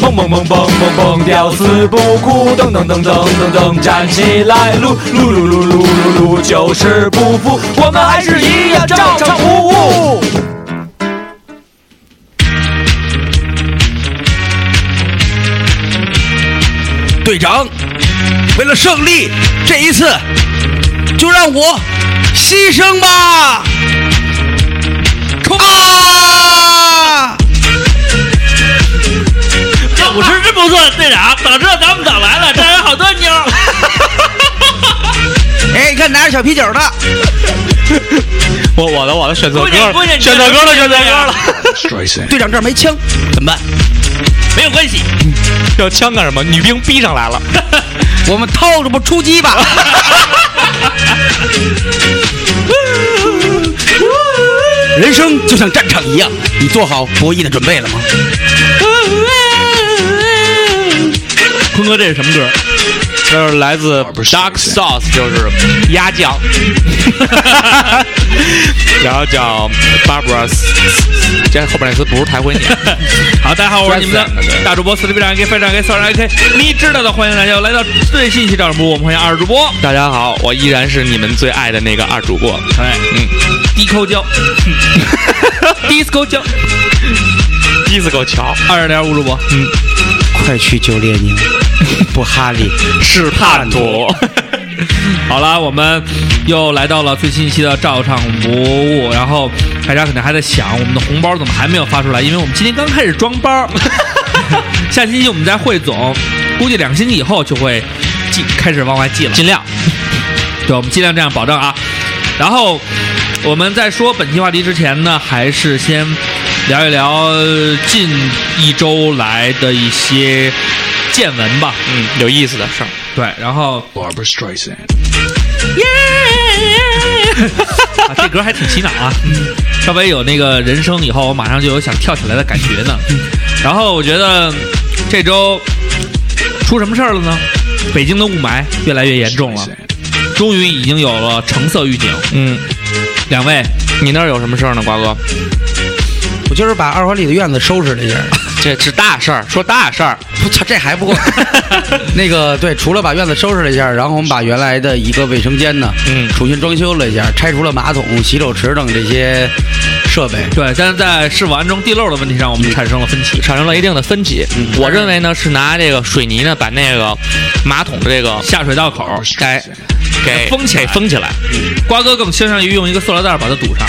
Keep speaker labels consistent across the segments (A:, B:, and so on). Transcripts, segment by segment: A: 蹦蹦蹦蹦蹦蹦，吊死不哭，噔噔噔噔噔噔，站起来，撸撸撸撸撸撸撸，就是不服，我们还是一样照常服务。
B: 队长，为了胜利，这一次就让我牺牲吧！啊！
C: 舞池真不错，队长，等这咱们早来了，这儿有好多妞儿。
B: 哎，你看拿着小啤酒 呢，
D: 我我的我的选择
C: 姑
D: 歌
C: 娘，
D: 了
C: 姑娘，，
D: 选择歌了，选择歌了，
B: 队长这儿没枪，怎么办？
C: 没有关系，
D: 要枪干什么？女兵逼上来了，
B: 我们掏着不出击吧？人生就像战场一样，你做好博弈的准备了吗？
C: 坤哥这是什么歌？
D: 这是来
B: 啊
D: 自 Dark Sauce，就是鸭酱，然后叫 Barbara，这后边那词不是太会念。
C: 好，大家好，我是你们的大主播四十队长 AK 非常 AK 四二 AK，你知道的，欢迎大家来到最新一期《赵主播》，我们欢迎二主播，
D: 大家好，我依然是你们最爱的那个二主播。
C: 哎，
D: 嗯
C: 低抠胶，disco 胶，
D: ，disco 乔
C: 二十点五主播，
B: 快去救列宁， 不哈利。
D: 是叛徒。
C: 好了，我们又来到了最新一期的照常不误，然后大家可能还在想我们的红包怎么还没有发出来，因为我们今天刚开始装 包，下星期我们再汇总，估计两星期以后就会寄开始往外寄了，尽量，对，我们尽量这样保证啊。然后我们在说本期话题之前呢，还是先聊一聊呃近一周来的一些见闻吧，
D: 嗯，有意思的事儿。
C: 对，然后
E: Barbara Streisand.
C: 啊，这歌还挺洗脑啊，稍微有那个人声以后，我马上就有想跳起来的感觉呢。然后我觉得这周出什么事儿了呢？北京的雾霾越来越严重了，终于已经有了橙色预警。
D: 嗯，
C: 两位，
D: 你那儿有什么事儿呢，瓜哥？
B: 我今儿把二环里的院子收拾了一下。
D: 这是大事儿，说大事儿。
B: 我操，这 还不够。那个对，除了把院子收拾了一下，然后我们把原来的一个卫生间呢，
D: 嗯
B: 重新装修了一下，拆除了马桶、洗手池等这些设备。
C: 对，但是在是否安装地漏的问题上，我们产生了分歧。
D: 产生了一定的分歧，我认为呢是拿这个水泥呢把那个马桶的这个
C: 下水道口，
D: 该给
C: 封起来
D: 给封起来，
C: 瓜哥更倾向于用一个塑料袋把它堵上。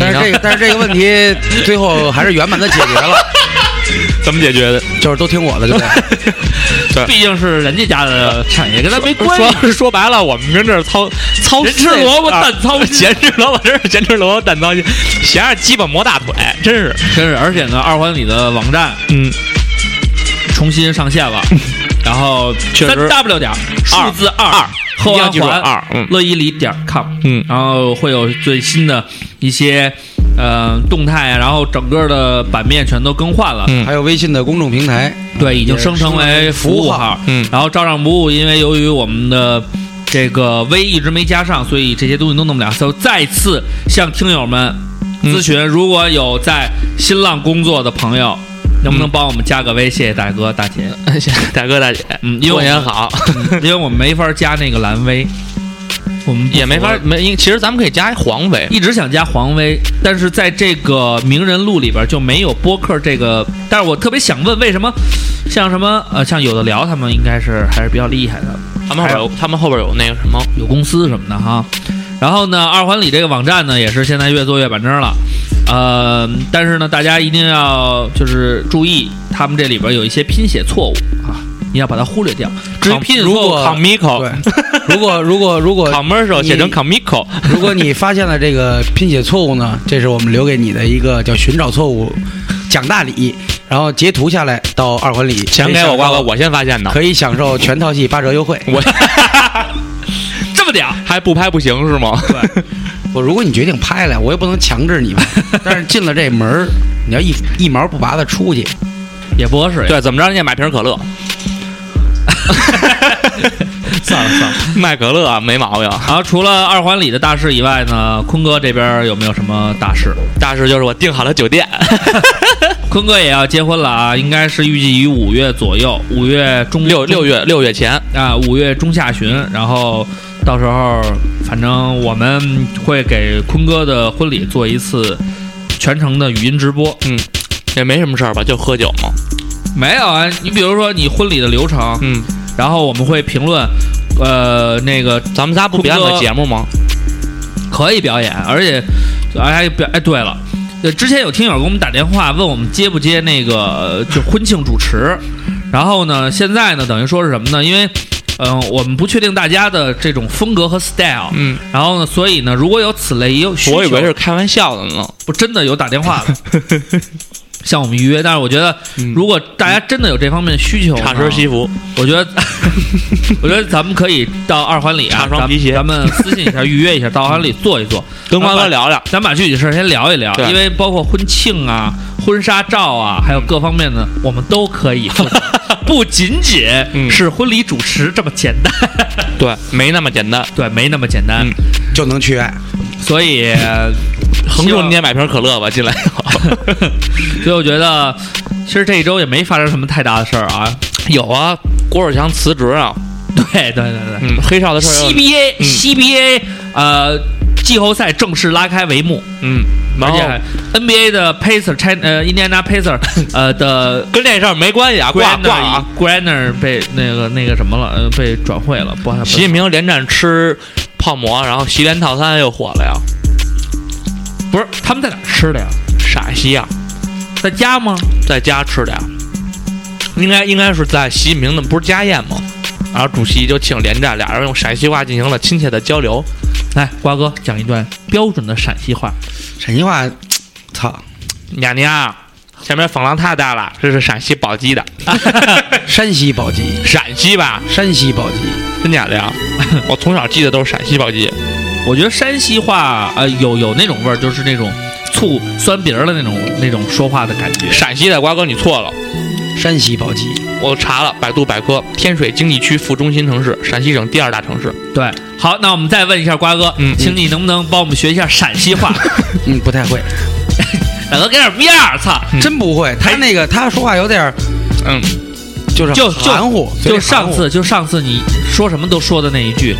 B: 但是
D: 你呢
B: 这个，但是这个问题最后还是圆满的解决 了，
D: 怎么解决的？
B: 就是都听我的，对不对？
C: 毕竟是人家家的产业，跟咱没关系。
D: 说说白了，我们跟这儿操操
C: 人
D: 碎
C: 吃萝卜
D: 啊
C: 蛋操心
D: 咸吃萝卜真是咸吃萝卜蛋操心，闲着鸡巴磨大腿，真是。
C: 真是，而且呢，二环里的网站
D: 嗯，
C: 重新上线了，然后
D: 确实
C: 三 W 点儿数字二
D: 二
C: 后
D: 一定要
C: 安
D: 记住
C: 环
D: 二嗯
C: 乐伊里点儿 com，
D: 嗯
C: 然后会有最新的一些呃动态啊，然后整个的版面全都更换了，
D: 嗯
B: 还有微信的公众平台，
C: 对，已经升成为服务号，
D: 嗯
C: 然后照上不误，因为由于我们的。这个 V 一直没加上，所以这些东西都弄不了。所以再次向听友们咨询，如果有在新浪工作的朋友，能不能帮我们加个微？谢谢大哥大姐。
D: 大哥大姐，
C: 嗯因为我
D: 过年好，
C: 因为我们没法加那个蓝威，我们不
D: 也没法
C: 符合
D: 没，因为其实咱们可以加一黄尾，
C: 一直想加黄威，但是在这个名人录里边就没有播客这个。但是我特别想问，为什么像什么呃，像有的聊他们应该是还是比较厉害的，
D: 他们后边有他们后边有那个什么，
C: 有公司什么的哈。然后呢，二环里这个网站呢也是现在越做越板正了，呃，但是呢，大家一定要就是注意，他们这里边有一些拼写错误啊，你要把它忽略掉。至于拼写
B: 如
C: 错误，
B: 果
D: comico
B: 对，如果如果如果
D: commercial 写成
B: 你
D: comico，
B: 如果你发现了这个拼写错误呢，这是我们留给你的一个叫寻找错误讲大礼，然后截图下来到二环里，
D: 钱给我瓜哥，我先发现的，
B: 可以享受全套系八折优惠。
D: 我
C: 这么点儿
D: 还不拍不行是吗？
C: 对，
B: 我如果你决定拍来，我也不能强制你们。但是进了这门儿，你要一一毛不拔的出去，
C: 也不合适。
D: 对，怎么着你也买瓶可乐，
C: 算了算了。
D: 卖可乐啊，没毛病。
C: 然后除了二环里的大事以外呢，坤哥这边有没有什么大事？
D: 大事就是我订好了酒店，
C: 坤哥也要结婚了啊，应该是预计于五月左右，五月中
D: 六六月六月前，
C: 啊，五月中下旬，然后到时候反正我们会给坤哥的婚礼做一次全程的语音直播。
D: 嗯，也没什么事儿吧，就喝酒嘛。
C: 没有啊，你比如说你婚礼的流程，
D: 嗯，
C: 然后我们会评论，呃，那个
D: 咱们仨不表演个节目吗？
C: 可以表演，而且哎表哎对了。呃，之前有听友给我们打电话问我们接不接那个呃就婚庆主持，然后呢，现在呢等于说是什么呢？因为，嗯、我们不确定大家的这种风格和 style，
D: 嗯，
C: 然后呢，所以呢，如果有此类有需求，
D: 我以为是开玩笑的呢。
C: 不真的有打 电话的向我们预约，但是我觉得
D: 嗯
C: 如果大家真的有这方面的需求，
D: 插身西，服，
C: 我觉得， 我觉得咱们可以到二环里啊，
D: 插双皮鞋
C: 咱们咱们私信一下预约一下，到二环里坐 一坐，
D: 跟瓜哥聊聊。
C: 咱把具体事儿先聊一聊，
D: 对
C: 因为包括婚庆啊、婚纱照啊，还有各方面的，我们都可以负 责，不仅仅
D: 嗯
C: 是婚礼主持这么简单，
D: 对，没那么简单。
C: 对，没那么简单，
D: 嗯
B: 就能去爱。
C: 所以
D: 横
C: 希
D: 竖
C: 望
D: 你也买瓶可乐吧，进来。
C: 所以我觉得，其实这一周也没发生什么太大的事儿啊。
D: 有啊， 郭富强辞职啊，
C: 对对对对
D: 嗯，黑少的事儿又，
C: ，CBA CBA 呃季后赛正式拉开帷幕，
D: 嗯，
C: 而
D: 然后
C: 且 NBA 的 Pacer China 呃 Indiana Pacer 呃的
D: 跟这事儿没关系啊，挂挂啊
C: Graner。Graner 被那个那个什么了，呃被转会了，不好
D: 习近平连战吃泡馍，然后习联套餐又火了呀，
C: 不是他们在哪儿吃的呀？
D: 陕西啊，
C: 在家吗？
D: 在家吃的呀，应该应该是在习近平的不是家宴吗？然后主席就请连战，俩人用陕西话进行了亲切的交流。
C: 来，瓜哥讲一段标准的陕西话，
B: 陕西话，操，
D: 娘娘，前面风浪太大了，这是陕西宝鸡的，
B: 山西宝鸡，
D: 陕西吧？
B: 山西宝鸡，
D: 真假的呀？ 我从小记得都是陕西宝鸡。
C: 我觉得山西话呃有有那种味儿，就是那种醋酸鼻儿的那种那种说话的感觉。
D: 陕西的瓜哥你错了，
B: 山西宝鸡，
D: 我查了百度百科，天水经济区副中心城市，陕西省第二大城市。
C: 对，好，那我们再问一下瓜哥，
D: 嗯
C: 请你能不能帮我们学一下陕 西话？
B: 嗯，不太会，
C: 大哥给点面儿，操！
B: 真不会。他那个他说话有点儿
D: 嗯，
B: 就是
C: 就就
B: 含糊，有
C: 就
B: 点含
C: 上
B: 糊
C: 次就上次你说什么都说的那一句，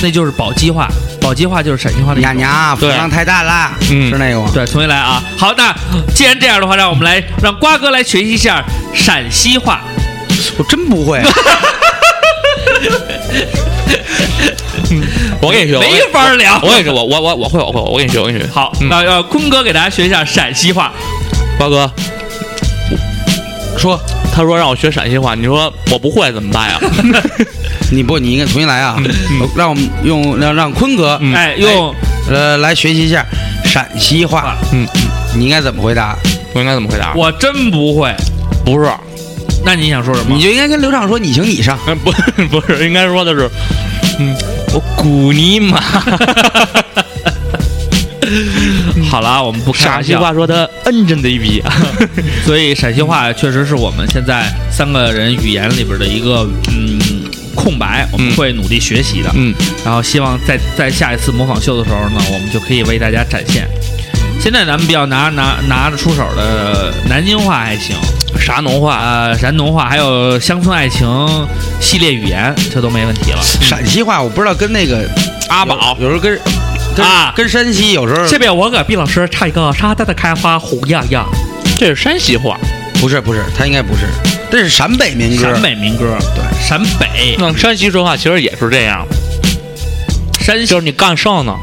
C: 那就是宝鸡话，宝鸡话就是陕西话的一
B: 呀
C: 种。
B: 娘，啊风浪太大啦，
D: 嗯
B: 是那个吗？
C: 对，重新来啊！好，那既然这样的话，让我们来让瓜哥来学习一下陕西话。
B: 我真不会，
D: 我给你学，
C: 没法聊
D: 我给你学，我我我我会，我会，我给你学，我给你学。
C: 好，
D: 嗯
C: 那让坤哥给大家学一下陕西话。
D: 瓜哥，
B: 说
D: 他说让我学陕西话，你说我不会怎么办呀？
B: 你不，你应该重新来啊！我让我们用让让坤哥
D: 嗯
C: 哎，用
B: 呃来学习一下陕西话，
D: 嗯，
B: 你应该怎么回答？
D: 我应该怎么回答？
C: 我真不会。
D: 不是，
C: 那你想说什么？
B: 你就应该跟刘畅说你行你上，
D: 嗯，不 不是，应该说的是，嗯，我鼓你妈。
C: 好了啊，我们不开
D: 陕
C: 玩
D: 西
C: 笑。
D: 话说他嗯真的一逼啊。
C: 所以陕西话确实是我们现在三个人语言里边的一个嗯空白，我们
D: 嗯
C: 会努力学习的。
D: 嗯，
C: 然后希望在在下一次模仿秀的时候呢，我们就可以为大家展现。现在咱们比较拿拿拿得出手的南京话还行，
D: 啥农话？
C: 呃，山东话，还有乡村爱情系列语言，这都没问题了。
B: 陕西话我不知道跟那个
D: 阿宝
B: 有有时候跟跟嗯
C: 啊
B: 跟山西有时候
C: 面我给毕老师唱一个《沙滩的开花红呀呀
D: 这是山西话。
B: 不是不是，他应该不是，这是嗯陕北民》，歌
C: 陕，北民歌，对，陕北
D: 那嗯山西说话其实也是这样，
C: 山西
D: 就是你干上呢，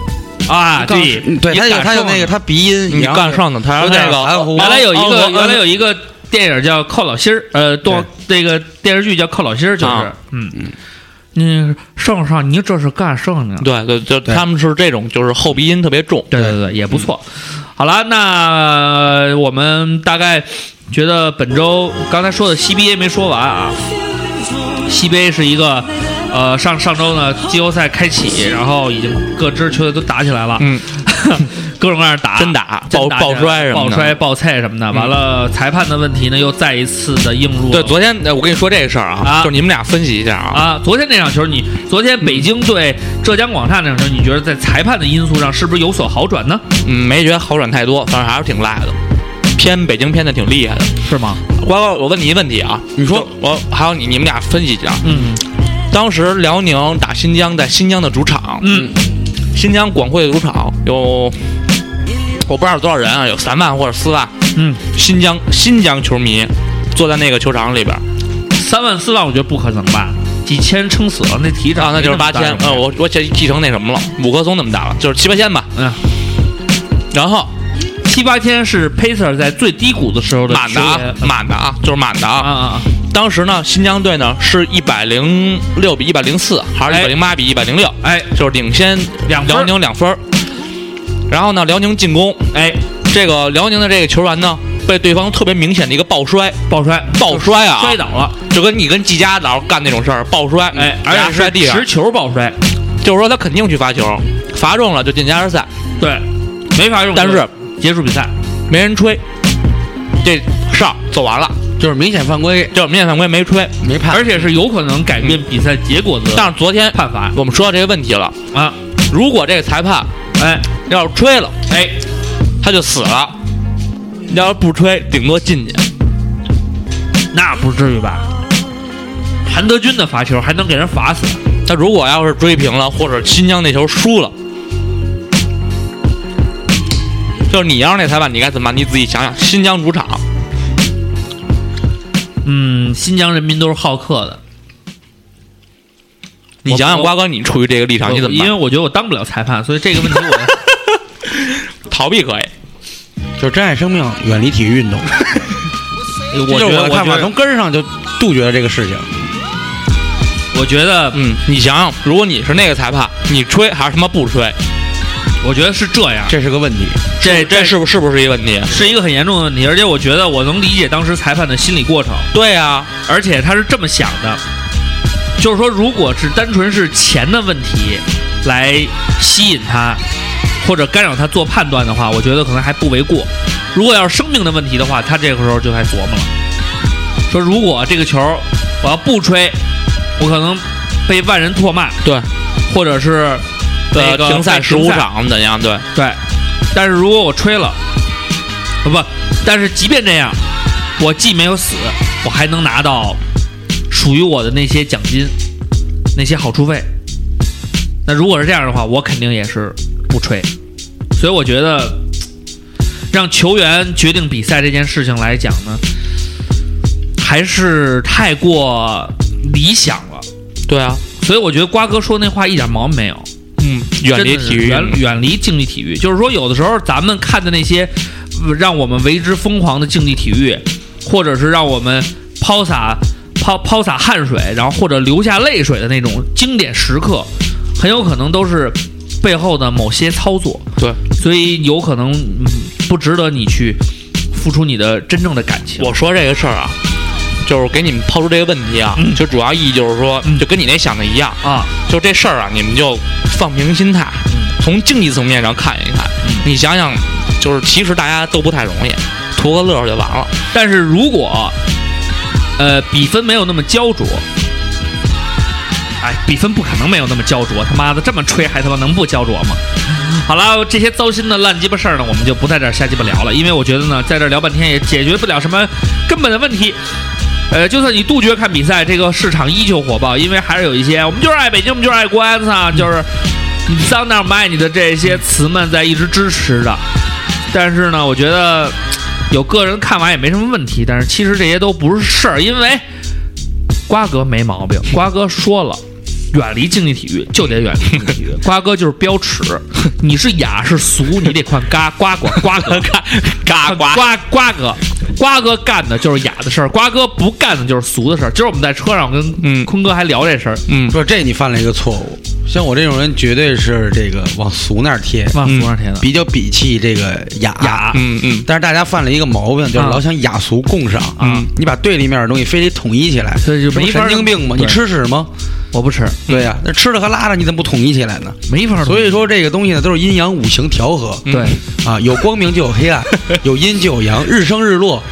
C: 啊，
B: 杠
C: 对，
B: 嗯对
D: 你
B: 他有
D: 敢
B: 他有
D: 上
B: 那个
D: 呢
B: 他鼻音，
D: 你
B: 然后
D: 干上呢，他
B: 有
D: 说
B: 点
D: 那
B: 含
D: 个
B: 糊。
C: 原来有一个，
D: 哦
C: 原来有一个电影叫《扣老心儿》，呃，动那个电视剧叫《扣老心儿》，就是
D: 啊，
C: 嗯，嗯，圣上，你这是干圣呢？
D: 对对，就
B: 对
D: 他们是这种，就是后鼻音特别重。
C: 对对对，也不错。好了，那呃我们大概觉得本周刚才说的 CBA 没说完啊，CBA 是一个呃上上周呢季后赛开启，然后已经各支球队都打起来了，
D: 嗯，
C: 各种各样的打，
D: 真打
C: 真
D: 爆
C: 打起来
D: 爆摔什么
C: 爆
D: 的嗯
C: 摔、爆菜什么的。完了，裁判的问题呢又再一次的映入了
D: 对，昨天呃我跟你说这个事儿
C: 啊
D: 啊，就是你们俩分析一下啊。
C: 啊，昨天那场球你，昨天北京对浙江广厦那场球，你觉得在裁判的因素上是不是有所好转呢？
D: 嗯，没觉得好转太多，反正还是挺赖的。偏北京偏的挺厉害的。
C: 是吗？
D: 瓜瓜，我问你一问题啊，
B: 你说
D: 就我还有你你们俩分析一下，
C: 嗯
D: 当时辽宁打新疆，在新疆的主场，
C: 嗯，
D: 新疆广汇主场有，我不知道有多少人啊，有三万或者四万
C: 嗯，
D: 新疆新疆球迷坐在那个球场里边，
C: 三万四万我觉得不可能吧，几千撑死了那体
D: 啊
C: 场，
D: 那就是八千，
C: 嗯
D: 呃，我我记记成那什么了，五棵松那么大了，就是七八千吧。
C: 嗯，
D: 然后
C: 七八千是 Pacer 在最低谷的时候的
D: 满的啊
C: 球员，
D: 满的啊，就是满的
C: 嗯啊
D: 啊。
C: 啊
D: 当时呢，新疆队呢是一百零六比一百零四，还是一
C: 哎
D: 百零八比一百零六？
C: 哎
D: 就是领先
C: 两分
D: 辽
C: 儿
D: 宁两分儿。然后呢，辽宁进攻，
C: 哎，
D: 这个辽宁的这个球员呢，被对方特别明显的一个抱摔，
C: 抱摔
D: 抱摔啊，
C: 摔倒了，
D: 就跟你跟季佳老是干那种事儿，抱摔，
C: 哎，
D: 而且
C: 而
D: 摔地
C: 且是
D: 上
C: 持，球抱摔，
D: 就是说他肯定去罚球，罚中了就进加时赛，
C: 对，没法用，
D: 但是
C: 结束比赛，
D: 没人吹，这哨走完了，
B: 就是明显犯规
D: 就是明显犯规没吹。
B: 没判，
C: 而且是有可能改变比赛结果的
D: 但是昨天
C: 判罚
D: 我们说到这个问题了，
C: 啊，
D: 如果这个裁判
C: 哎
D: 要是吹了，
C: 哎，
D: 他就死了；要是不吹，顶多进去。
C: 那不至于吧？韩德君的罚球还能给人罚死，
D: 他如果要是追平了，或者新疆那球输了，就是你要是那裁判，你该怎么办？你自己想想。新疆主场，
C: 嗯，新疆人民都是好客的，
D: 你
C: 我
D: 想想
C: 我
D: 瓜哥，你处于这个立场，你怎么
C: 因为
D: 办？
C: 我觉得我当不了裁判，所以这个问题 我
D: 逃避可以，
B: 就是珍爱生命，远离体育运动。这就
C: 我觉
B: 是
C: 得
B: 我的看法，从根儿上就杜绝了这个事情。
C: 我觉得
D: 嗯，你想想，如果你是那个裁判，你吹还是他妈不吹？
C: 我觉得是这样，
B: 这是个问题。
C: 这
D: 这是不是不是一个问题？
C: 是一个很严重的问题，而且我觉得我能理解当时裁判的心理过程，
D: 对啊，
C: 而且他是这么想的，就是说，如果是单纯是钱的问题来吸引他或者干扰他做判断的话，我觉得可能还不为过。如果要是生命的问题的话，他这个时候就该琢磨了，说如果这个球我要不吹，我可能被万人唾骂，
D: 对，
C: 或者是
D: 呃
C: 那，个
D: 停赛
C: 被
D: 十五场怎样？对，
C: 对，但是如果我吹了，啊不，但是即便这样，我既没有死，我还能拿到属于我的那些奖金，那些好处费。那如果是这样的话，我肯定也是不吹。所以我觉得，让球员决定比赛这件事情来讲呢，还是太过理想了。
D: 对啊，
C: 所以我觉得瓜哥说那话一点毛病没有。
D: 嗯，远离
C: 真的是
D: 体育运
C: 远
D: 动，
C: 远离竞技体育。就是说，有的时候咱们看的那些呃让我们为之疯狂的竞技体育，或者是让我们抛洒抛抛洒汗水，然后或者流下泪水的那种经典时刻，很有可能都是背后的某些操作。
D: 对，
C: 所以有可能、嗯、不值得你去付出你的真正的感情。
D: 我说这个事儿啊，就是给你们抛出这个问题啊，就主要意义就是说，
C: 嗯
D: 就跟你那想的一样，
C: 啊，
D: 就这事儿啊，你们就放平心态，从竞技层面上看一看。你想想，就是其实大家都不太容易，图个乐呵就完了。
C: 但是如果呃比分没有那么焦灼，哎，比分不可能没有那么焦灼，他妈的这么吹还他妈能不焦灼吗？好了，这些糟心的烂鸡巴事儿呢，我们就不在这儿瞎鸡巴聊了，因为我觉得呢，在这儿聊半天也解决不了什么根本的问题。呃，就算你杜绝看比赛，这个市场依旧火爆，因为还是有一些我们就是爱北京，我们就是爱国安啊，就是你脏那儿我们爱你的这些词们在一直支持着。但是呢，我觉得有个人看完也没什么问题，但是其实这些都不是事儿，因为瓜哥没毛病，瓜哥说了。远离竞技体育就得远离竞技体育， 瓜哥就是标尺，你是雅是俗，你得看嘎瓜瓜瓜哥看
D: 嘎
C: 瓜
D: 呱，
C: 瓜瓜哥，瓜哥干的就是雅的事儿，瓜哥不干的就是俗的事儿。今儿我们在车上，我跟
D: 嗯
C: 坤哥还聊这事儿，
D: 嗯，
B: 说这你犯了一个错误，像我这种人绝对是这个往俗那儿贴，
C: 哇，
D: 嗯
C: 俗上天的
B: 比较鄙弃这个雅。
C: 雅，
D: 嗯嗯，
B: 但是大家犯了一个毛病，就是
C: 啊
B: 老想雅俗共赏啊
C: 嗯
B: 你把对立面的东西非得统一起来，
C: 所以就
B: 这不
C: 没法
B: 神经病吗？
C: 对嗯
B: 你吃屎吗？
C: 我不吃，
B: 对呀、那吃的和拉的你怎么不统一起来呢？
C: 没法弄。
B: 所以说这个东西呢，都是阴阳五行调和。
C: 对，
B: 啊，有光明就有 黑暗，有阴就有阳，日升日落，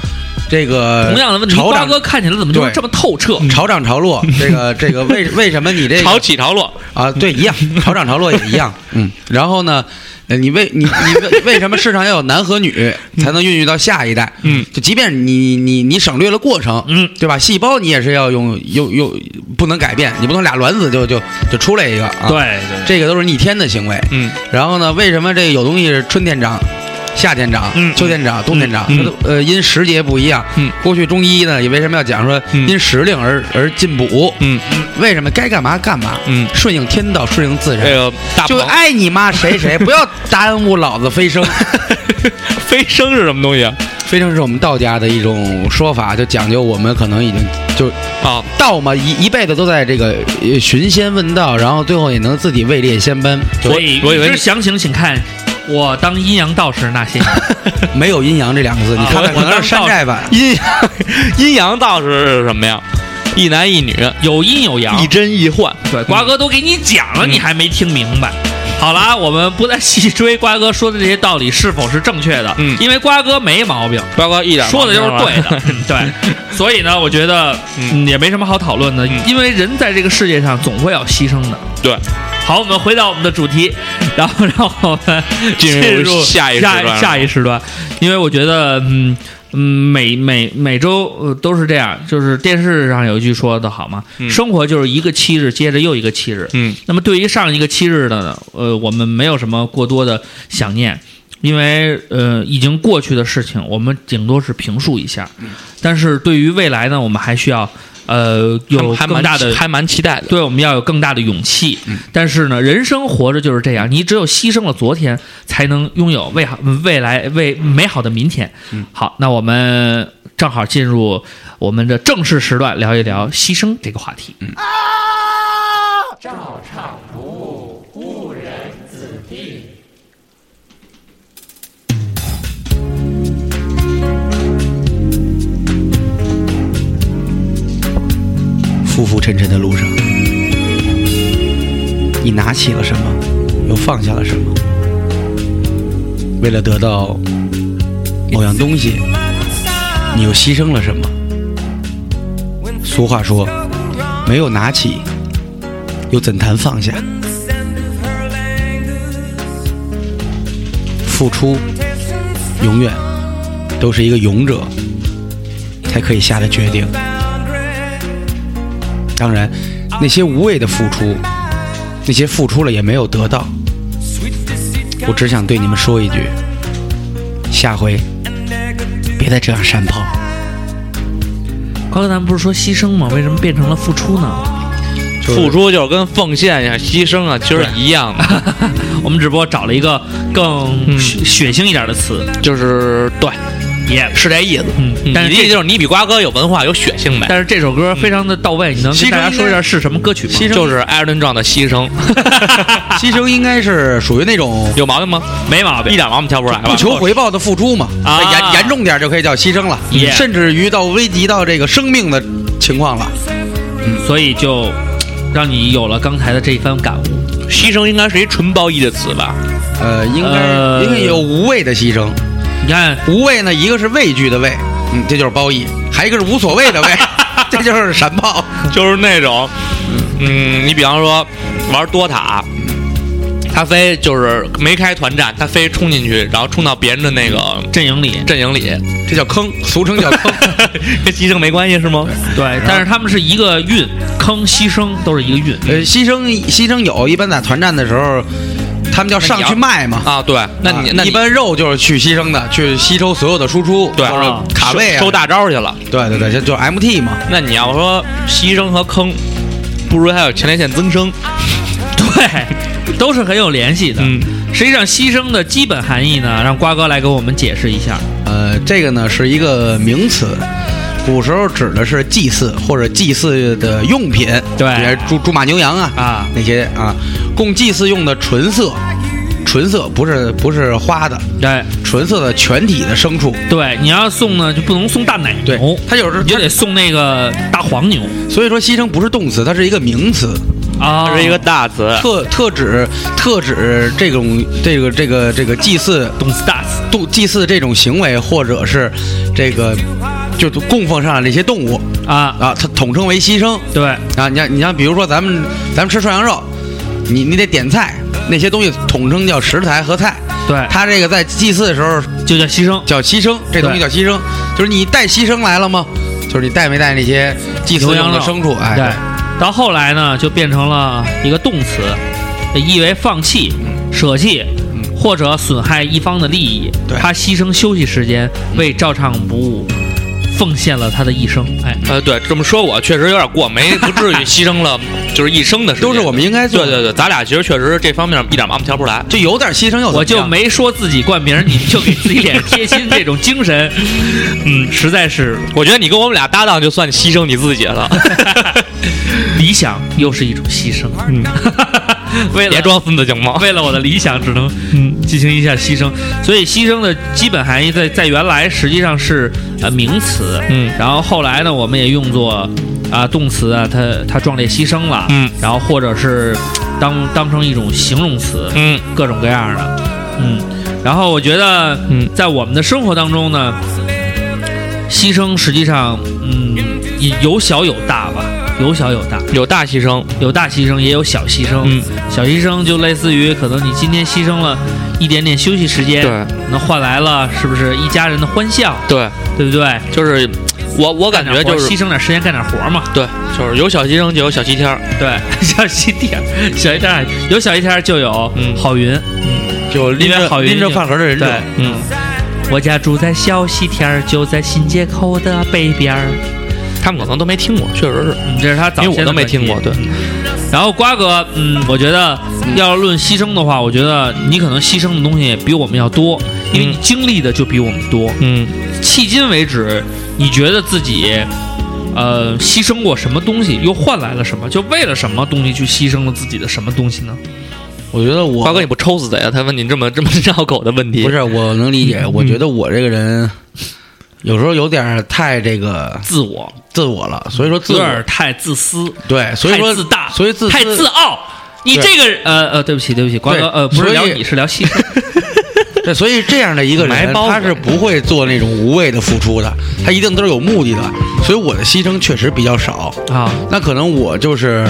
B: 这个
C: 同样的问题，
B: 潮
C: 瓜
B: 涨
C: 哥看起来怎么就是
B: 对
C: 这么透彻？
B: 潮涨潮落，这个这 个为为什么你这个
D: 潮起潮落，
B: 啊，对，一样，潮涨潮落也一样，嗯，然后呢，呃你为你你为 为什么市场要有男和女才能孕育到下一代？
C: 嗯，
B: 就即便你你你省略了过程，
C: 嗯，
B: 对吧？细胞你也是要用用用，不能改变，你不能俩卵子就就就出来一个啊。
C: 对，对，
B: 这个都是逆天的行为。
C: 嗯，
B: 然后呢，为什么这有东西是春天长、夏天长、
C: 嗯
B: 秋天长、冬天长？
C: 嗯
B: 它都呃，因时节不一样。
C: 嗯，
B: 过去中医呢，也为什么要讲说
C: 嗯
B: 因时令而而进补？
C: 嗯
B: 为什么该干嘛干嘛？
C: 嗯，哎
B: 顺应天道，顺应自然
D: 这。个大
B: 就
D: 鹏
B: 爱你妈谁 谁，不要耽误老子飞升。
D: 飞升是什么东西啊？
B: 飞升是我们道家的一种说法，就讲究我们可能已经就
D: 啊
B: 道嘛，一一辈子都在这个呃寻仙问道，然后最后也能自己位列仙班，就
C: 所以
D: 我以为
C: 欲
D: 你
C: 知详情，请看我当阴阳道士 那些年。
B: 没有阴阳这两个字，你看看
C: 啊我
B: 可能是山寨版。
D: 阴阳 阴阳道士是什么呀？一男一女，
C: 有阴有阳
D: 一，真一幻。
C: 对， 瓜哥都给你讲了，
D: 嗯
C: 你还没听明白。好啦，我们不再细追瓜哥说的这些道理是否是正确的，
D: 嗯
C: 因为瓜哥没毛病，
D: 瓜哥一点
C: 说的就是
D: 毛病
C: 对
D: 没有啊。
C: 的，嗯 对。所以呢，我觉得
D: 嗯
C: 嗯也没什么好讨论的，
D: 嗯
C: 因为人在这个世界上总会要牺牲的。
D: 对，
C: 好，我们回到我们的主题，然后让我们
D: 进入下一时段
C: 下下一时段，因为我觉得，嗯嗯，每每每周、呃、都是这样，就是电视上有一句说的好嘛，
D: 嗯
C: 生活就是一个七日接着又一个七日。
D: 嗯
C: 那么对于上一个七日的呢，呃，我们没有什么过多的想念，因为呃已经过去的事情，我们顶多是评述一下。但是对于未来呢，我们还需要呃有
D: 还
C: 更
D: 蛮
C: 大的
D: 还蛮期待的。
C: 对，我们要有更大的勇气。但是呢，人生活着就是这样，你只有牺牲了昨天，才能拥有未好未来为美好的明天。好，那我们正好进入我们的正式时段，聊一聊牺牲这个话题。
B: 浮浮沉沉的路上，你拿起了什么，又放下了什么？为了得到某样东西，你又牺牲了什么？俗话说，没有拿起，又怎谈放下？付出永远都是一个勇者才可以下的决定。当然，那些无谓的付出，那些付出了也没有得到，我只想对你们说一句：下回别再这样山炮。
C: 高德咱不是说牺牲吗？为什么变成了付出呢？
B: 就是
D: 付出就是跟奉献呀、牺牲啊，其实一样的，
C: 我们只不过找了一个更
D: 嗯
C: 血血腥一点的词，
D: 就是对，
C: 也、
D: 是这意思。
C: 嗯，但
D: 你
C: 是
D: 的意
C: 这
D: 思就是嗯你比瓜哥有文化、有血性呗？
C: 但是这首歌非常的到位，你能跟大家说一下是什么歌曲吗？
D: 就是艾尔顿·壮的牺 牲，
B: 牺牲应该是属于 那种
D: 有毛病吗？
C: 没毛
D: 一
C: 病，
D: 点毛病挑不出来吧？
B: 不求回报的付出嘛，
D: 啊
B: 那严严重点就可以叫牺 牲了
C: Yeah
B: 甚至于到危及到这个生命的情况了。
C: 所以就让你有了刚才的这一番感悟。
D: 牺牲应该是一纯褒义的词吧？
B: 呃，应该、
C: 呃
B: 应该有无谓的牺牲，
C: 你看，
B: 无谓呢，一个是畏惧的畏，嗯，这就是褒义；还有一个是无所 谓的畏，这就是山炮。
D: 就是那种，嗯，你比方说玩多塔，他非就是没开团战，他非冲进去，然后冲到别人的那个
C: 阵营里，
D: 阵营里，
B: 这叫坑，俗称叫坑。
D: 跟牺牲没关系是吗？
C: 对，但是他们是一个运，坑牺牲都是一个运。
B: 呃，牺牲牺牲友一般在团战的时候，他们叫上去卖嘛。
D: 啊，对，那你、那
B: 啊
D: 你
B: 一般肉就是去牺牲的，去吸收所有的输出，
D: 对
B: 就是
C: 啊
B: 卡位啊，
D: 收收大招去了。
B: 对对对，就就是 MT 嘛。
D: 那你要说牺牲和坑，不如还有前列腺增生。
C: 对，都是很有联系的。
D: 嗯
C: 实际上，牺牲的基本含义呢，让瓜哥来给我们解释一下。
B: 呃，这个呢是一个名词，古时候指的是祭祀或者祭祀的用品，
C: 对
B: 比如猪猪马牛羊啊
C: 啊
B: 那些啊，供祭祀用的纯色，纯色不是不是花的，
C: 对，
B: 纯色的全体的牲畜。
C: 对，你要送呢，就不能送大奶
B: 对
C: 牛，，
B: 它有时候
C: 哦你就得送那个大黄牛
B: 所以说牺牲不是动词，它是一个名词，
C: 啊，
D: 它是一个大词，
B: 特特指特指这种这个这个这个祭祀
C: 懂斯大斯。
B: 度祭祀这种行为，或者是这个就供奉上的这些动物
C: 啊，
B: 啊，它统称为牺牲
C: 对，
B: 啊。你像你像比如说咱们咱们吃涮羊肉，你你得点菜，那些东西统称叫食材和菜。
C: 对，
B: 他这个在祭祀的时候
C: 就叫牺牲。
B: 叫牺牲，这东西叫牺牲，就是你带牺牲来了吗？就是你带没带那些祭祀
C: 牛羊
B: 用的
C: 肉
B: 牲畜？哎，
C: 对，到后来呢，就变成了一个动词，意为放弃、舍弃或者损害一方的利益。
B: 对
C: 他牺牲休息时间为照唱不误，奉献了他的一生。哎，
D: 呃，对，这么说我确实有点过，没不至于牺牲了，就是一生的时间。
B: 都是我们应该做
D: 对
B: 的
D: 对对，咱俩其实确实这方面一点忙不调不来。
B: 就有点牺牲又怎么样
C: 我就没说自己冠名，你们就给自己脸上贴金，这种精 神，嗯，实在是
D: 我觉得你跟我们俩搭档，就算牺牲你自己 了，
C: 理想又是一种牺牲。嗯， 为了
D: 别装孙子行吗？
C: 为了我的理想，只能嗯进行一下牺牲。所以牺牲的基本含义在在原来实际上是呃名词，
D: 嗯
C: 然后后来呢，我们也用作啊动词啊，它它壮烈牺牲了，
D: 嗯，
C: 然后或者是当当成一种形容词，
D: 嗯，
C: 各种各样的，嗯。然后我觉得，
D: 嗯，
C: 在我们的生活当中呢，牺牲实际上，嗯，也有小有大吧，有小有大。
D: 有大牺牲，
C: 有大牺牲，也有小牺牲。
D: 嗯，
C: 小牺牲就类似于可能你今天牺牲了一点点休息时间，
D: 对，
C: 能换来了是不是一家人的欢笑，
D: 对，
C: 对不对？
D: 就是我我感觉就
C: 干点活牺
D: 是
C: 牲点时间干点活嘛，
D: 对，就是有小牺牲就有小西天儿，
C: 对， 小西天，小一天有小一天就有
D: 嗯
C: 好云，
B: 就拎
C: 因为
B: 着
C: 好运
B: 拎着
C: 气
B: 饭盒的人种，
C: 对，
D: 嗯，
C: 我家住在小西天儿，就在新街口的北边儿，
D: 他们可能都没听过，确实是，
C: 嗯，这是他早
D: 因
C: 先
D: 为我
C: 的
D: 都没
C: 专辑
D: 听过，对，
C: 然后瓜哥，嗯，我觉得要论牺牲的话，我觉得你可能牺牲的东西比我们要多，因为你经历的就比我们多。
D: 嗯，
C: 迄今为止，你觉得自己呃牺牲过什么东西，又换来了什么？就为了什么东西去牺牲了自己的什么东西呢？
B: 我觉得我
D: 瓜哥你不抽死贼啊？他问你这么这么绕口的问题，
B: 不是我能理
C: 嗯
B: 解，我觉得我这个人有时候有点儿太这个
C: 自我，
B: 自我了，所以说自
C: 有点
B: 我
C: 太自私，
B: 对，所以说
C: 太自大，
B: 所以自私
C: 太自傲。你
B: 对
C: 这个呃呃，对不起对不起，瓜哥
B: 对
C: 呃不是聊
B: 所以
C: 你是 聊牺牲，
B: 对，所以这样的一个
D: 埋
B: 人，
D: 包
B: 他
D: 裹
B: 是不会做那种无谓的付出的，他一定都是有目的的。所以我的牺牲确实比较少，
C: 啊，
B: 那可能我就是，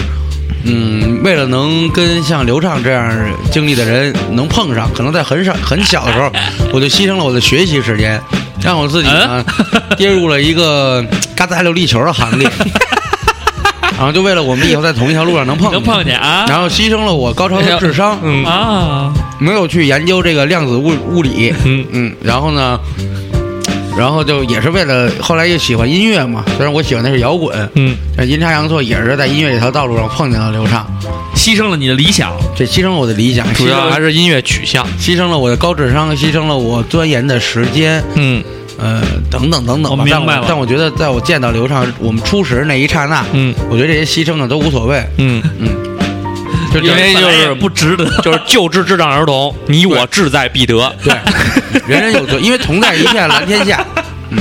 B: 嗯，为了能跟像刘畅这样经历的人能碰上，可能在很少很小的时候，我就牺牲了我的学习时间，让我自己呢、
C: 嗯
B: 跌入了一个嘎子还流地球的行列， 然后就为了我们以后在同一条路上能碰
C: 能
B: 见
C: 碰见啊
B: 然后牺牲了我高超的智商，
D: 嗯
C: 啊，
B: 没有去研究这个量子物物理，
D: 嗯
B: 嗯，然后呢，然后就也是为了后来又喜欢音乐嘛，虽然我喜欢的是摇滚，
D: 嗯，
B: 这阴差阳错也是在音乐这条道路上碰见了刘畅，
C: 牺牲了你的理想，
B: 这牺牲了我的理想，
D: 主
B: 牺
D: 要
B: 牲
D: 还是音乐取向，
B: 牺牲了我的高智商，牺牲了我钻研的时间，
D: 嗯
B: 呃，等等等等吧。
C: 我明白
B: 但
C: 了
B: 我但我觉得，在我见到刘畅，我们初识那一刹那，
D: 嗯
B: 我觉得这些牺牲呢都无所谓，
D: 嗯，
B: 嗯，就
D: 因为就
C: 本来也
D: 是
C: 不值得。
D: 就是救治智障儿童，你我志在必得，
B: 对， 人人有责，因为同在一片蓝天下。嗯，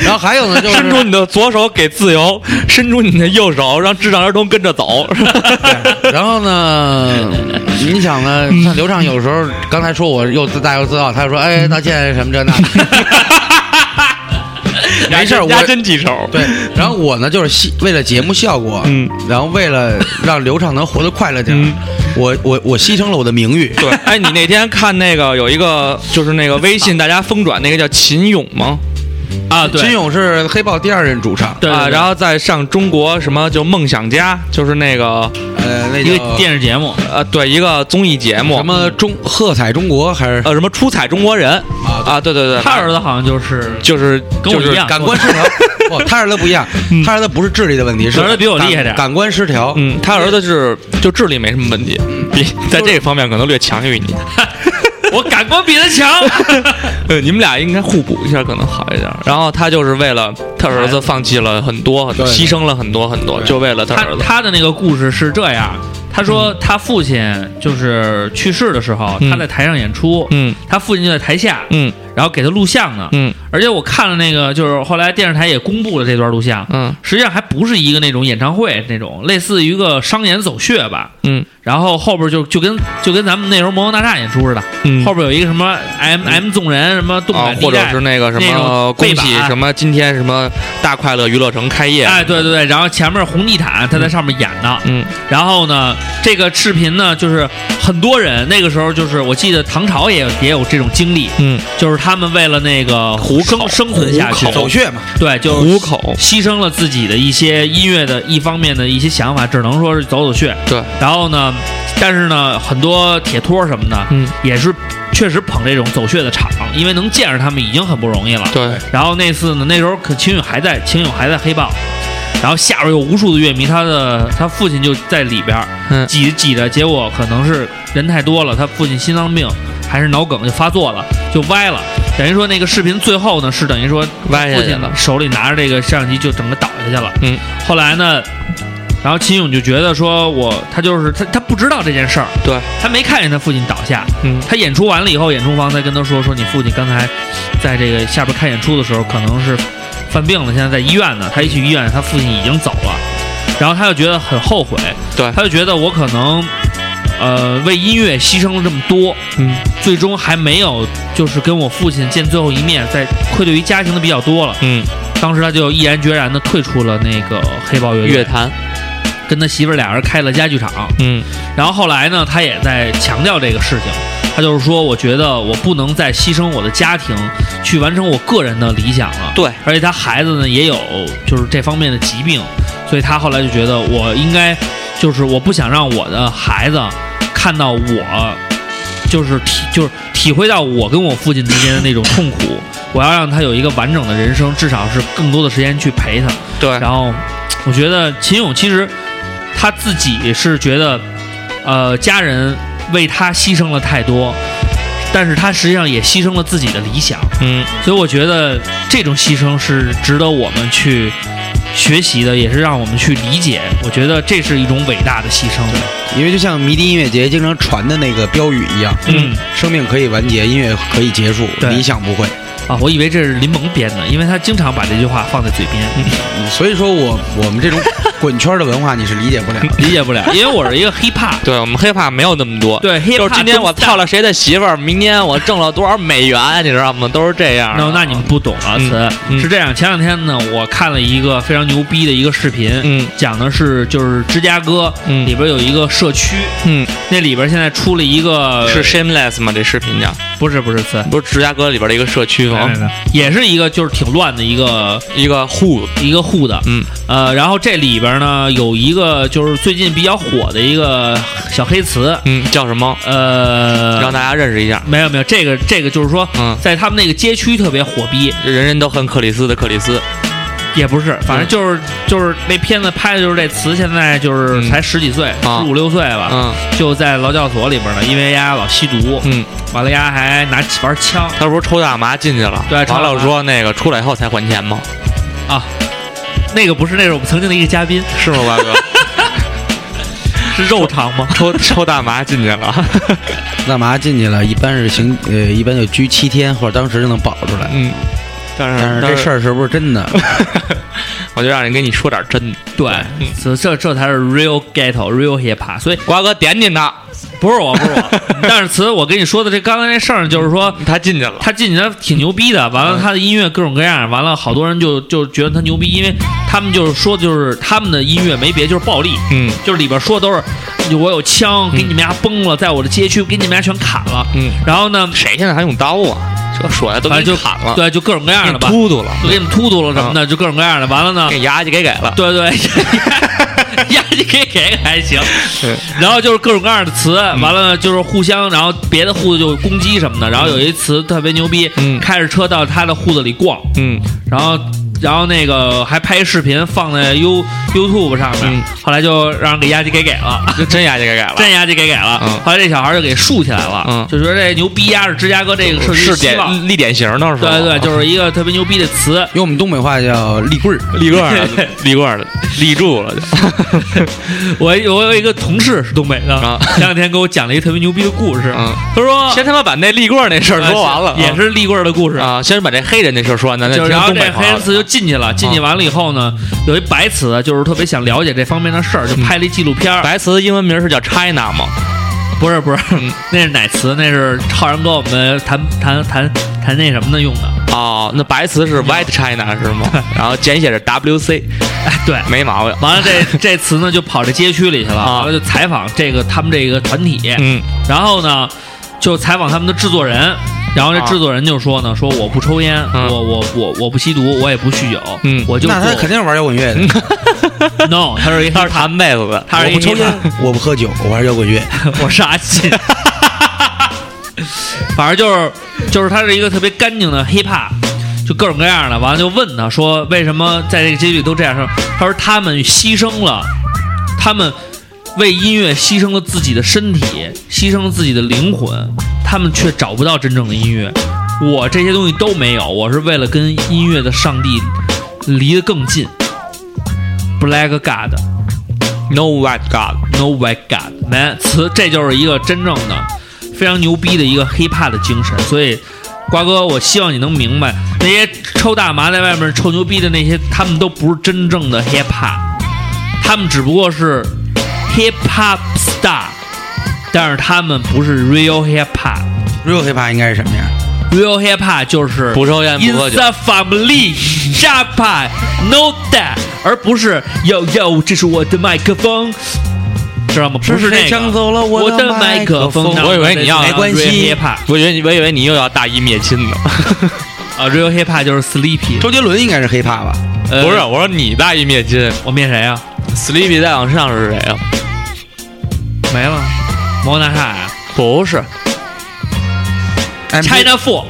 B: 然后还有呢，就是
D: 伸出你的左手给自由，伸出你的右手让智障儿童跟着走。
B: 对然后呢，你想呢？
C: 嗯
B: 像刘畅有时候刚才说我又自大又自傲，他就说：“哎，道歉什么这那。” 没事 儿，我
D: 压真记仇。
B: 对。然后我呢，就是希为了节目效果，
D: 嗯，
B: 然后为了让刘畅能活得快乐点儿，
D: 嗯
B: 我我我牺牲了我的名誉。
D: 对，哎，你那天看那个有一个就是那个微信大家疯转那个叫秦勇吗？
C: 啊，对，
B: 金勇是黑豹第二任主唱，
C: 对对
D: 啊，
C: 对
D: 然后再上中国什么就梦想家，就是那个
B: 呃，那
C: 一
B: 叫
C: 个电视节目，
D: 呃，对一个综艺节目
B: 什么中喝彩中国还是
D: 呃什么出彩中国人啊，对对对，
C: 他儿子好像就是
D: 就是
C: 跟我
D: 就是
C: 一样，
B: 感官失 调？不，他儿子不一样，他儿子不是智力的问题，是
C: 我儿嗯子比我厉害点儿
B: 感感官失调。
D: 嗯，他儿子是就智力没什么问题，
C: 嗯
D: 比在这方面可能略强于你。
C: 我感官比他强。
D: 呃，你们俩应该互补一下，可能好一点。然后他就是为了他儿子放弃了很多，很多
B: 对
D: 牺牲了很多很多，
B: 对
D: 就为了他
C: 他
D: 儿子。
C: 他的那个故事是这样，他说他父亲就是去世的时候，
D: 嗯
C: 他在台上演出，
D: 嗯
C: 他父亲就在台下，
D: 嗯
C: 然后给他录像呢。
D: 嗯
C: 而且我看了那个，就是后来电视台也公布了这段录像，
D: 嗯
C: 实际上还不是一个那种演唱会那种，类似于一个商演走穴吧。
D: 嗯
C: 然后后边就就跟就跟咱们那时候魔方大厦演出似的，
D: 嗯
C: 后边有一个什么 M M 纵人什么动
D: 啊
C: 感，地
D: 或者
C: 带
D: 是那个什
C: 那
D: 么
C: 种
D: 恭
C: 背板
D: 喜什么今天什么大快
C: 啊
D: 乐娱乐城开业，
C: 哎，对对对，然后前面红地毯他在上面演呢，
D: 嗯
C: 然后呢，这个视频呢，就是很多人那个时候就是我记得唐朝也有也有这种经历，
D: 嗯，
C: 就是他们为了那个
D: 糊口
C: 生生存下去，
B: 走穴嘛，
C: 对，就
D: 糊口，
C: 牺牲了自己的一些音乐的一方面的一些想法，只能说是走走穴。
D: 对，
C: 然后呢，但是呢，很多铁托什么的，
D: 嗯，
C: 也是确实捧这种走穴的场，因为能见着他们已经很不容易了。
D: 对，
C: 然后那次呢，那时候可秦勇还在，秦勇还在黑豹，然后下边有无数的乐迷，他的他父亲就在里边儿
D: 嗯
C: 挤着挤着，结果可能是人太多了，他父亲心脏病还是脑梗就发作了，就歪了。等于说那个视频最后呢，是等于说
D: 歪下
C: 父
D: 去
C: 亲
D: 了。
C: 手里拿着这个摄像机就整个倒下去了。
D: 嗯，
C: 后来呢，然后秦勇就觉得说我他就是他他不知道这件事儿，
D: 对，
C: 他没看见他父亲倒下，
D: 嗯
C: 他演出完了以后，演出方才跟他说说你父亲刚才在这个下边看演出的时候可能是犯病了，现在在医院呢。他一去医院，他父亲已经走了，然后他就觉得很后悔，
D: 对
C: 他就觉得我可能呃为音乐牺牲了这么多，
D: 嗯
C: 最终还没有就是跟我父亲见最后一面，在愧对于家庭的比较多了。
D: 嗯，
C: 当时他就毅然决然的退出了那个黑豹乐队，
D: 乐坛，
C: 跟他媳妇儿俩人开了家具厂。
D: 嗯
C: 然后后来呢，他也在强调这个事情，他就是说，我觉得我不能再牺牲我的家庭去完成我个人的理想了。
D: 对，
C: 而且他孩子呢也有就是这方面的疾病，所以他后来就觉得我应该就是我不想让我的孩子看到我就是体就是体会到我跟我父亲之间的那种痛苦，我要让他有一个完整的人生，至少是更多的时间去陪他。
D: 对，
C: 然后我觉得秦勇其实他自己是觉得，呃，家人为他牺牲了太多，但是他实际上也牺牲了自己的理想，
D: 嗯
C: 所以我觉得这种牺牲是值得我们去学习的，也是让我们去理解。我觉得这是一种伟大的牺牲。
B: 因为就像迷笛音乐节经常传的那个标语一样，
C: 嗯
B: 生命可以完结，音乐可以结束，
C: 对
B: 理想不会。
C: 啊，我以为这是林萌编的，因为他经常把这句话放在嘴 边，
B: 嗯所以说我我们这 种滚圈的文化你是理解不了的。
C: 理解不了。因为我是一个 hiphop，
D: 对，我们 hiphop 没有那么多。
C: 对 hiphop
D: 就是今天我
C: 中
D: 套了谁的媳妇儿，明天我挣了多少美元，啊你知道吗？都是这样的。
C: 那那你们不懂啊，
D: 嗯
C: 词、
D: 嗯
C: 是这样。前两天呢，我看了一个非常牛逼的一个视频，
D: 嗯
C: 讲的是就是芝加哥、
D: 嗯
C: 里边有一个社区，
D: 嗯，
C: 那里边现在出了一个
D: 是 Shameless 吗？这视频叫
C: 不是不是词？
D: 不是芝加哥里边的一个社区
C: 没
D: 吗
C: 没？没也是一个就是挺乱的一个
D: 一个 Who
C: 一个户的，
D: 嗯，
C: 呃，然后这里边呢有一个就是最近比较火的一个小黑词，
D: 嗯叫什么？
C: 呃，
D: 让大家认识一下。
C: 没有没有这个这个就是说
D: 嗯，
C: 在他们那个街区特别火逼，
D: 人人都恨克里斯的克里斯。
C: 也不是，反正就是就是那片子拍的就是这词，现在就是
D: 嗯
C: 才十几岁，
D: 啊
C: 十五六岁吧，
D: 嗯
C: 就在劳教所里边呢，因为丫老吸毒，
D: 嗯，
C: 完了丫还拿玩枪
D: 他不是抽大麻进去了？
C: 对抽大
D: 完
C: 麻
D: 了说那个出来以后才还钱吗？
C: 啊，那个不是，那是我们曾经的一个嘉宾，
D: 是吗，瓜哥？
C: 是肉肠吗？
D: 抽抽大麻进去了。
B: 干嘛进去了？一般是刑，呃，一般就拘七天，或者当时就能保出来。
D: 嗯，但
B: 但是这事
D: 儿，
B: 儿是不是真的？
D: 我就让人给你说点真的。
C: 对，这这这才是 real ghetto real hip hop，所以
D: 瓜哥点点他，
C: 不是我，不是我， 但是词我跟你说的这刚才那事儿就是说。
D: 他进去了。
C: 他进去他挺牛逼的，完了他的音乐各种各样，完了好多人就就觉得他牛逼，因为他们就是说就是他们的音乐没别就是暴力，
D: 嗯
C: 就是里边说都是我有枪给你们家崩了，在我的街区给你们家全砍了。
D: 嗯，
C: 然后呢，
D: 谁现在还用刀啊？这说的都给
C: 反
D: 你
C: 正哎就
D: 砍了，
C: 对，就各种各样的吧，
D: 突嗯突了，
C: 就给你们突突了什么的，就各种各样的。完了呢，
D: 给牙就给给了。
C: 对对， 压你给给还行。然后就是各种各样的词，
D: 嗯
C: 完了就是互相，然后别的户子就攻击什么的。然后有一词特别牛逼，
D: 嗯
C: 开着车到他的户子里逛，
D: 嗯，
C: 然后然后那个还拍视频放在 You YouTube 上面，
D: 嗯
C: 后来就让人给压鸡给给了。
D: 就嗯真牙就给给了。
C: 真压就给给了。
D: 嗯
C: 后来这小孩就给竖起来了，
D: 嗯
C: 就觉得这牛逼压是芝加哥这个社区
D: 是嗯
C: 的希望。
D: 点立典型的是吧？
C: 对对，就是一个特别牛逼的词。
B: 用我们东北话叫立棍儿。
D: 立棍儿了，立棍儿了，立住了就。
C: 我我有一个同事是东北的，
D: 啊
C: 前两天给我讲了一个特别牛逼的故事。
D: 嗯
C: 他说，
D: 先他妈把那立棍儿那事儿说完了，
C: 也是立棍儿的故事。
D: 啊啊，先把这黑人那事儿说完，咱再
C: 就
D: 听
C: 是然后
D: 东
C: 这
D: 北啊
C: 黑
D: 朋友
C: 人。词就进去了，进去完了以后呢，有一白词，就是特别想了解这方面的事儿，就拍了一纪录片儿。
D: 嗯白瓷英文名是叫 China 吗？
C: 不是不是
D: 嗯，
C: 那是哪词？那是浩然哥我们谈谈谈谈那什么的用的。
D: 哦，那白瓷是 White China 是 吗？然后简写是 WC，
C: 哎，对，
D: 没毛病。
C: 完了这这词呢就跑这街区里去了，
D: 啊
C: 完了就采访这个他们这个团体，
D: 嗯，
C: 然后呢就采访他们的制作人，然后这
D: 啊
C: 制作人就说呢，说我不抽烟，
D: 嗯
C: 我我我我不吸毒，我也不嗯酗酒，
D: 嗯
C: 我就
B: 那他
C: 做
B: 肯定是玩摇滚乐的。
C: no，他是一
D: 他是弹贝斯的，
C: 他是
B: 我
C: 一
B: 不抽烟，我不喝酒，我玩摇滚乐。
C: 我是阿信。反正就是就是他是一个特别干净的 hiphop，就各种各样的。完了就问他说为什么在这个街区里都这样？他说他们牺牲了，他们为音乐牺牲了自己的身体，牺牲了自己的灵魂，他们却找不到真正的音乐。我这些东西都没有，我是为了跟音乐的上帝离得更近。Black God。
D: No White God。
C: No way God man，词这就是一个真正的非常牛逼的一个 hiphop 的精神。所以，瓜哥，我希望你能明白，那些抽大麻在外面臭牛逼的那些，他们都不是真正的 hiphop，他们只不过是 hiphop star，但是他们不是 real hiphop。
B: real hiphop 应该是什么样？
C: real hiphop 就是
D: 不抽烟不喝
C: in
D: 酒
C: the family Japan know that，而不是 yo yo，这是我的麦克风，知道吗？不是那
B: 谁
C: 个。
B: 抢走了我
C: 的
B: 麦
C: 克风，
D: 我以为你要
B: 没关系
C: Real hip
D: 我以为你我以为你又要大义灭亲 呢，
C: hop 啊，real hip hop 就是 sleepy。
B: 周杰伦应该是 hiphop 吧？
C: 呃
D: 不是，，我说你大义灭亲
C: 我灭谁啊？
D: ，Sleepy 再往上是谁啊？
C: 没了，摩纳啊萨呀
D: 不是，
B: MC
C: ，China Four、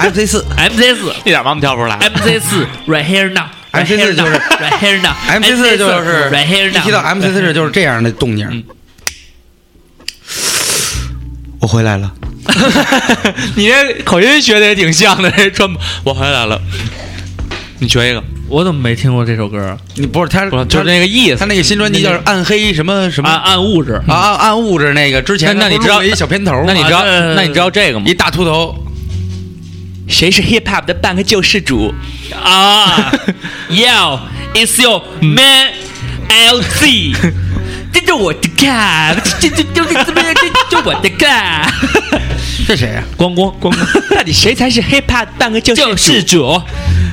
B: MC 四
C: MC 四、
D: 一点毛病挑不出来。
C: MC 四，Right here now。
B: MC4 就是
C: right here now。
B: ，MC 四就是
C: right here
B: 一
C: now。
B: 提到 MC 四就是这样的动静。我回来了，
D: 你这口音学的也挺像的，这川普， 我回来了。你学一个，
C: 我怎么没听过这首歌？啊
B: 你不是他，
D: 不就是
B: 他
D: 那个意
B: 他
D: 思。
B: 那个新专辑叫《暗黑》什么什么
C: 暗暗物质
B: 啊暗暗物质那个之前，
D: 那那你知道
B: 一小片头吗？
D: 那你知道
C: 啊对
D: 那你知道这个吗
B: 一？大秃头，
D: 谁是 hip hop 的半个救世主？
C: 啊，Yo it's your man LZ。这就我的 cat，这这这这这这就我的 cat，
B: 这谁呀？
C: 咣咣咣咣。
D: 到底谁才是 hip hop 半个救
C: 就是主，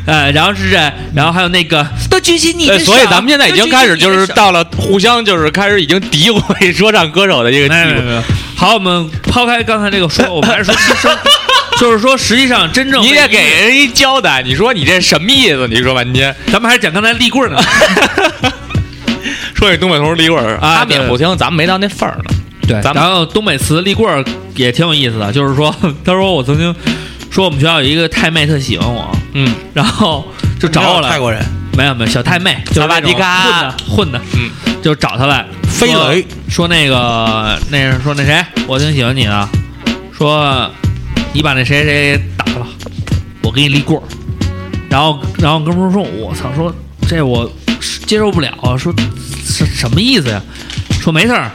C: 呃，然后是这，然后还有那个都举起 你的
D: 呃，
C: 手
D: 所以咱们现在已经开始就是。
C: 都举起你的手
D: 到了互相就是开始已经诋毁 说唱歌手的一个
C: 没有
D: 地
C: 没有
D: 步
C: 没。有，好，我们抛开刚才那个说，我们还是说牺牲，就是说实际上真正
D: 你
C: 为
D: 得给人一交代，你说你这什么意思？你说半天，
C: 咱们还是讲刚才立棍儿呢，
D: 说你东北同事立棍儿，
C: 啊
D: 他们也
C: 对
D: 不听，咱们没到那份儿呢。
C: 对
D: 咱们
C: 然后东北词立棍儿也挺有意思的，就是说， 他说我曾经说我们学校有一个太妹特喜欢我，
D: 嗯，
C: 然后就找我来
B: 泰，国人，
C: 没有没有，小太妹，就是
D: 萨瓦
C: 那种
D: 迪卡
C: 混的混的，
D: 嗯，
C: 就找他来，
B: 飞
C: 说
B: 雷
C: 说那个那是说那谁，我挺喜欢你的，说你把那谁谁打了，我给你立棍儿，然后然后哥们儿说，我操，说这我接受不了，啊说什什么意思呀？说没事儿，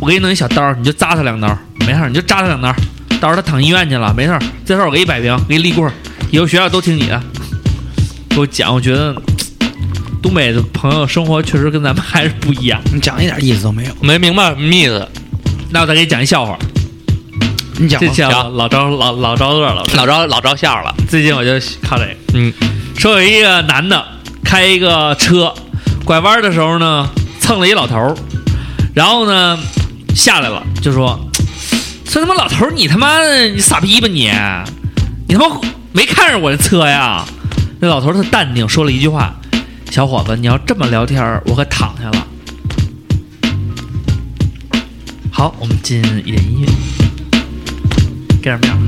C: 我给你弄一小刀儿，你就扎他两刀儿，没事儿，你就扎他两刀儿，到时候他躺医院去了，没事儿，这事儿我给你摆平，给你立棍儿，以后学校都听你的。给我讲，我觉得东北的朋友生活确实跟咱们还是不一样。
B: 你讲一点意思都没有，
D: 没明白什么意思。
C: 那我再给你讲一笑话，
B: 你讲
C: 这
B: 吧
C: 笑话
D: 行
C: 老招老老招乐了。
D: 老招老招笑了，
C: 最近我就靠这个，
D: 嗯，
C: 说有一个男的开一个车，拐弯的时候呢蹭了一老头儿，然后呢下来了就说：“说他妈老头儿你他妈你傻逼吧你，你他妈没看上我的车呀？”那老头儿特淡定说了一句话：“小伙子，你要这么聊天儿，我可躺下了。”好，我们进一点音乐，给点面儿。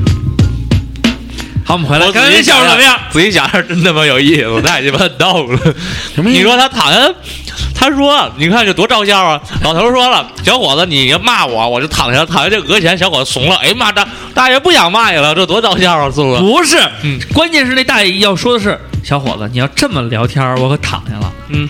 C: 好，我们回来。
D: 我
C: 刚才
D: 仔细
C: 那笑
D: 想啊
C: 话
D: 想
C: 怎么样？？
D: 仔细想想，真他妈有意思，太鸡巴逗了。
B: 什么意思
D: 你说他躺下，他说，你看这多招笑啊！老头说了，小伙子，你骂我，我就躺下，躺下就讹钱。小伙子怂了，哎妈大大爷不想骂你了，这多招笑啊，是不是？
C: 不是，
D: 嗯
C: 关键是那大爷要说的是，小伙子，你要这么聊天儿，我可躺下了。
D: 嗯，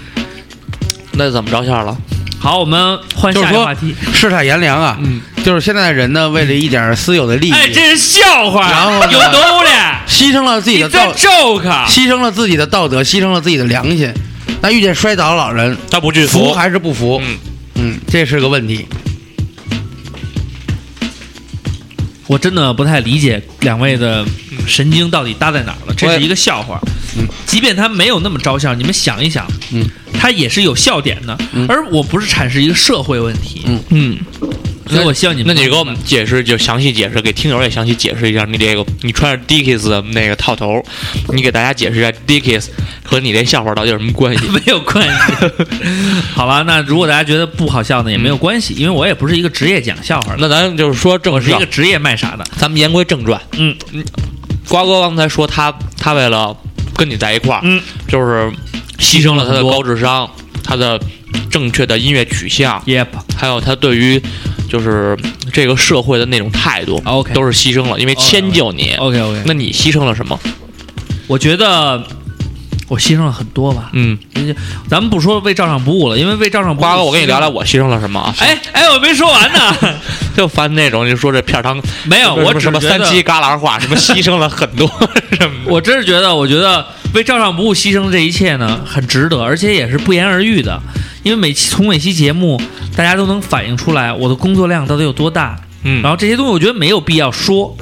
D: 那怎么着笑了？
C: 好，我们换
B: 就是
C: 下一
B: 说
C: 个话题。
B: 世态炎凉啊，
D: 嗯
B: 就是现在的人呢，为了一点私有的利益，
C: 哎，这是笑话，
B: 然后呢
C: 有道理。
B: 牺牲了自己
C: 你
B: 的
C: 在
B: 道，
C: joke？
B: 牺牲了自己的道德，牺牲了自己的良心。那遇见摔倒的老人，
D: 他不去
B: 服还是不服？
D: 嗯
B: 嗯，这是个问题。
C: 我真的不太理解两位的神经到底搭在哪儿了，这
B: 我也
C: 是一个笑话。
B: 嗯，
C: 即便他没有那么招笑，你们想一想，
B: 嗯，
C: 他也是有笑点的。
B: 嗯
C: 而我不是阐释一个社会问题，
B: 嗯
C: 嗯，所以我希望你
D: 那
C: 们，？
D: 你给我们解释，就详细解释，给听友也详细解释一下，你这个你穿着 Dickies 的那个套头，你给大家解释一下 Dickies 和你这笑话到底有什么关系
C: 没有关系。好吧，那如果大家觉得不好笑呢，也没有关
D: 嗯
C: 系，因为我也不是一个职业讲笑话的，
D: 那咱就是说正
C: 我是
D: 事
C: 一
D: 啊，
C: 个职业卖傻的。
D: 咱们言归正传。
C: 嗯
D: 瓜哥刚才说他他为了跟你在一块儿，
C: 嗯，
D: 就是牺牲了他的高智商，他的正确的音乐取向，
C: ，Yep，
D: 还有他对于就是这个社会的那种态度
C: 啊 OK 哦
D: 都是牺牲了，因为迁就你。
C: OK OK，
D: 那你牺牲了什么？
C: 我觉得我牺牲了很多吧。
D: 嗯，
C: 咱们不说为照上不误了，因为为照上不误，
D: 瓜哥，我跟你聊聊。我牺牲了什么啊？
C: 哎哎，我没说完呢，
D: 就翻那种，就说这片儿汤，
C: 没有，我
D: 什么
C: 只
D: 什么
C: 是觉
D: 三
C: 得
D: 七，旮旯话，什么 牺牲了很多什 么的。
C: 我真是觉得，我觉得为照上不误牺牲的这一切呢，很值得，而且也是不言而喻的，因为每期从每期节目，大家都能反映出来我的工作量到底有多大。
D: 嗯
C: 然后这些东西我觉得没有必要说，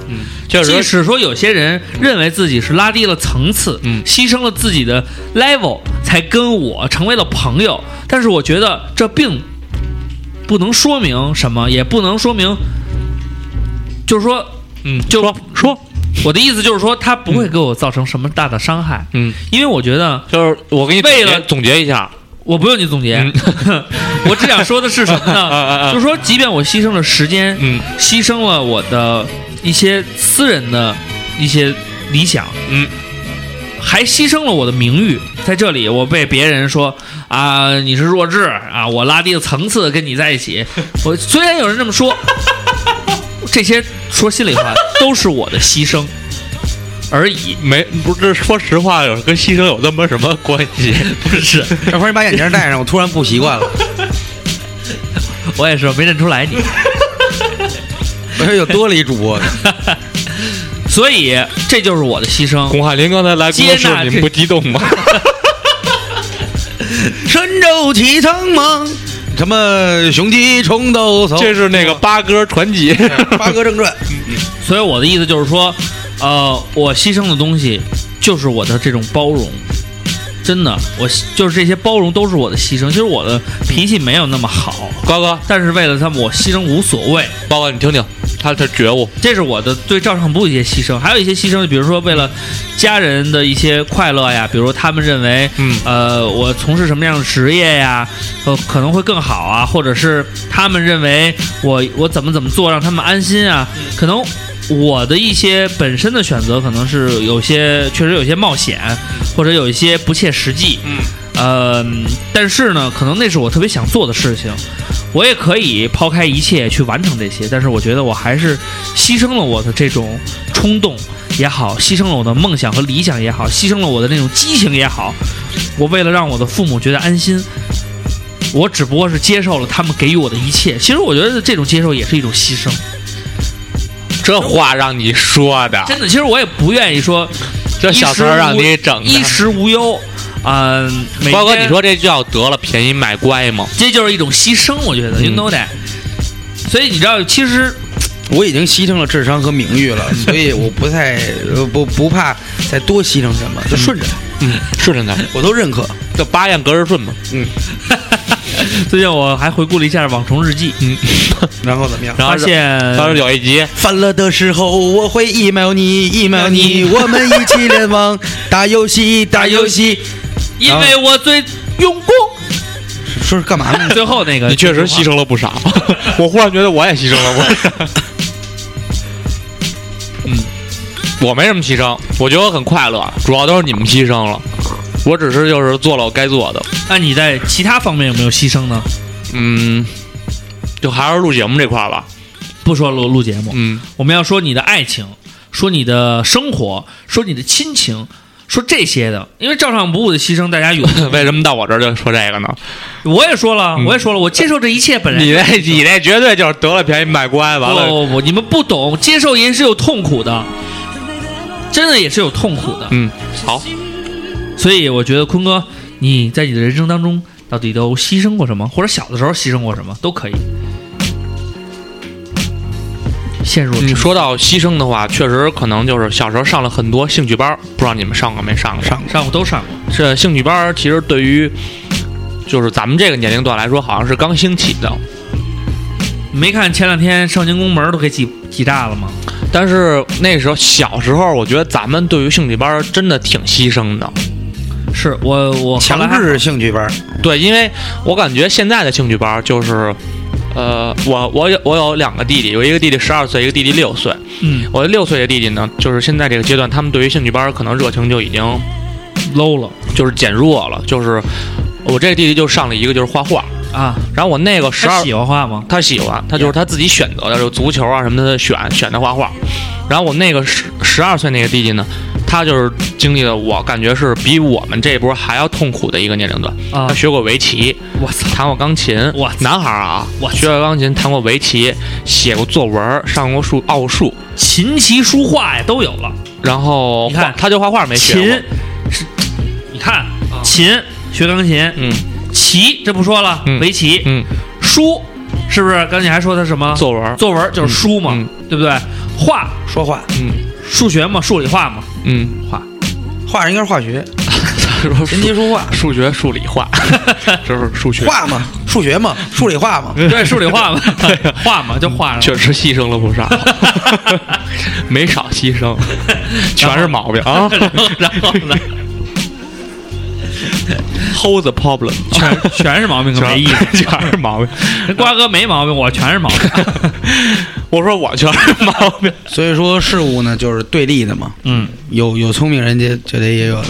D: 就
C: 即
D: 是说
C: 使说有些人认为自己是拉低了层次，
D: 嗯
C: 牺牲了自己的 level 才跟我成为了朋友，但是我觉得这并不能说明什么，也不能说明，就是说，
D: 嗯，
C: 就
D: 说说，
C: 我的意思就是说，他不会给我造成什么大的伤害，
D: 嗯，
C: 因为我觉得
D: 就是我给你
C: 为
D: 总结
C: 了
D: 总结一下，
C: 我不用你总结， 我只想说的是什么
D: 嗯 啊啊
C: 呢？
D: 啊
C: 就是说，即便我牺牲了时间，
D: 嗯
C: 牺牲了我的一些私人的一些理想，
D: 嗯，
C: 还牺牲了我的名誉。在这里，我被别人说啊，你是弱智啊，我拉低了层次跟你在一 起。我虽然有人这么说，这些说心里话都是我的牺牲而已。
D: 没不是说实话，有跟牺牲有那么什么关 系？不 是，
B: 小峰，你把眼镜戴上，我突然不习惯 了。
C: 我也是没认出来你。
B: 我说又哎多了一主 播，
C: 所以这就是我的牺牲。
D: 巩汉林刚才来公
C: 接
D: 司，你
C: 纳
D: 们
C: 这
D: 不激动 吗？
B: 神州启程吗？什么雄鸡冲豆头？
D: 这是那个八哥传奇，
B: 八哥正传，
C: 所以我的意思就是说，呃，我牺牲的东西就是我的这种包容，真的，我就是这些包容都是我的牺牲。其实我的脾气没有那么好，
D: 瓜哥，
C: 但是为了他们，我牺牲无所谓，
D: 瓜哥，你听听他的觉悟，
C: 这是我的对赵尚部一些牺牲，还有一些牺牲，比如说为了家人的一些快乐呀，比如他们认为，
D: 嗯
C: 呃，我从事什么样的职业呀，呃，可能会更好啊，或者是他们认为我我怎么怎么做让他们安心啊，可能我的一些本身的选择可能是有些确实有些冒险，或者有一些不切实际，
D: 嗯，
C: 呃，但是呢，可能那是我特别想做的事情，我也可以抛开一切去完成这些，但是我觉得我还是牺牲了我的这种冲动也好，牺牲了我的梦想和理想也好，牺牲了我的那种激情也好，我为了让我的父母觉得安心，我只不过是接受了他们给予我的一切。其实我觉得这种接受也是一种牺牲，
D: 这话让你说的，
C: 真的。其实我也不愿意说
D: 这小词儿让你整的
C: 衣。食无忧，嗯、每
D: 瓜哥，
C: 天
D: 你说这叫得了便宜卖乖吗？
C: 这就是一种牺牲，我觉得、
D: 嗯
C: y o u know that。所以你知道，其实
B: 我已经牺牲了智商和名誉了，所以我不太呃不不怕再多牺牲什么，就顺着他，
D: 嗯，是真的，
B: 我都认可。
D: 这八燕格日顺嘛。
C: 最近我还回顾了一下《网虫日记
D: 嗯
B: 然后怎么样？》，
D: 然后
C: 发
D: 是
C: 现
D: 当时有一集，
B: 烦了的时候，我会 email 你，email 你，我们一起联 网，打游戏，打游戏。
C: 因为我最用功，
B: 说是干嘛 呢？
C: 最后那个
D: 你确实牺牲了不少。我忽然觉得我也牺牲了不少。嗯，我没什么牺牲，我觉得我很快乐，主要都是你们牺牲了。我只是就是做了我该做的，
C: 那你在其他方面有没有牺牲呢？
D: 嗯，就还是录节目这块儿吧。
C: 不说录录节目，
D: 嗯，
C: 我们要说你的爱情，说你的生活，说你的亲情，说这些的。因为照常不误的牺牲，大 家有
D: 为什么到我这儿就说这个呢？
C: 我也说了，
D: 嗯
C: 我也说了，我接受这一切本
D: 你
C: 人。
D: 那你那绝对就是得了便宜卖乖，完
C: 不
D: 了，
C: 不不，你们不懂，接受也是有痛苦的，真的也是有痛苦的。
D: 嗯，好，嗯
C: 所以我觉得坤哥，你在你的人生当中到底都牺牲过什么，或者小的时候牺牲过什么都可以。陷入了
D: 你
C: 沉
D: 说到牺牲的话，确实可能就是小时候上了很多兴趣班儿，不知道你们上过没上过？
B: 上
C: 上午都上过，
D: 这兴趣班儿其实对于就是咱们这个年龄段来说，好像是刚兴起的，
C: 没看前两天少年宫门都给挤挤炸了吗？
D: 但是那时候小时候，我觉得咱们对于兴趣班儿真的挺牺牲的。
C: 是我我后来
B: 强
C: 还
B: 制兴趣班儿，
D: 对，因为我感觉现在的兴趣班儿就是，呃，我我有我有两个弟弟，有一个弟弟十二岁，一个弟弟六岁。
C: 嗯
D: 我的六岁的弟弟呢，就是现在这个阶段，他们对于兴趣班儿可能热情就已经
C: low 了
D: 就是减弱了。就是我这个弟弟就上了一个就是画画，
C: 啊！
D: 然后我那个十
C: 他
D: 二
C: 喜欢画吗？
D: 他喜欢，他就是他自己选择的，就是足球啊什么的选选的画画。然后我那个十十二岁那个弟弟呢，他就是经历了我感觉是比我们这一波还要痛苦的一个年龄段。
C: 啊
D: 他，学过围棋，
C: 我操！
D: 弹过钢琴，
C: 我操
D: 男孩儿啊，
C: 我操
D: 学过钢琴，弹过围棋，写过作文，上过数奥数，
C: 琴棋书画呀都有了，
D: 然后
C: 你看
D: 画他就画画没学过
C: 琴是，你看琴学钢琴，
D: 嗯
C: 棋这不说了，
D: 嗯
C: 围棋，
D: 嗯，
C: 书是不是？刚才你还说他什么？
D: 作文，
C: 作文就是书嘛
D: 嗯，
C: 对不对？画
B: 说话
D: 嗯
C: 数学嘛，数理化嘛，
D: 嗯，
C: 画
B: 画应该是化学，
D: 他说
B: 琴棋书画，
D: 数学、数理 化，这是数学，
B: 画嘛，数学嘛，数理化嘛，
C: 对，数理化嘛，画嘛就画上
D: 确
C: 了。
D: 实牺牲了不少， 没少牺牲，全是毛病 啊。
C: 然后呢，
D: Hold the problem，
C: 全全是毛病，没意思。
D: 思，全是毛病。
C: 瓜哥没毛病，我全是毛病。
D: 我说我全是毛病，
B: 所以说事物呢就是对立的嘛，
C: 嗯，
B: 有有聪明人家觉得也有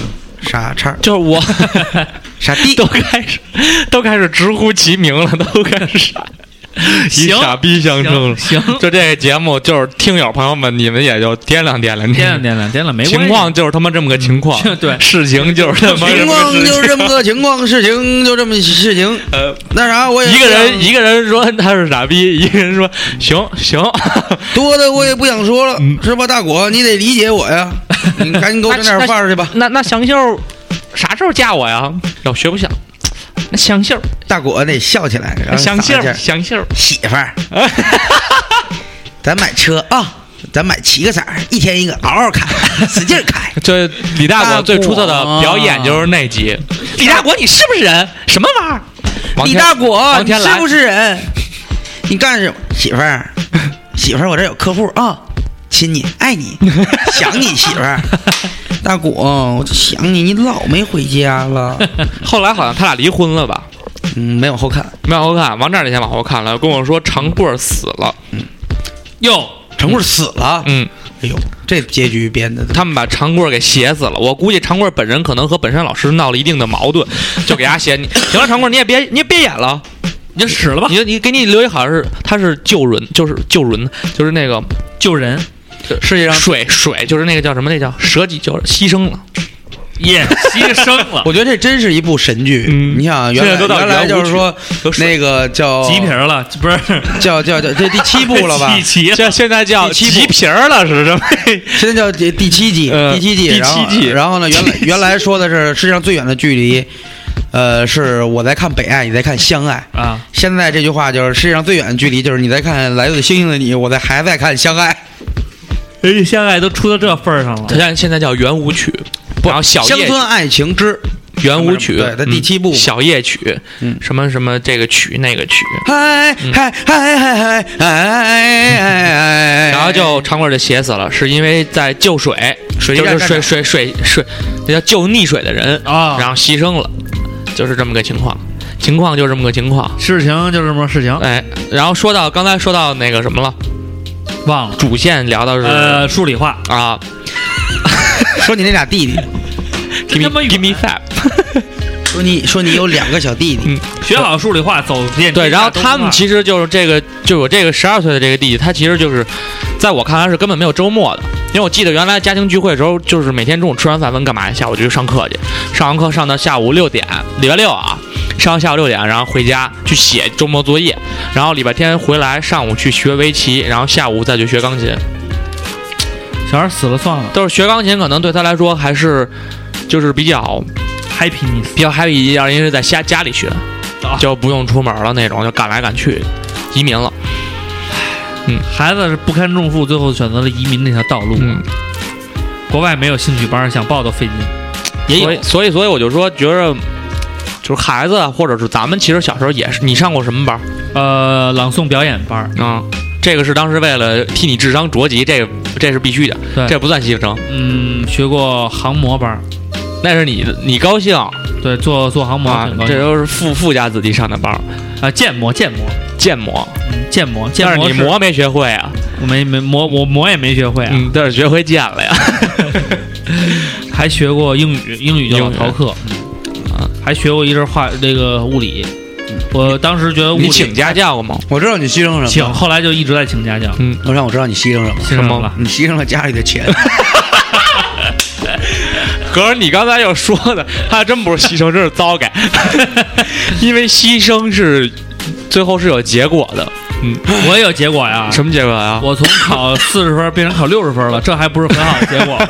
B: 傻叉
D: 就是 我
B: 傻逼，
D: 都开始都开始直呼其名了，都开始 傻，以
C: 行
D: 傻逼相称了。
C: 行，行
D: 就这个节目，就是听友朋友们，你们也就掂量掂量，
C: 掂量掂量掂量，没关系
D: 情况就是他妈这么个情况，
C: 嗯对
D: 事情就是他妈这
B: 情
D: 么个
B: 况
D: 事
B: 就是这么个情况，事情就这么事情。
D: 呃，
B: 那啥，我也
D: 一个人
B: 不想
D: 一个人说他是傻逼，一个人说行行，
B: 多的我也不想说了，
D: 嗯
B: 是吧？大果，你得理解 我呀，你赶紧给我整点饭去吧。
D: 那那祥秀啥时候嫁我呀？要学不像，那祥秀，
B: 大果得笑起来，然后
D: 祥
B: 撒
D: 秀
B: 一，下
D: 祥秀，
B: 媳妇儿，咱买车啊，咱买七个色儿，一天一个，嗷嗷开， 使劲儿开。
D: 这李大
B: 大
D: 国最出色
B: 果啊
D: 的表演就是那集。 李大国，你是不是人？什么玩意儿？王
B: 李
D: 天
B: 大果，
D: 王
B: 你
D: 天
B: 是
D: 来
B: 不是人？ 你干什么？媳妇儿， 媳妇儿，我这有客户啊，亲你，爱你，想你，媳妇儿。大果，我就想你，你老没回家了。
D: 后来好像他俩离婚了吧？
B: 嗯，没往后看，
D: 没往后看，王战那天往后看了，跟我说长贵儿死了。
C: 哟，
B: 程璐死了。
D: 嗯，
B: 哎呦，这结局编的，
D: 他们把长贵儿给写死了。我估计长贵儿本人可能和本山老师闹了一定的矛盾，就给他写你行了，长贵儿你也别你也别演了，
C: 你就使了吧，
D: 你你给你留一好像是他是救人，就是救人，就是那个
C: 救人。
B: 呃
D: 世界上水水就是那个叫什么那叫舍己救人牺牲了。
C: 也牺牲 了，
B: 我觉得这真是一部神剧。
D: 嗯
B: 你想，原
D: 现
B: 来
D: 在都到
B: 原来
D: 圆舞
B: 就是
D: 曲
B: 说
D: 都水
B: 那个叫
C: 急皮儿了， 不是
B: 叫叫叫这第七部了吧
C: 起？齐了，
D: 现现在叫
B: 第七部
D: 急皮儿了是什么？
B: 现在叫第第七季，
D: 呃
B: 第七季，
D: 第
B: 然后
D: 七季
B: 然后呢，原来 原来说的是世界上最远的距离，呃，是我在看北爱，你在看相爱。
C: 啊，
B: 现在这句话就是世界上最远的距离，就是你在看来自星星的你，我在还在看相爱。
C: 而且哎现在都出到这份儿上了
D: 他，现现在叫圆舞曲，然后小
B: 乡
D: 夜
B: 村爱情之
D: 圆舞曲，
B: 对它第七部
D: 嗯小夜曲，
B: 嗯
D: 什么什么这个曲那个曲，
B: 嗨
D: 嗯
B: 嗨嗨嗨嗨嗨，哎
D: 然后就长贵儿就写死了，是因为在救水，
B: 水利
D: 就
B: 站
D: 是水水水水，那叫救溺水的人
C: 啊
D: 然后牺牲了，就是这么个情况，情况就是这么个情况。
C: 事情就是这么事情，
D: 哎，然后说到刚才说到那个什么了，
C: 忘了，
D: 主线聊到是、
C: 呃，数理化，
D: 啊
B: 说你那俩弟弟，
C: 真他
D: ，give
C: 妈
D: me
C: 远啊
D: give me five，
B: 说你说你有两个小弟弟，
C: 学好数理化，走遍
D: 对，
C: 天下
D: 然后
C: 都
D: 他们
C: 不怕
D: 其实就是这个，就是我这个十二岁的这个弟弟，他其实就是，在我看来是根本没有周末的，因为我记得原来家庭聚会的时候，就是每天中午吃完饭问干嘛，下午就去上课去，上完课上到下午六点，礼拜六啊，上到下午六点，然后回家去写周末作业，然后礼拜天回来上午去学围棋，然后下午再去学钢琴，
C: 小孩死了算了
D: 都是学钢琴，可能对他来说还是就是比较
C: ，Happy 你死
D: 比较 happy 一点，因为是在家家里学
C: 啊，
D: 就不用出门了那种，就赶来赶去，移民了。嗯
C: 孩子是不堪重负，最后选择了移民那条道路。
D: 嗯，
C: 国外没有兴趣班，想报都费劲。也
D: 所
C: 有
D: 以，所以，所以我就说，觉着就是孩子，啊或者是咱们，其实小时候也是，你上过什么班
C: 呃，朗诵表演班，
D: 啊、这个是当时为了替你智商着急，这个这是必须的
C: 对，
D: 这不算牺牲，
C: 嗯，学过航模班，
D: 那是你你高兴
C: 对，做做航模
D: 啊
C: 很高，兴，
D: 这都是富富家子弟上的班儿，
C: 啊建模建模
D: 建模，
C: 嗯建模建
D: 但是
C: 模
D: 你
C: 是，
D: 模没学会啊，
C: 我没没模我模也没学会啊，
D: 嗯，但是学会建了呀。
C: 还学过英语，英语叫老逃课，
D: 啊
C: 嗯，还学过一阵儿化这个物理，嗯我当时觉得物
D: 你
C: 理
D: 请家教过吗？ 嗯
B: 我知道你牺牲了什
C: 请，
B: 么，
C: 后来就一直在请家教，
B: 我让我知道你牺牲了什么，
C: 信
D: 什
C: 任
D: 么
C: 了吧？
B: 你牺牲了家里的钱。
D: 可是你刚才又说的，他真不是牺牲，这是糟改， 因为牺牲是最后是有结果的。
C: 我也有结果呀，
D: 什么结果啊？
C: 我从考四十分变成考六十分了，这还不是很好的结 果吗？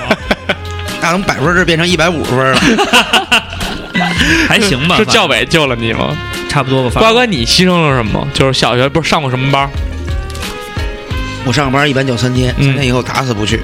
B: 那从百分制变成一百五十分了，
C: 还行吧，
D: 是
C: 反
D: 教委救了你吗？
C: 差不多吧，反
D: 瓜哥，你牺牲了什么？就是小学不是上过什么班儿？
B: 我上班一般就三天，
D: 嗯
B: 三天以后打死不去。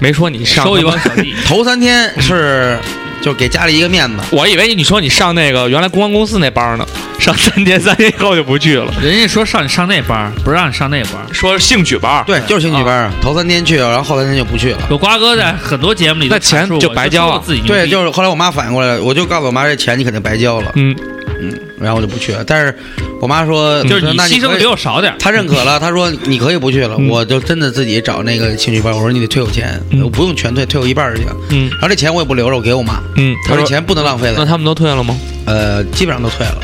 D: 没说你上
C: 收一
D: 他妈
C: 帮小弟，
B: 头三天是就给家里一个面子，
D: 我以为你说你上那个原来公关公司那班儿呢，上三天，三天以后就不去 了。
C: 人家说上你上那班儿，不让你上那班儿。
D: 说兴趣班儿，
B: 对，就是兴趣班啊。头三天去了，然后后三天就不去了。
C: 有瓜哥在很多节目里都
D: 那钱
C: 阐述过
D: 就白交了
C: 就说自己牛逼
B: 对，就是后来我妈反应过来了，我就告诉我妈这钱你肯定白交了，
D: 嗯，
B: 然后我就不去了。但是我妈说，
C: 就是
B: 说
C: 你
B: 那
C: 牺牲
B: 可
C: 的
B: 以
C: 比我少点儿，
B: 她认可了，她说你可以不去了，我就真的自己找那个兴趣班，我说你得退我钱，
D: 嗯
B: 我不用全退，退我一半儿就行。
D: 嗯
B: 然后这钱我也不留着，我给我妈，
D: 嗯，
B: 我
D: 他
B: 这
D: 说嗯
B: 钱不能浪费
D: 那
B: 的，
D: 他们都退了吗？
B: 呃，基本上都退了。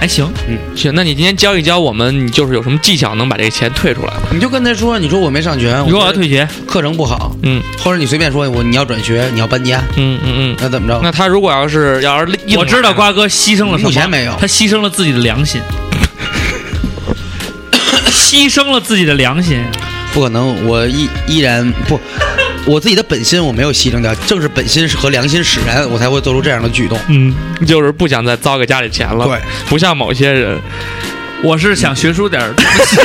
C: 还行。
D: 行，那你今天教一教我们，你就是有什么技巧能把这个钱退出来吗？
B: 你就跟她说，你说我没上学，
C: 你说我要退学，
B: 课程不好，
D: 嗯
B: 或者你随便说我你要转学，你要搬家，
D: 嗯嗯
B: 那怎么着？
D: 嗯。那他如果要是要是硬
C: 我知道
D: 来呢
C: 瓜哥牺牲了什
B: 目
C: 么，
B: 前没有
C: 他牺牲了自己的良 心，牺牲了自己的良心。
B: 不可能，我依依然不，我自己的本心我没有牺牲掉，正是本心和良心使然，我才会做出这样的举动。
C: 嗯，
D: 就是不想再糟给家里钱了，
B: 对，
D: 不像某些人，
C: 我是想学出点儿东西。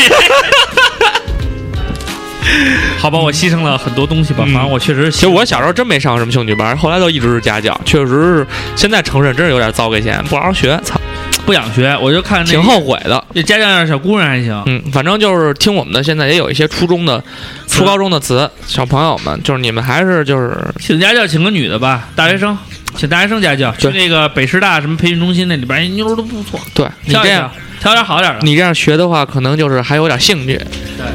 C: 好吧，我牺牲了很多东西吧，
D: 嗯
C: 反正我确实
D: 其实我小时候真没上过什么兴趣班，后来都一直是家教，确实是现在承认真是有点糟给钱，不好好学，操，
C: 不想学，我就看那
D: 挺后悔的。
C: 这家教那小姑娘还行，
D: 嗯，反正就是听我们的，现在也有一些初中的、初高中的词，小朋友们，就是你们还是就是
C: 请家教请个女的吧，大学生，请大学生家教，去
D: 嗯对
C: 那个北师大什么培训中心那里边，哎妞儿都不错，
D: 对你
C: 挑
D: 这
C: 一
D: 样
C: 挑，，挑点好点儿的。
D: 你这样学的话，可能就是还有点兴趣。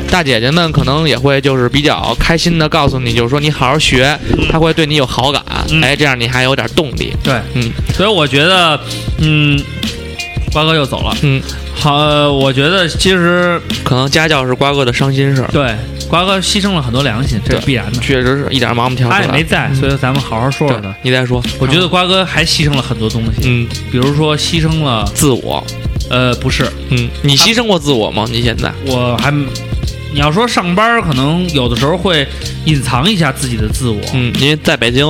D: 大姐姐们可能也会就是比较开心的告诉你，就是说你好好学，她会对你有好感，
C: 嗯
D: 哎，这样你还有点动力。
C: 对，
D: 嗯，
C: 所以我觉得，嗯，瓜哥又走了，
D: 嗯，
C: 好，我觉得其实
D: 可能家教是瓜哥的伤心事儿，
C: 对瓜哥牺牲了很多良心，这是
D: 对
C: 必然的。
D: 确实是一点儿忙不挑出
C: 他也哎没
D: 来。
C: 在，所以咱们好好说说
D: 嗯对
C: 他。，
D: 你再说，
C: 我觉得瓜哥还牺牲了很多东西，
D: 嗯，
C: 比如说牺牲了，
D: 自我，
C: 呃，不是，
D: 嗯，你牺牲过自我吗？你现在？
C: 我还，你要说上班儿，可能有的时候会隐藏一下自己的自我，
D: 嗯，因为在北京，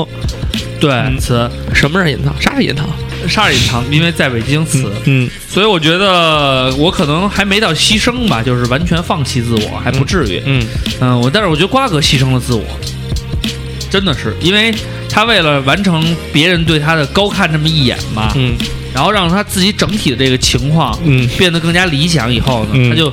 C: 对词，
D: 什么是隐藏？啥是隐藏？
C: 啥是隐藏？因为在北京词，
D: 嗯
C: 所以我觉得我可能还没到牺牲吧，就是完全放弃自我，还不至于。
D: 嗯
C: 嗯，我但是我觉得瓜哥牺牲了自我，真的是，因为他为了完成别人对他的高看这么一眼吧，
D: 嗯
C: 然后让他自己整体的这个情况
D: 嗯
C: 变得更加理想以后呢，
D: 嗯
C: 他就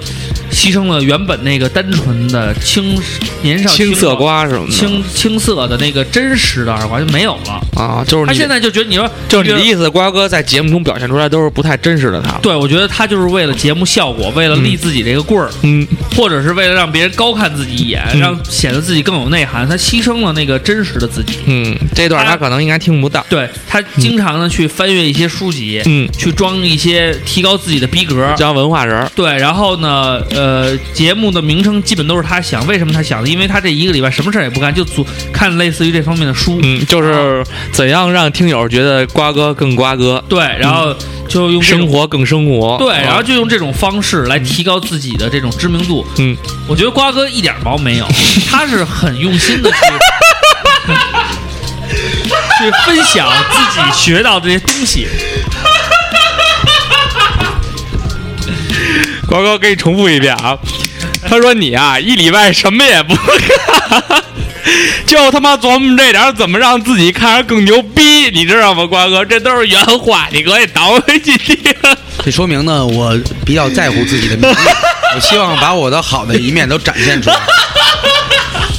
C: 牺牲了原本那个单纯的青年少
D: 青涩
C: 涩、
D: 瓜什么的，
C: 青青涩的那个真实的耳环就没有了。
D: 啊，就是
C: 他
D: 你
C: 现在就觉得你说，
D: 就是你的意思，瓜哥在节目中表现出来都是不太真实的他。
C: 对，我觉得他就是为了节目效果，为了立自己这个棍儿，
D: 嗯
C: 或者是为了让别人高看自己一眼，
D: 嗯
C: 让显得自己更有内涵，他牺牲了那个真实的自己。
D: 嗯，这段
C: 啊
D: 他可能应该听不到。
C: 对他经常的去翻阅一些书籍，
D: 嗯，
C: 去装一些提高自己的逼格。
D: 当文化人儿。
C: 对，然后呢，呃，节目的名称基本都是他想。为什么他想的？因为他这一个礼拜什么事儿也不干，就组看类似于这方面的书。
D: 嗯，就是怎样让听友觉得瓜哥更瓜哥，
C: 对，然后就用这种
D: 嗯生活更生活。
C: 对，
D: 啊
C: 然后就用这种方式来提高自己的这种知名度。
D: 嗯，
C: 我觉得瓜哥一点毛没有，他是很用心的去去分享自己学到这些东西。
D: 瓜哥给你重复一遍啊，他说你啊，一礼拜什么也不 干，就他妈琢磨这点儿怎么让自己看着更牛逼，你知道吗，瓜哥？这都是原话，你可以倒回去听。
B: 这说明呢，我比较在乎自己的 名誉，我希望把我的好的一面都展现出来。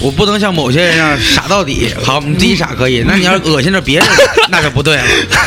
B: 我不能像某些人那样傻到底。好，你自己傻可以，那你要是恶心着别 人，那就不对了。
D: 嗯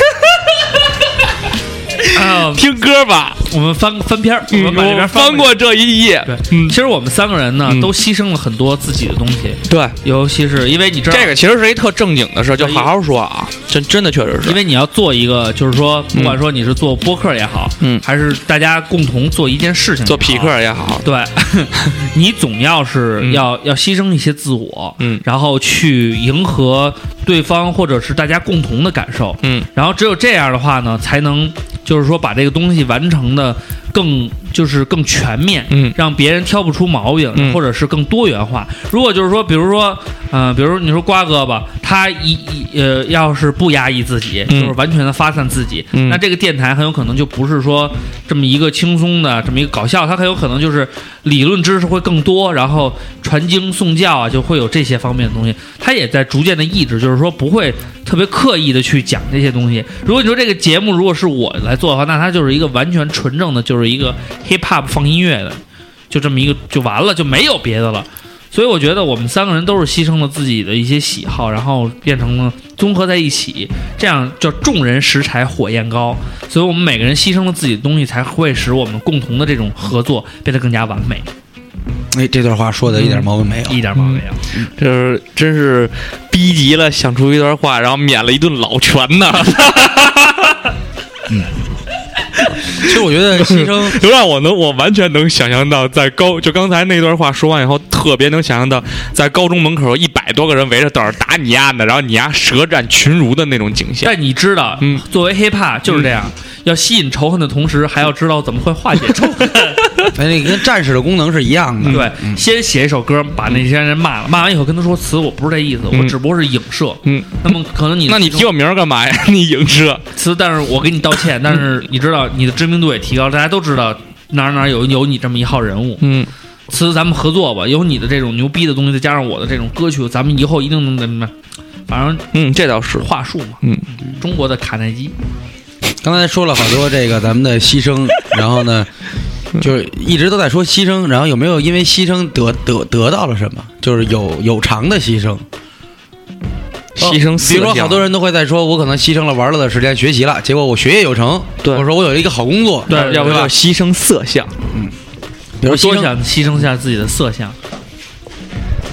C: 啊，
D: 听歌吧，嗯
C: 我们翻翻篇儿，我们把这边
D: 翻
C: 过
D: 过
C: 去。
D: 嗯这一页。
C: 对，其实我们三个人呢，都牺牲了很多自己的东西，
D: 对，
C: 尤其是啊哎因为你知道
D: 这个其实是一特正经的事，就好好说啊，真真的确实
C: 因
D: 是。
C: 为你要做一个，就是说，不管说你是做播客也好，
D: 嗯
C: 还是大家共同做一件事情，
D: 做匹克，也好，
C: 对， 你总要是
D: 嗯
C: 要、要牺牲一些自我，
D: 嗯
C: 然后去迎合对方或者是大家共同的感受，
D: 嗯，
C: 然后只有这样的话呢，才能就是说把这个东西完成的更就是更全面，
D: 嗯
C: 让别人挑不出毛病，
D: 嗯
C: 或者是更多元化。如果就是说，比如说，呃，比如你说瓜哥吧，他一一呃，要是不压抑自己，
D: 嗯
C: 就是完全的发散自己，
D: 嗯
C: 那这个电台很有可能就不是说这么一个轻松的这么一个搞笑，它很有可能就是理论知识会更多，然后传经诵教啊，就会有这些方面的东西。它也在逐渐的抑制，就是说不会特别刻意的去讲这些东西。如果你说这个节目如果是我来做的话，那它就是一个完全纯正的，就是一个 hip hop 放音乐的，就这么一个就完了，就没有别的了。所以我觉得我们三个人都是牺牲了自己的一些喜好，然后变成了综合在一起，这样叫众人拾柴火焰高。所以我们每个人牺牲了自己的东西，才会使我们共同的这种合作变得更加完美，
B: 哎，这段话说的一点毛病没有。
D: 嗯
C: 一点毛病没有。
D: 这是真是逼急了，想出一段话，然后免了一顿老拳呢，
B: 嗯 其实我 觉得牺牲
D: 就让我能我完全能想象到，在高就刚才那段话说完以后，特别能想象到在高中门口一百多个人围着等着打你丫呢，然后你丫舌战群儒的那种景象。
C: 但你知道，
D: 嗯
C: 作为 hiphop 就是这样，要吸引仇恨的同时，还要知道怎么会化解 仇恨。
B: 哎，那跟战士的功能是一样的。
D: 嗯
C: 对，先写一首歌，把那些人骂了，骂完以后跟他说：“词我不是这意思，我
D: 嗯
C: 只不过是影射。”
D: 嗯，
C: 那么可能你
D: 那你提我名儿干嘛呀？ 你影射
C: 词，但是我给你道歉，但是你知道你的知名度也提高，大家都知道哪儿哪儿有有你这么一号人物。
D: 嗯，
C: 词，咱们合作吧，有你的这种牛逼的东西，再加上我的这种歌曲，咱们以后一定能怎么，反正
D: 嗯，这倒
B: 哦
D: 是。
C: 话术嘛，
D: 嗯，
C: 中国的卡耐基，
B: 刚才说了好多这个咱们的牺牲，然后呢，就是一直都在说牺牲，然后有没有因为牺牲得得得到了什么？就是有有偿的牺牲，
D: 牺牲四
B: 比如说
D: 项
B: 好多人都会在说，我可能牺牲了玩乐的时间学习了，结果我学业有成。
D: 对
B: 我说我有一个好工作，
C: 对
D: 要不
B: 对
D: 就
B: 吧
D: 牺牲色相。
B: 比如
C: 我
B: 牺
C: 多
B: 牲。嗯
C: 想牺牲一下自己的色相。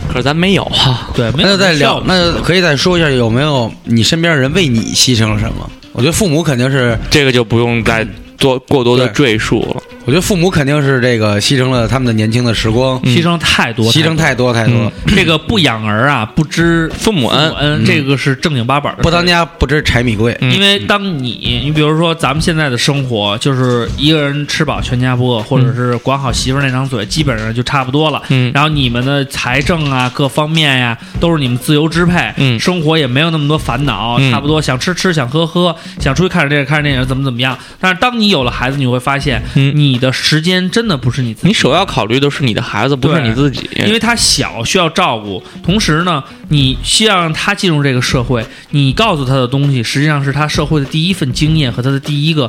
D: 可是咱没有啊。
C: 对，没
B: 那
C: 有
B: 就再聊
C: 效，率
B: 那就可以再说一下有没有你身边的人为你牺牲了什么？我觉得父母肯定是，
D: 这个就不用再做过多的赘述了。
B: 我觉得父母肯定是这个牺牲了他们的年轻的时光，
C: 牺牲太多，
B: 牺牲太多太多
D: 嗯，
C: 这个不养儿啊，不知
D: 父母恩
C: 恩，这个是正经八百的事。
B: 不当家不知柴米贵。
D: 嗯
C: 因为当你，你比如说咱们现在的生活，就是一个人吃饱全家不饿，或者是管好媳妇儿那张嘴，基本上就差不多了。
D: 嗯
C: 然后你们的财政啊，各方面呀、都是你们自由支配，
D: 嗯
C: 生活也没有那么多烦恼，
D: 嗯
C: 差不多想吃吃，想喝喝，想出去看着电影看着电影，怎么怎么样。但是当你有了孩子，你会发现，
D: 嗯
C: 你的时间真的不是你自己
D: 你首要考虑的是你的孩子，不是
C: 对
D: 你自己。
C: 因为他小需要照顾，同时呢，你需要让他进入这个社会，你告诉他的东西，实际上是他社会的第一份经验和他的第一个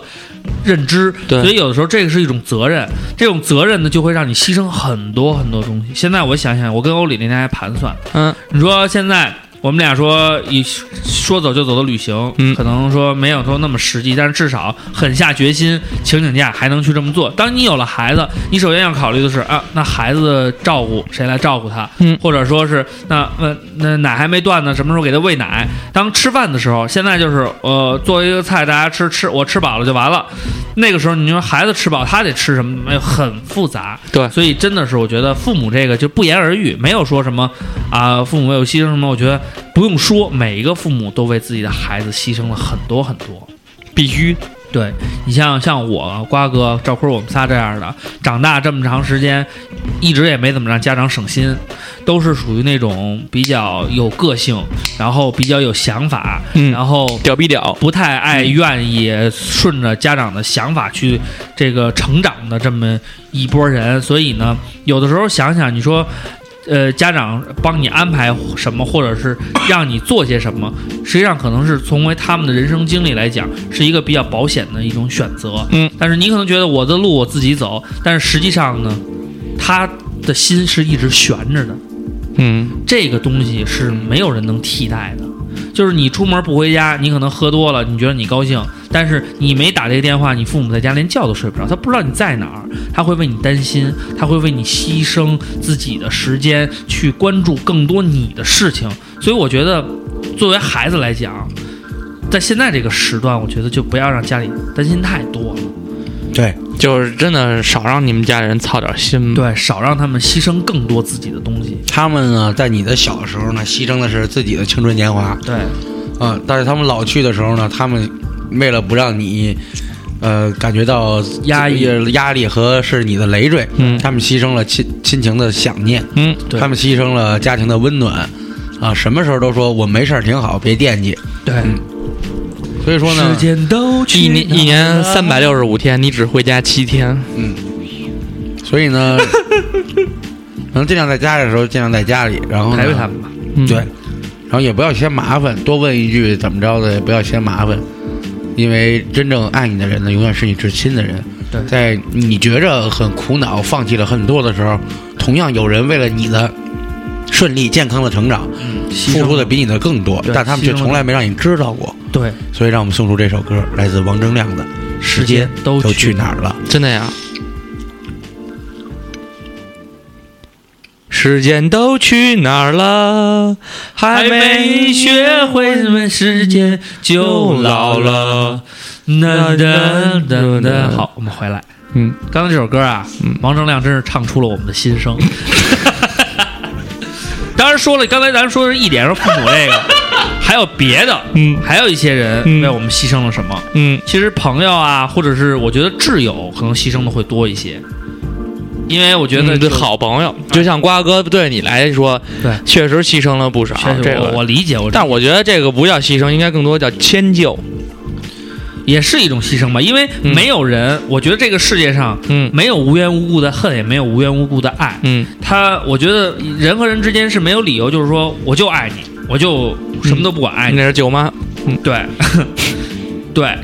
C: 认知。
D: 对
C: 所以有的时候这个是一种责任，这种责任呢，就会让你牺牲很多很多东西。现在我想想，我跟欧里那天还盘算，
D: 嗯，
C: 你说现在我们俩说一说走就走的旅行，
D: 嗯
C: 可能说没有说那么实际，但是至少狠下决心，请请假还能去这么做。当你有了孩子，你首先要考虑的是啊，那孩子的照顾谁来照顾他？
D: 嗯
C: 或者说是那那那奶还没断呢，什么时候给他喂奶？当吃饭的时候，现在就是呃做一个菜大家吃吃，我吃饱了就完了。那个时候你说孩子吃饱，他得吃什么？哎很复杂。
D: 对
C: 所以真的是我觉得父母这个就不言而喻，没有说什么啊、父母为我牺牲什么，我觉得不用说，每一个父母都为自己的孩子牺牲了很多很多。
D: 必须
C: 对你像像我瓜哥、赵坤，我们仨这样的，长大这么长时间，一直也没怎么让家长省心，都是属于那种比较有个性，然后比较有想法，
D: 嗯
C: 然后
D: 屌逼屌，
C: 不太爱愿意顺着家长的想法去这个成长的这么一拨人，所以呢，有的时候想想，你说。呃，家长帮你安排什么，或者是让你做些什么，实际上可能是从为他们的人生经历来讲，是一个比较保险的一种选择。
D: 嗯，
C: 但是你可能觉得我的路我自己走，但是实际上呢，他的心是一直悬着的。
D: 嗯
C: 这个东西是没有人能替代的。就是你出门不回家，你可能喝多了，你觉得你高兴，但是你没打这个电话，你父母在家连觉都睡不着，他不知道你在哪儿，他会为你担心，他会为你牺牲自己的时间去关注更多你的事情。所以我觉得，作为孩子来讲，在现在这个时段，我觉得就不要让家里担心太多了，
B: 对，
D: 就是真的少让你们家人操点心吧。
C: 对，少让他们牺牲更多自己的东西。
B: 他们呢，在你的小时候呢，牺牲的是自己的青春年华啊、
C: 对，
B: 但是他们老去的时候呢，他们为了不让你，呃，感觉到
C: 压抑、
B: 压力和是你的累赘，
D: 嗯
B: 他们牺牲了亲亲情的想念，
D: 嗯，
C: 对
B: 他们牺牲了家庭的温暖，啊，什么时候都说我没事儿挺好，别惦记。
C: 对，
B: 所以说呢
C: 时，间都去
D: 一年一年
C: 哪儿
D: 三百六十五天，你只回家七天。
B: 所以呢， 能尽量在家里的时候尽量在家里，然后呢
C: 陪陪他们吧。
D: 嗯
B: 对，，然后也不要嫌麻烦，多问一句怎么着的，也不要嫌麻烦，因为真正爱你的人呢，永远是你至亲的人。
C: 对
B: 在你觉着很苦恼、放弃了很多的时候，同样有人为了你的顺利、健康的成长，
C: 嗯，牺
B: 付
C: 牲
B: 出的比你的更多，
C: 对
B: 但他们却
C: 牺牲了
B: 从来没让你知道过。
C: 对
B: 所以，让我们送出这首歌，来自王铮亮的《时间
C: 都
B: 都
C: 去
B: 去哪儿了》。
D: 真的呀。时间都去哪儿了？还
C: 还
D: 没
C: 没
D: 学
C: 学
D: 会
C: 会什么时间就老了。
D: 哒
C: 哒
D: 哒
C: 哒
D: 哒
C: 哒
D: 哒
C: 哒。好，我们回来。
D: 嗯，
C: 刚才这首歌啊，王铮亮真是唱出了我们的心声。 当然说了，刚才咱说的是一点是父母这个，还有别的，
D: 嗯
C: 还有一些
D: 嗯
C: 人为我们牺牲了什么。
D: 嗯，
C: 其实朋友啊，或者是我觉得挚友，可能牺牲的会多一些，因为我觉
D: 觉
C: 得
D: 得
C: 就
D: 这嗯好朋友，就像瓜哥对你来说，
C: 对
D: 确实牺牲了不少。
C: 确实
D: 这
C: 我
D: 个，
C: 我理解，我
D: 但我觉得这个不叫牺牲，应该更多叫迁就。
C: 也是一种牺牲吧，因为
D: 嗯
C: 没有人，我觉得这个世界上
D: 嗯
C: 没有无缘无故的恨，也没有无缘无故的爱。
D: 嗯
C: 他，我觉得人和人之间是没有理由，就是说我就爱你，我就什么都不管爱
D: 那
C: 你。
D: 是舅妈。
C: 对，对，对，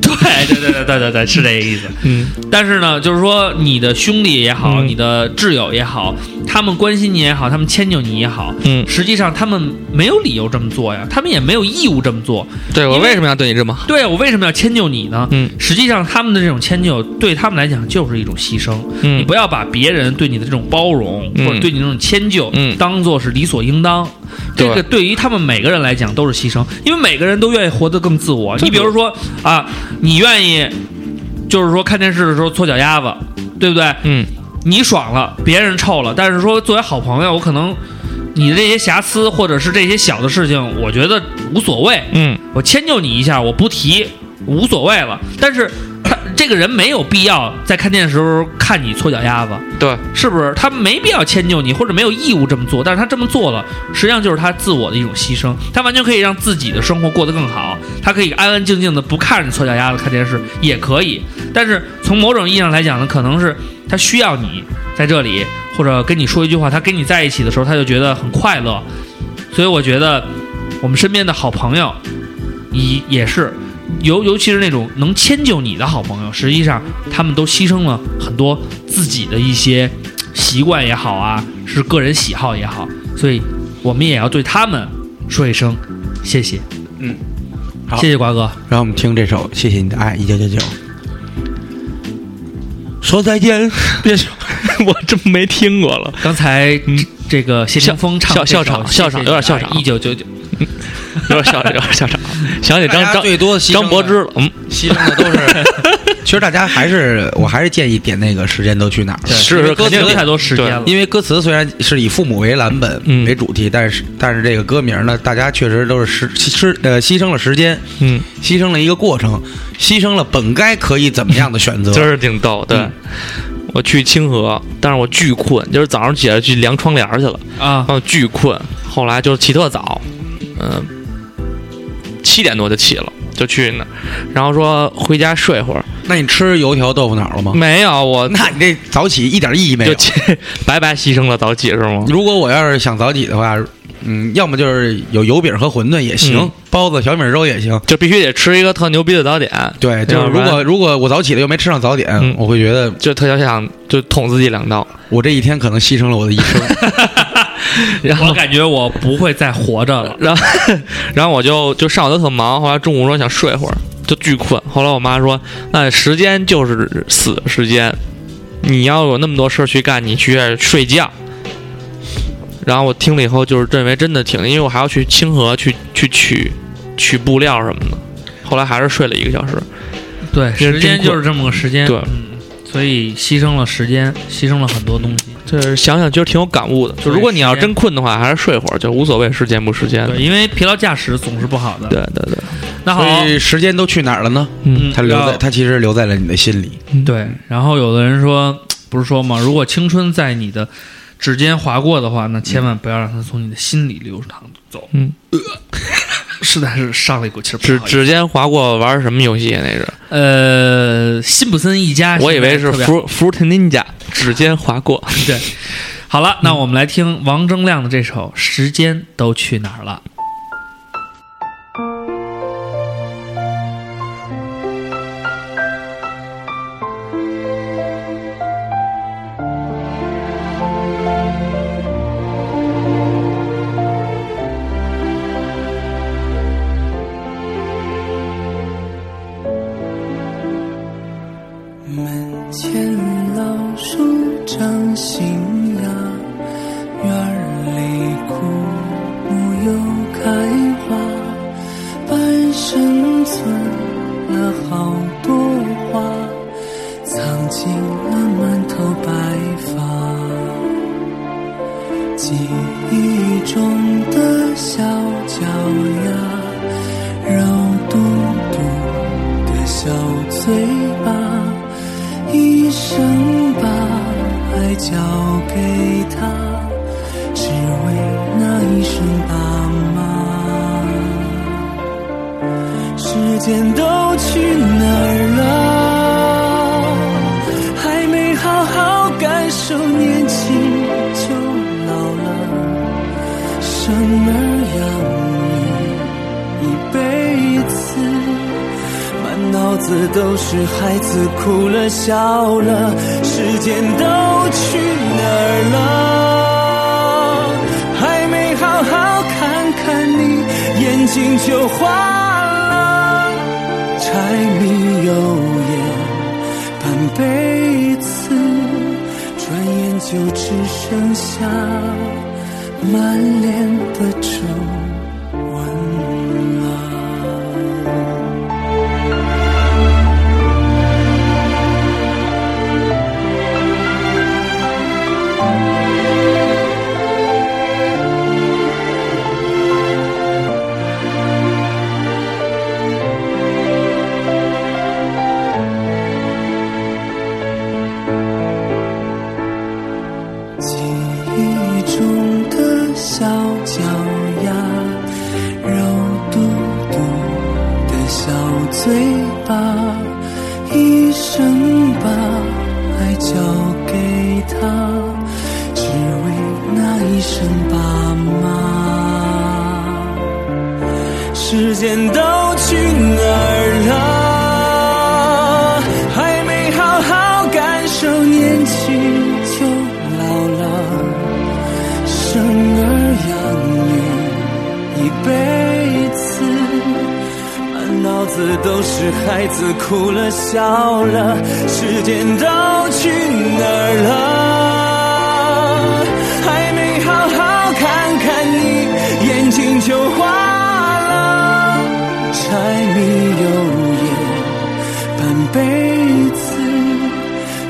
C: 对，对，对，对，对，对，是这个意思。
D: 嗯
C: 但是呢，就是说你的兄弟也好，
D: 嗯
C: 你的挚友也好，他们关心你也好，他们迁就你也好，
D: 嗯，
C: 实际上他们没有理由这么做呀，他们也没有义务这么做。
D: 对我
C: 因为
D: 为什么要对你这么好？
C: 对我为什么要迁就你呢？
D: 嗯
C: 实际上，他们的这种迁就对他们来讲就是一种牺牲。你
D: 嗯
C: 不要把别人对你的这种包容、
D: 嗯
C: 或者对你这种迁就，
D: 嗯
C: 当做是理所应当。
D: 对
C: 这个对于他们每个人来讲都是牺牲，因为每个人都愿意活得更自我。
D: 这
C: 你比如说啊，你愿意就是说看电视的时候搓脚丫子，对不对？
D: 嗯
C: 你爽了，别人臭了，但是说作为好朋友，我可能你的这些瑕疵或者是这些小的事情，我觉得无所谓。
D: 嗯，
C: 我迁就你一下，我不提，无所谓了。但是 他这个人没有必要在看电视的时候看你搓脚丫子，
D: 对，
C: 是不是？他没必要迁就你，或者没有义务这么做，但是他这么做了，实际上就是他自我的一种牺牲。他完全可以让自己的生活过得更好，他可以安安静静的不看着搓脚丫子看电视也可以。但是从某种意义上来讲呢，可能是他需要你在这里，或者跟你说一句话，他跟你在一起的时候，他就觉得很快乐。所以我觉得我们身边的好朋友，也也是。尤尤其是那种能迁就你的好朋友，实际上他们都牺牲了很多自己的一些习惯也好啊，是个人喜好也好，啊所以我们也要对他们说一声谢谢。
B: 嗯，好
C: 谢谢瓜哥。
B: 让我们听这首《谢谢你的爱》，一九九九。说再见，
D: 别说，我真没听过了。
C: 刚才这这个谢霆锋唱
D: 笑笑场笑场有点笑场
C: 啊一九九九
D: 有点笑，有点笑场，想起张
B: 大家
D: 张
B: 最多牺牲的
D: 张柏芝了。嗯，
B: 牺牲的都是 其实大家还是，我还是建议点那个时间都去哪儿了。
D: 是
C: 因为
D: 是
C: 歌
D: 肯定
C: 词
D: 的
C: 太多时间了，
B: 因为歌词虽然是以父母为蓝本、
D: 嗯
B: 为主题，但是但是这个歌名呢，大家确实都是牺牺呃牺牲了时间，
D: 嗯，
B: 牺牲了一个过程，牺牲了本该可以怎么样的选择。
D: 真是挺逗。对，
B: 嗯
D: 我去清河，但是我巨困，就是早上起来去量窗帘去了，
C: 啊
D: 然，后巨困，后来就是起特早，嗯、七点多就起了，就去那儿，然后说回家睡会儿，
B: 那你吃油条豆腐脑了吗？
D: 没有我。
B: 那你这早起一点意哦义没
D: 嗯就
B: 有。
D: 起白白牺牲了早起是吗？
B: 如果我要是想早起的话，嗯，要么就是有油饼和馄饨也行，
D: 嗯
B: 包子、小米粥也行。
D: 就必须得吃一个特牛逼的早点，
B: 对，就是
D: 要啊不
B: 如
D: 然
B: 果如果我早起了又没吃上早点，
D: 嗯
B: 我会觉得
D: 就特想想就捅自己两刀，
B: 我这一天可能牺牲了我的一生。
D: 然
C: 我
D: 后
C: 感觉我不会再活着了。
D: 然后然后我就就上午都特忙，后来中午说想睡会儿，就巨困。后来我妈说，那时间就是死时间，你要有那么多事儿去干，你去睡觉。然后我听了以后，就是认为真的挺，因为我还要去清河去去取取布料什么的。后来还是睡了一个小时，
C: 对，
D: 因为
C: 时间
D: 真困
C: 就是这么个时间，
D: 对
C: 嗯，所以牺牲了时间，牺牲了很多东西。
D: 就是想想其实挺有感悟的。就如果你要真困的话，还是睡会儿，就无所谓时间不时间的
C: 对，。因为疲劳驾驶总是不好的。
D: 嗯对对对，
C: 那好，
B: 所以时间都去哪儿了呢？
C: 嗯，
B: 它留在，
C: 要
B: 它其实留在了你的心里。
C: 对，然后有的人说，不是说吗？如果青春在你的指尖划过的话，那千万不要让它从你的心里流淌走。
D: 嗯
C: 呃， 实在是上了一口气儿，不
D: 指
C: 好意思
D: 指尖划过玩什么游戏那是？
C: 呃，辛普森一家，
D: 我以为是
C: 特别
D: Fruit Fruit Ninja 指尖划过。
C: 对。好了，那我们来听王铮亮的这首《时间都去哪儿了》。
E: 门前老树长新芽，院儿里枯木又开花，半生存了好多花，藏进了满头白发。记忆中的小脚丫，肉嘟嘟的小嘴巴。一生把爱交给他，只为那一声爸妈。时间都去哪儿了？还没好好感受年轻就老了，生儿养女一辈子。满脑子都是孩子哭了笑了，时间都去哪儿了？还没好好看看你，眼睛就花了。柴米油盐半辈子，转眼就只剩下满脸的皱纹了。记忆中的小脚丫，肉嘟嘟的小嘴巴，一生把爱交给他，只为那一声爸妈。时间都去哪儿了？还没好好感受年轻就老了，生儿养女一辈子，满脑子都是孩子哭了笑了，时间都去哪儿了？还没好好看看你，眼睛就花了。柴米油盐半辈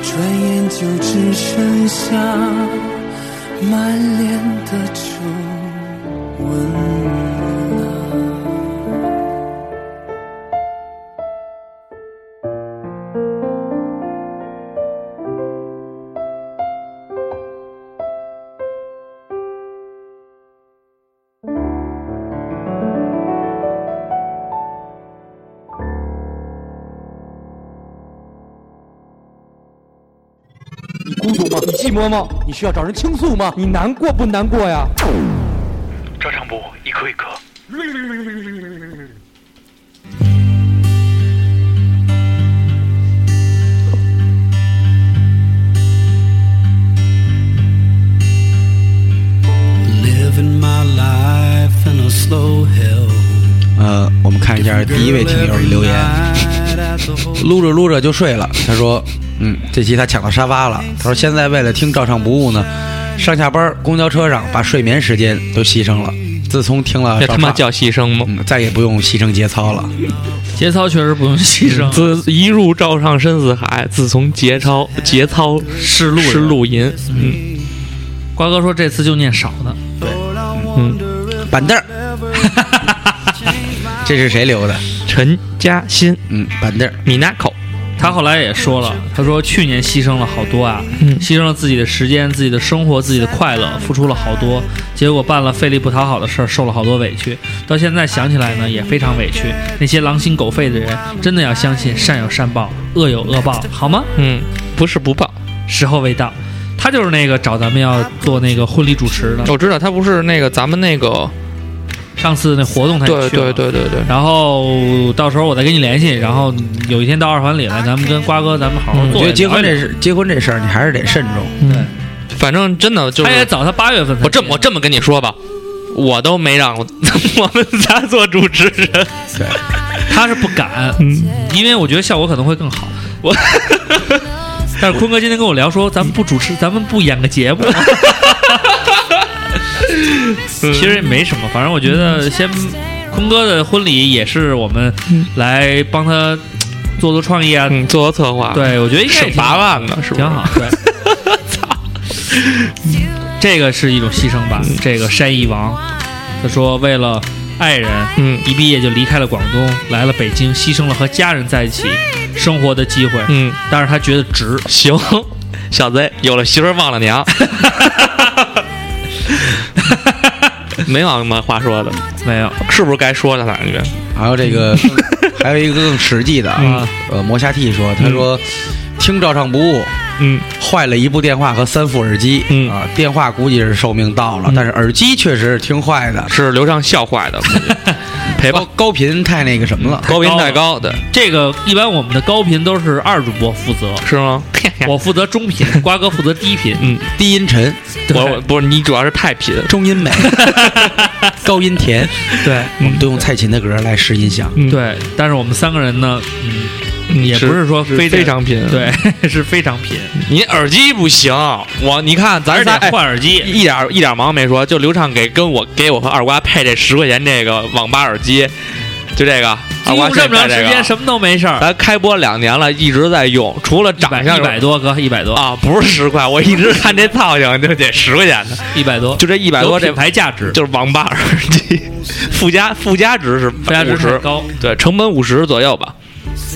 E: 转眼就只剩下满脸的皱纹了。
A: 你孤独吗？你寂寞吗？你需要找人倾诉吗？你难过不难过呀？
F: Living my life in a slow hell.
B: 呃，我们看一下第一位听友的留言，撸着撸着就睡了。他说，嗯，这期他抢到沙发了。他说现在为了听照唱不误呢，上下班公交车上把睡眠时间都牺牲了。自从听了
D: 这
B: 照
D: 他妈
B: 唱
D: 叫牺牲吗？
B: 啊嗯，再也不用牺牲节操了。
C: 节操确实不用牺牲，
D: 嗯自一入照上深似海，自从节操节操
C: 是路人
D: 是路银，嗯，
C: 瓜哥说这次就念少的，
B: 板凳儿， 这是谁留的？
D: 陈嘉欣
B: 嗯，板凳儿。
D: 米娜口，
C: 他后来也说了，他说去年牺牲了好多啊，
D: 嗯
C: 牺牲了自己的时间、自己的生活、自己的快乐，付出了好多，结果办了费力不讨好的事儿，受了好多委屈。到现在想起来呢，也非常委屈。那些狼心狗肺的人，真的要相信善有善报，恶有恶报，好吗？
D: 嗯，不是不报，
C: 时候未到。他就是那个找咱们要做那个婚礼主持的，
D: 我知道他不是那个咱们那个，
C: 上次那活动他也去
D: 对
C: 了
D: 对对对对，
C: 然后到时候我再跟你联系，然后有一天到二环里来，咱们跟瓜哥咱们好好
D: 嗯
B: 我
C: 做。
B: 觉得结婚这事，结婚这事儿你还是得慎重。
D: 嗯，反正真的就
C: 他也
D: 是，
C: 早，他八月份才
D: 我这么我这么跟你说吧，我都没让 我们仨做主持人，
B: 对，
C: 他是不敢，因为我觉得效果可能会更好。我， 但是坤哥今天跟我聊说，咱们不主持，咱们不演个节目。
D: 嗯
C: 其实也没什么，反正我觉得先，坤哥的婚礼也是我们来帮他做做创意啊。
D: 嗯，做做策划，，
C: 对，我觉得应该也
D: 省
C: 挺
D: 八
C: 好
D: 万呢，是不是
C: 挺好。 对，操，这个是一种牺牲吧。
D: 嗯
C: 这个山一王，他说为了爱人，
D: 嗯
C: 一毕业就离开了广东，来了北京，牺牲了和家人在一起生活的机会。
D: 嗯，
C: 但是他觉得值。
D: 行，小子，有了媳妇儿忘了娘， 没有什么话说的，
C: 没有，
D: 是不是该说的？反正
B: 还有这 个，还有一个更实际的啊，呃，磨虾 T 说，他说听照唱不误，
D: 嗯，
B: 坏了一部电话和三副耳机，
D: 嗯
B: 啊，电话估计是寿命到了，但是耳机确实是听坏的，
D: 是刘畅笑坏的，赔吧
B: 高，高频太那个什么了，
D: 高频太高的
C: 这个一般我们的高频都是二主播负责，
D: 是吗？
C: 我负责中频，瓜哥负责低频。
D: 嗯，
B: 低音沉，
D: 我我不是你，主要是太贫，
B: 中 音美，高音甜，
D: 嗯
C: 对，
B: 我们都用蔡琴的歌来试音响。
C: 嗯对，但是我们三个人呢，嗯，也不是说
D: 是
C: 非得
D: 非常贫。，
C: 对， 是非常贫。
D: 你耳机不行，我你看咱
C: 而
D: 是
C: 且
D: 在
C: 换耳机，
D: 一点一点忙没说，就刘畅给跟我给我和二瓜配这十块钱这个网吧耳机，就这个二
C: 用
D: 瓜
C: 这
D: 现
C: 么长
D: 在
C: 时
D: 这
C: 间
D: 个，啊
C: 什么都没事儿，
D: 咱开播两年了，一直在用，除了
C: 一百
D: 长相
C: 一百多哥，一百多，
D: 啊，不是十块，我一直看这造型就得十块 钱的，
C: 一百多，
D: 就这一百多
C: 有
D: 这
C: 品牌价值，
D: 就是网吧耳机，附加附加值是
C: 附加值
D: 五
C: 太
D: 十，
C: 高。
D: 对，成本五十左右吧，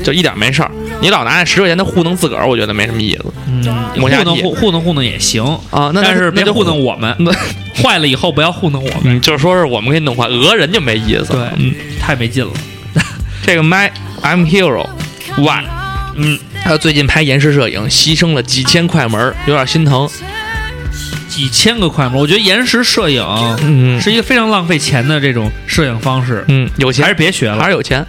D: 就一点没事儿。你老拿那十块钱的糊弄自个儿，我觉得没什么意思
C: 嗯，糊
D: 磨牙
C: 弄
D: 器
C: 糊糊弄糊弄也行，
D: 啊。那
C: 但是
D: 那
C: 别
D: 就
C: 糊弄我们， 坏了以后不要糊弄我 们。
D: 嗯，就是说是我们给你弄坏，讹人就没意思。
C: 对
D: 了。，
C: 嗯，太没劲了。
D: 这个 My I'm Hero Y，嗯，他最近拍延时摄影，牺牲了几千块门儿，有点心疼。
C: 几千个快门，我觉得延时摄影
D: 嗯
C: 是一个非常浪费钱的这种摄影方式，
D: 嗯，有钱
C: 还是别学
D: 还
C: 了，
D: 是有钱。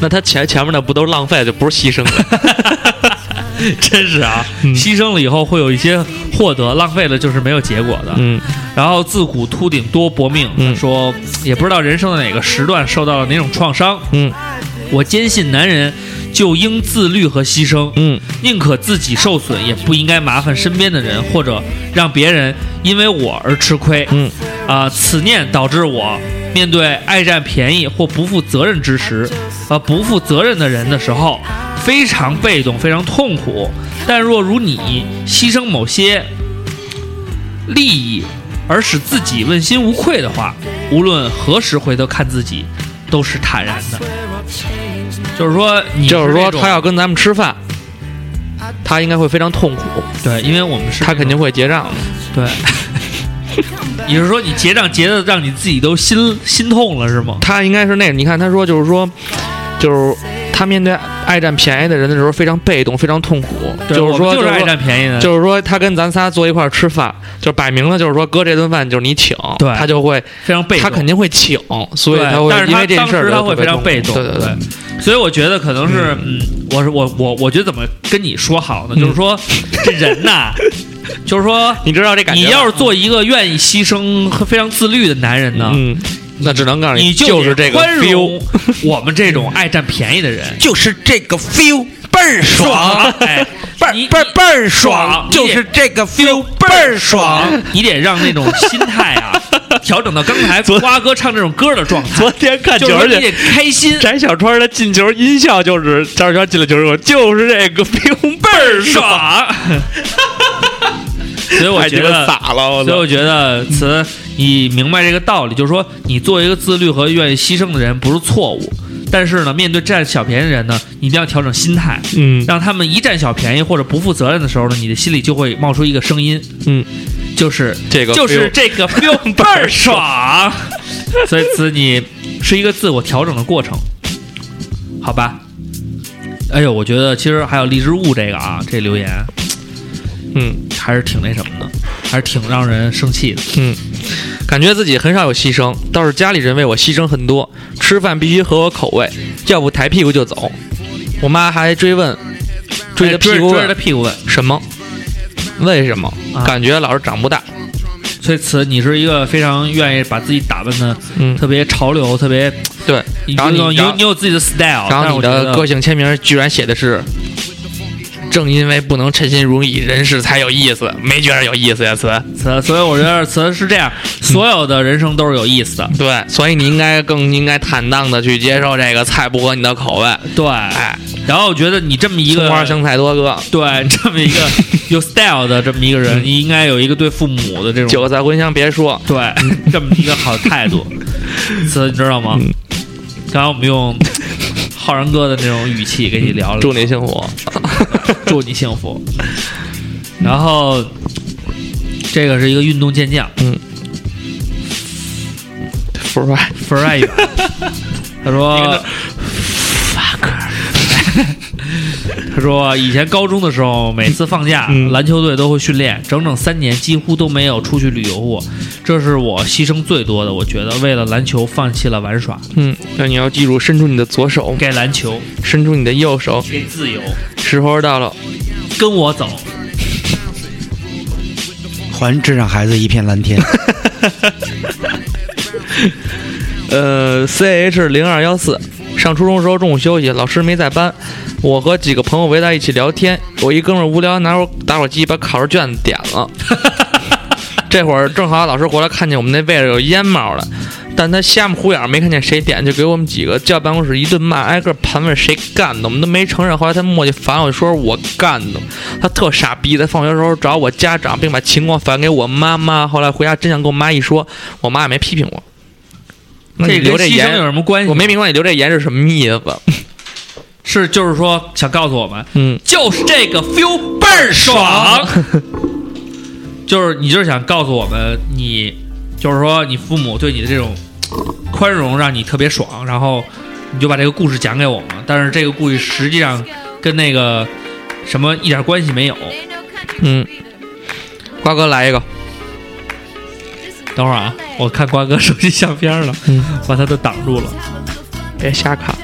D: 那他前前面的不都是浪费，就不是牺牲 了。
C: 真是啊，
D: 嗯
C: 牺牲了以后会有一些获得，浪费了就是没有结果的。
D: 嗯，
C: 然后自古秃顶多薄命，
D: 嗯
C: 说也不知道人生的哪个时段受到了哪种创伤。
D: 嗯，
C: 我坚信男人就应自律和牺牲，
D: 嗯，
C: 宁可自己受损，也不应该麻烦身边的人或者让别人因为我而吃亏。
D: 嗯，
C: 啊、此念导致我面啊对爱占便宜或不负责任之时，呃，不负责任的人的时候，非常被动，非常痛苦。但若如你牺牲某些利益，而使自己问心无愧的话，无论何时回头看自己，都是坦然的。就是说你是这
D: 就
C: 种，
D: 是说他要跟咱们吃饭，他应该会非常痛苦，
C: 对，因为我们是
D: 他肯定会结账的。
C: 对。你是说你结账结的让你自己都心心痛了是吗？
D: 他应该是那个，你看他说就是说，就是他面对爱占便宜的人的时候非常被动，非常痛苦，
C: 对
D: 就是
C: 我
D: 说
C: 们就是爱
D: 说
C: 占便宜的，
D: 就是说他跟咱仨坐一块儿吃饭，就摆明了就是说哥这顿饭就是你请，
C: 对
D: 他就会
C: 非常被动。
D: 他肯定会请，所以
C: 对
D: 他会
C: 但是
D: 因
C: 他
D: 为这件
C: 当
D: 事
C: 时
D: 儿
C: 他会非常被
D: 动，对嗯
C: 对
D: 对。
C: 所以我觉得可能是，嗯，我是我我我觉得怎么跟你说好呢？就是说，这 人呐，就是说，
D: 嗯你知道这感觉
C: 你
D: 吗？
C: 要是做一个愿意牺牲和非常自律的男人呢，
D: 嗯，那只
B: 哎
D: 能告诉
C: 你
D: 就是是这
C: 得
D: 个
C: 宽
D: feel，
C: 容我们这种爱占便宜的人。
B: 就是这个 feel 倍 儿爽，
C: 哎，
B: 倍儿
C: 你
B: 倍儿倍儿
C: 爽
B: 爽，
C: 你
B: 就是这个 feel 倍儿爽。
C: 你得让那种心态啊， 调整到刚才瓜哥唱这种歌的状态，
D: 天看
C: 就是说你得开心，
D: 翟小川的进球音效就是翟小川进了球之后，就是这个 feel 倍儿爽，
C: 爽。所以我
B: 哎
D: 太鸡
C: 觉
D: 巴
C: 得，
D: 傻了，我
C: 所以
D: 操！
C: 我觉得词，你明白这个道理，就是说，你作为一个自律和愿意牺牲的人不是错误，但是呢，面对占小便宜的人呢，你一定要调整心态，
D: 嗯
C: 让他们一占小便宜或者不负责任的时候呢，你的心里就会冒出一个声音，
D: 嗯，
C: 就是
D: 这个
C: 就是这个 feel 倍儿爽。 所以此你是一个自我调整的过程，好吧？哎呦，我觉得其实还有荔枝雾这个啊，这留言
D: 嗯
C: 还是挺那什么的，还是挺让人生气的。
D: 嗯，感觉自己很少有牺牲，倒是家里人为我牺牲很多，吃饭必须合我口味，要不抬屁股就走。我妈还追问，追着
C: 哎
D: 屁股
C: 追着
D: 问
C: 屁股问，
D: 什么？为什么
C: 啊？
D: 感觉老是长不大。
C: 所以此你是一个非常愿意把自己打扮的
D: 嗯，
C: 特别潮流，特别，
D: 对。
C: 你
D: 然后
C: 有
D: 你然
C: 有
D: 后
C: 你有自己的 style，
D: 然后你
C: 但是
D: 的
C: 我觉
D: 个
C: 得
D: 性签名居然写的是“正因为不能称心如意，人世才有意思”，没觉得有意思呀，词。
C: 此，所以我觉得此是这样，所有的人生都是有意思的，
D: 对，所以你应该更应该坦荡的去接受这个菜不合你的口味。
C: 对。
D: 哎，
C: 然后我觉得你这么一
D: 葱
C: 个
D: 花香菜多哥，
C: 对 这么 一个有 style 的这么一个
D: 嗯
C: 人，你应该有一个对父母的这种
D: 韭菜茴香别说，
C: 对
D: 嗯
C: 这么一个好 态度，此你知道吗？刚才我们用浩然哥的这种语气跟你聊了，
D: 祝你幸福。
C: 祝你幸福。然后这个是一个运动健将
D: 福帅，
C: f r e 他说。 他说，以前高中的时候，每次放假，
D: 嗯
C: 篮球队都会训练，整整三年几乎都没有出去旅游过。这是我牺牲最多的，我觉得为了篮球放弃了玩耍，
D: 嗯，那你要记住，伸出你的左手，
C: 给篮球，
D: 伸出你的右手，
C: 给自由，
D: 时候到了，
C: 跟我走。
B: 还这让孩子一片蓝天。
D: 呃，C H 零二幺四，上初中的时候中午休息，老师没在班，我和几个朋友围在一起聊天。我一哥们儿无聊拿出打火机把考试卷子点了， 这会儿正好老师回来看见我们那位置有烟帽了，但他瞎么糊眼儿没看见谁点，就给我们几个叫办公室一顿骂，挨个盘问谁干的，我们都没承认。后来他磨叽烦我说我干的，他特傻逼，在放学时候找我家长，并把情况反给我妈妈。后来回家真相跟我妈一说，我妈也没批评我。那你
C: 这
D: 留
C: 跟
D: 这
C: 牺牲有
D: 言，
C: 什么关 系？
D: 我没明白你留这言是什么意思。
C: 是就是说想告诉我们，
D: 嗯，
C: 就是这个 feel 倍 儿爽，就是你就是想告诉我们，你就是说你父母对你的这种宽容让你特别爽，然后你就把这个故事讲给我们，但是这个故事实际上跟那个什么一点关系没有。
D: 嗯
G: 嗯，
D: 瓜哥来一个，
C: 等会儿啊，我看瓜哥手机相片了，
D: 嗯
C: 把他都挡住了，
D: 别瞎看，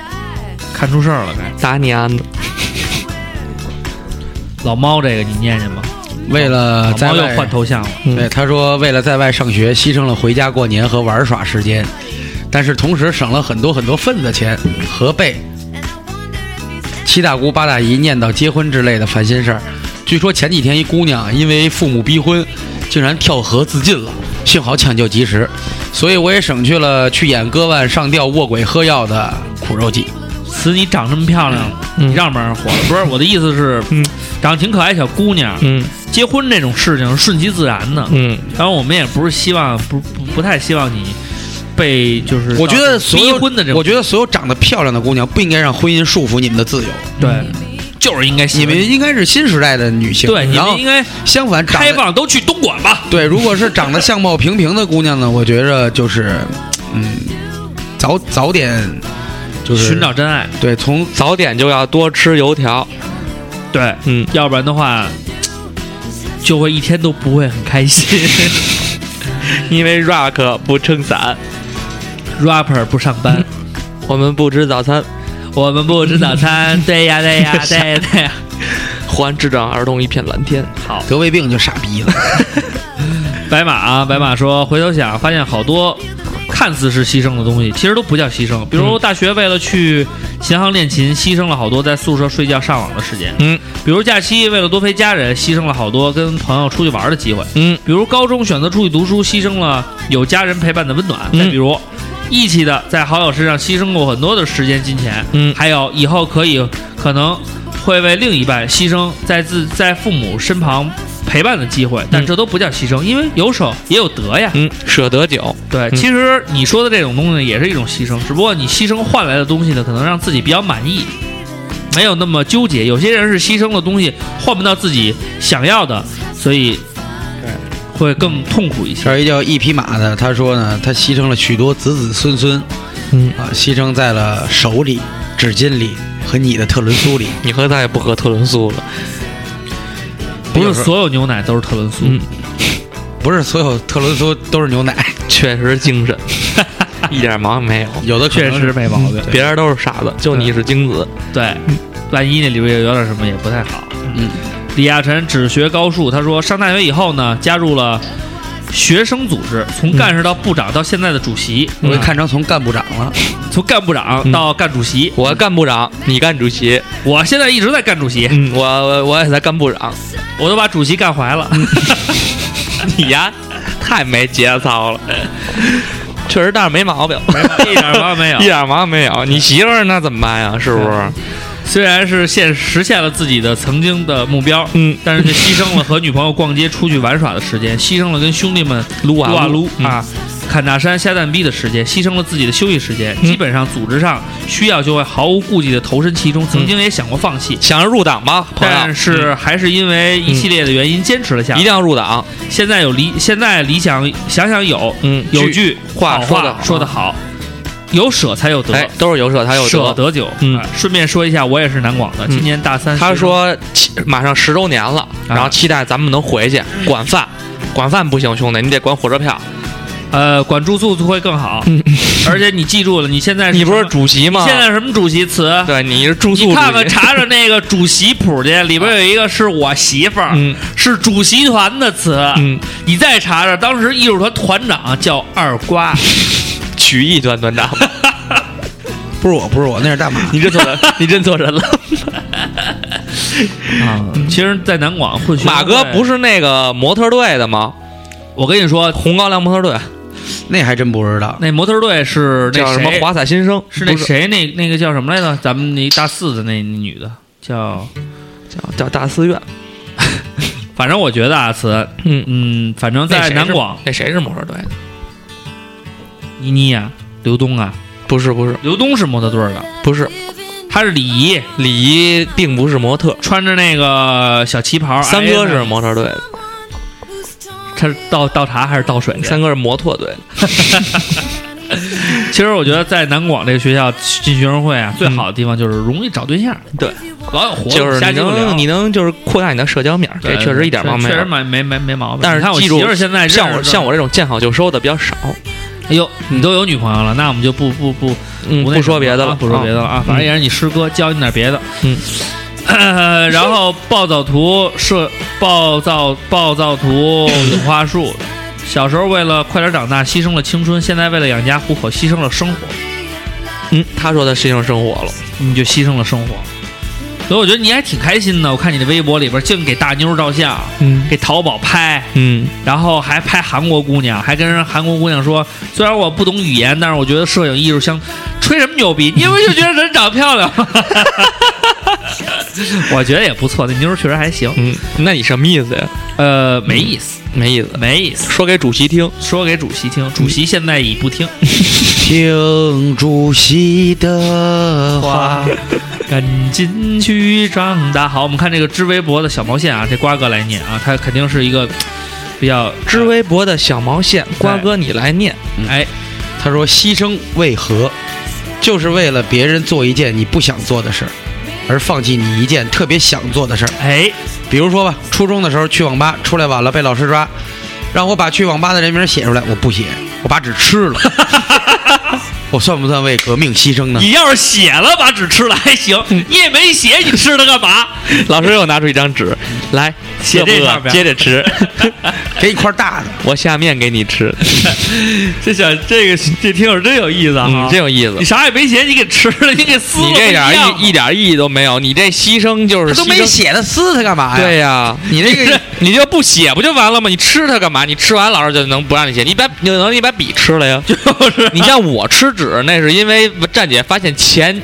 C: 看出事儿了该。
D: 打你安的。
C: 老猫这个你念念吧，
B: 为
D: 啊
B: 了
C: 老
B: 在
C: 猫又
B: 外
C: 换头像了，
B: 对，他说为了在外上学，牺牲了回家过年和玩耍时间，但是同时省了很多很多份子钱和被七大姑八大姨念叨结婚之类的烦心事儿。据说前几天一姑娘因为父母逼婚，竟然跳河自尽了，幸好抢救及时，所以我也省去了去演割腕、上吊、卧轨、喝药的苦肉计。
C: 词你长这么漂亮，
D: 嗯
C: 你让不让人活了？不是我的意思是，
D: 嗯
C: 长得挺可爱小姑娘，
D: 嗯
C: 结婚这种事情是顺其自然的。
D: 嗯，
C: 当然，我们也不是希望，不不不太希望你被就是
B: 我觉得所
C: 逼
B: 有
C: 婚的这种，
B: 我觉得所有长得漂亮的姑娘不应该让婚姻束缚你们的自由，
C: 对，就是应该喜
B: 你
C: 欢
B: 们应该是新时代的女性。
C: 对，你
B: 然后
C: 们应该
B: 相反长
C: 开
B: 得
C: 放，都去东莞吧。
B: 对，如果是长得相貌平平的姑娘呢，我觉着就是，嗯，早早点就是
C: 寻找真爱，
B: 对从
D: 早点就要多吃油条。
C: 对，
D: 嗯，
C: 要不然的话，就会一天都不会很开心。
D: 因为 rock 不撑伞，
C: rapper 不上 班，
D: 我们不吃早餐，
C: 我们不吃早餐。对呀，对呀，对呀，对呀。
D: 还智障儿童一片蓝天。
C: 好，
B: 得胃病就傻逼了。
C: 白马啊，白马说，回头想发现好多看似是牺牲的东西，其实都不叫牺牲。比
D: 嗯
C: 如大学为了去琴行练琴，牺牲了好多在宿舍睡觉上网的时间。
D: 嗯，
C: 比如假期为了多陪家人，牺牲了好多跟朋友出去玩的机会。
D: 嗯，
C: 比如高中选择出去读书，牺牲了有家人陪伴的温暖；
D: 嗯
C: 再比如，义气的在好友身上牺牲过很多的时间、金钱。
D: 嗯
C: 还有以后可以可能会为另一半牺牲在自在父母身旁陪伴的机会，但这都不叫牺牲，因为有舍也有得呀。
D: 嗯，舍得酒，
C: 对，
B: 嗯
C: 其实你说的这种东西也是一种牺牲，只不过你牺牲换来的东西呢，可能让自己比较满意，没有那么纠结。有些人是牺牲的东西换不到自己想要的，所以会更痛苦一些。
B: 这儿一叫一匹马的，他说呢，他牺牲了许多子子孙孙，
D: 嗯
B: 啊，牺牲在了手里、纸巾里和你的特仑苏里。
D: 你喝再也不喝特仑苏了。
C: 不是所有牛奶都是特仑苏，
D: 嗯
B: 不是所有特仑苏都是牛奶，
D: 确实精 神，一点毛病没有。
B: 有的可
C: 确
B: 能
C: 实
B: 是嗯
C: 没毛病。
D: 别人都是傻子，就你是精子。
C: 对，万一那里边有点什么也不太好。
B: 嗯，
C: 李亚晨只学高数，他说上大学以后呢，加入了学生组织，从干事到部长到现在的主席，
B: 我一看成从干部长了。
C: 从干部
B: 嗯
C: 长到干主席，
D: 我干部长，你干主席。
C: 我现在一直在干主席，
D: 嗯，我我我也在干部长。
C: 我都把主席干怀了。
D: 嗯你呀，太没节操了。 确实，但是没毛病，
C: 一点毛病 没有
D: 一。点毛病没有。你媳妇儿那怎么办呀？是不是？
C: 虽然是现实现了自己的曾经的目标，
D: 嗯，
C: 但是却牺牲了和女朋友逛街、出去玩耍的 时间，牺牲了跟兄弟们
D: 撸啊
C: 撸啊撸
D: 嗯嗯
C: 啊、砍大山、下蛋逼的时间，牺牲了自己的休息时间。基本上组织上需要就会毫无顾忌的投身其中，曾经也想过放弃。
D: 想着入党吧，朋友。嗯
C: 但是还是因为一系列的原因坚持了下
D: 一
C: 来
D: 定。要入党。
C: 现在有理，现在理想想想有，
D: 嗯
C: 有
D: 句
C: 句
D: 话
C: 好
D: 说得
C: 话
D: 好
C: 说得好，有舍才有得，
D: 哎，都是有舍才有
C: 舍
D: 得。
C: 得酒。
D: 嗯
C: 啊顺便说一下，我也是南广的，今年大三。
D: 他
C: 学生
D: 说期马上十周年了，然后期待咱们能回去管饭。管饭不行，兄弟，你得管火车票。
C: 呃，管住宿会更好。 而且你记住了，你现在
D: 嗯你不是
C: 什么
D: 主席吗？
C: 现在什么主席词？
D: 对，你是住宿主
C: 你看看
D: 席
C: 查查那个主席 谱去，里边有一个是我媳妇儿，
D: 嗯
C: 是主席团的词。
D: 嗯，
C: 你再查查，当时艺术团团长叫二瓜，
D: 曲艺团团 长，
B: 不是我，不是我，那是大马。
D: 你认错人，你认错人了。
C: 啊其实，在南广混学
D: 马哥不
C: 是，
D: 是那个模特队的吗？
C: 我跟你说，
D: 红高粱模特队
B: 那还真不知道。
C: 那模特队是那
D: 叫什么
C: 谁？
D: 华彩新生？
C: 是那
D: 不
C: 谁？那那个叫什么来着？咱们那大四的那那女的叫，
D: 叫叫大寺院？
C: 反正我觉得啊，词，
D: 嗯
C: 嗯，反正
D: 那
C: 在
D: 谁是
C: 南广，
D: 那谁是模特队的？
C: 倪妮啊，刘东啊，
D: 不是不是
C: 刘东啊是模特队的，
D: 不是，
C: 他是李怡，
D: 李怡并不是模特，
C: 穿着那个小旗袍。
D: 三哥
C: 哎
D: 是
C: 呀
D: 模特队的，
C: 他是倒倒茶还是倒水？
D: 三哥是模特队的。
C: 其实我觉得在南广这个学校进学生会啊，最好的地方就是容易找对象，
D: 对，
C: 老有活动，
D: 嗯就是
C: 瞎
D: 你
C: 鸡巴聊
D: 能你能就是扩大你的社交面儿，
C: 对
D: 这确实一点毛病没
C: 确实
D: 有。
C: 没没没没毛病。
D: 但是
C: 你看我
D: 记
C: 媳
D: 住
C: 妇儿现在
D: 像我
C: 认识的
D: 像我，这种见好就收的比较少，
C: 哎呦，你都有女朋友了，那我们就不不不
D: 嗯，
C: 不
D: 不说别的了，
C: 不说别的了啊，反正也是你师哥，教你点别的。
D: 嗯，
C: 呃、 然后暴躁图社暴躁暴躁图有话术，小时候为了快点长大牺牲了青春，现在为了养家糊口牺牲了生活，
D: 嗯。嗯，他说他牺牲生活了，
C: 你就牺牲了生活。所以我觉得你还挺开心的，我看你的微博里边净给大妞照相，
D: 嗯
C: 给淘宝拍，
D: 嗯，
C: 然后还拍韩国姑娘，还跟人韩国姑娘说，虽然我不懂语言，但是我觉得摄影艺术相吹什么牛逼？ 你不就觉得人长漂亮 吗？我觉得也不错，那妞儿确实还行。
D: 嗯，那你什么意思呀？
C: 呃，没意思，
D: 没意思，
C: 没意思。
D: 说给主席听。
C: 说给主席听，主席现在已不 听。
B: 听主席的话，
C: 赶紧去长大。好，我们看这个织围脖的小毛线啊，这瓜哥来念啊，他肯定是一个比较
D: 织微博的小毛线，瓜哥你来念。
C: 哎，
B: 他说牺牲为何？就是为了别人做一件你不想做的事儿，而放弃你一件特别想做的事儿。
C: 哎，
B: 比如说吧，初中的时候去网吧，出来晚了被老师抓，让我把去网吧的人名写出来，我不写，我把纸吃了。 我算不算为革命牺牲呢？
C: 你要是写了把纸吃了 还行，你也没写，你吃它干嘛？
D: 老师又拿出一张纸来，
C: 嗯写
D: 饿不
C: 这上
D: 饿？
C: 边
D: 接着吃，
B: 给一块大的，
D: 我下面给你 吃。
C: 这小这个这听友真有意思啊，
D: 嗯，真有意思
C: 你。啥也没写，你给吃了，你给撕了，
D: 你这点儿
C: 不样
D: 意一点儿意义都没有，你这牺牲就是
B: 他
D: 牺
B: 都
D: 牲
B: 没写他撕他干嘛呀？
D: 对呀、
B: 你这个
D: 你就不写不就完了吗？你吃它干嘛？你吃完老师就能不让你写，你把你能你把笔吃 了呀？就是你像我吃纸，那是因为站姐发现 钱，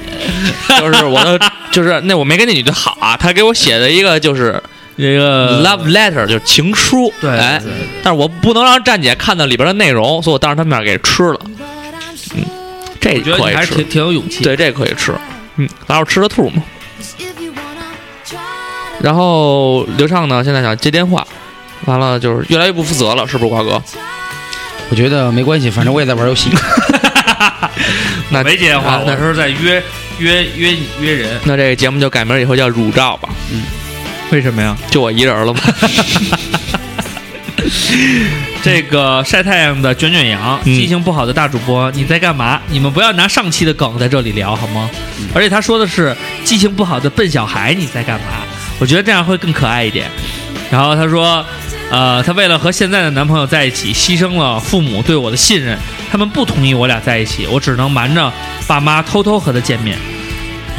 D: 就是我的，就是那我没跟那女的好啊，她给我写的一个就是。
C: 这个
D: love letter 就是情书，
C: 呃对
D: 哎
C: 对对，
D: 但是我不能让站姐看到里边的内容，所以我当着她面给吃了，嗯，这
C: 我觉得
D: 可
C: 你还
D: 以
C: 是挺
D: 吃，
C: 挺有勇气。
D: 对，这可以吃，嗯，然后吃了吐嘛，
G: If you wanna try
D: 然后刘畅呢，现在想接电话，完了就是越来越不负责了，是不是瓜哥？
B: 我觉得没关系，反正我也在玩游戏。
D: 那
C: 没接电话，
D: 啊
C: 我
D: 那
C: 时候在约约约约人，
D: 那这个节目就改名以后叫乳罩吧，
C: 为什么呀？
D: 就我一人了嘛。
C: 这个晒太阳的卷卷羊，
D: 嗯
C: 心情不好的大主播，你在干嘛？你们不要拿上期的梗在这里聊好吗？
D: 嗯
C: 而且他说的是记性不好的笨小孩，你在干嘛？我觉得这样会更可爱一点。然后他说，呃，他为了和现在的男朋友在一起，牺牲了父母对我的信任，他们不同意我俩在一起，我只能瞒着爸妈偷偷和他见面。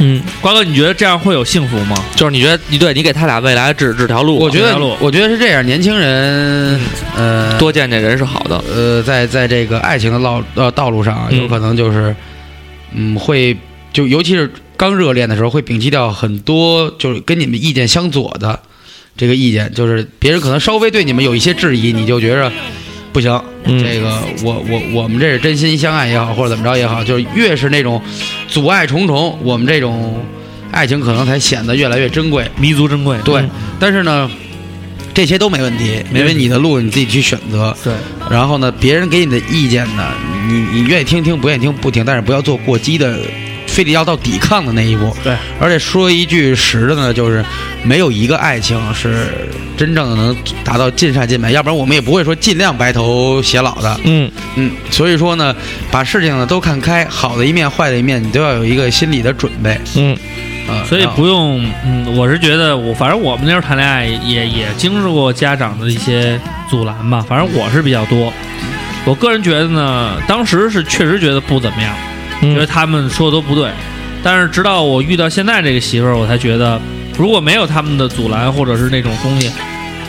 D: 嗯，
C: 瓜哥，你觉得这样会有幸福吗？
D: 就是你觉得你对你给他俩未来指指条路，啊
B: 我觉得
C: 回家录，
B: 我觉得是这样，年轻人，呃，
D: 多见见人是好的。
B: 呃，在在这个爱情的道呃道路上啊，
D: 嗯
B: 有可能就是，嗯，会就尤其是刚热恋的时候，会摒弃掉很多就是跟你们意见相左的这个意见，就是别人可能稍微对你们有一些质疑，你就觉着不行，
D: 嗯
B: 这个我我我们这是真心相爱也好，或者怎么着也好，就是越是那种阻碍重重，我们这种爱情可能才显得越来越珍贵。
C: 弥足珍贵。
B: 对，但是呢，这些都没问题，因为你的路你自己去选择。
C: 对，
B: 然后呢，别人给你的意见呢，你你愿意听听，不愿意听不听，但是不要做过激的，非得要到抵抗的那一步。
C: 对，
B: 而且说一句实的呢，就是没有一个爱情是真正的能达到尽善尽美，要不然我们也不会说尽量白头偕老的。
D: 嗯，
B: 嗯，所以说呢，把事情呢都看开，好的一面、坏的一面，你都要有一个心理的准备。
D: 嗯
B: 啊、
C: 所以
B: 然后
C: 不用，嗯，我是觉得我反正我们那时候谈恋爱也也经受过家长的一些阻拦吧，反正我是比较多。我个人觉得呢，当时是确实觉得不怎么样，觉得
D: 嗯
C: 他们说的都不对。但是直到我遇到现在这个媳妇儿，我才觉得如果没有他们的阻拦或者是那种东西，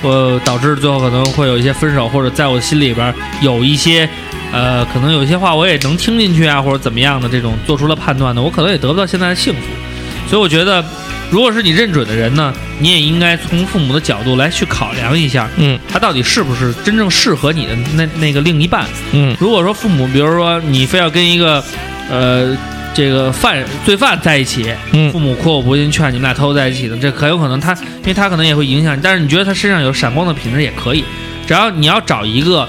C: 我导致最后可能会有一些分手，或者在我心里边有一些，呃，可能有一些话我也能听进去啊，或者怎么样的这种做出了判断的，我可能也得不到现在的幸福。所以我觉得，如果是你认准的人呢，你也应该从父母的角度来去考量一下，
D: 嗯
C: 他到底是不是真正适合你的那那个另一半。
D: 嗯
C: 如果说父母，比如说你非要跟一个，呃，这个犯罪犯在一起，父
D: 嗯，
C: 母苦口婆心劝你们俩偷偷在一起的，这很有可能他，因为他可能也会影响你，但是你觉得他身上有闪光的品质也可以，只要你要找一个，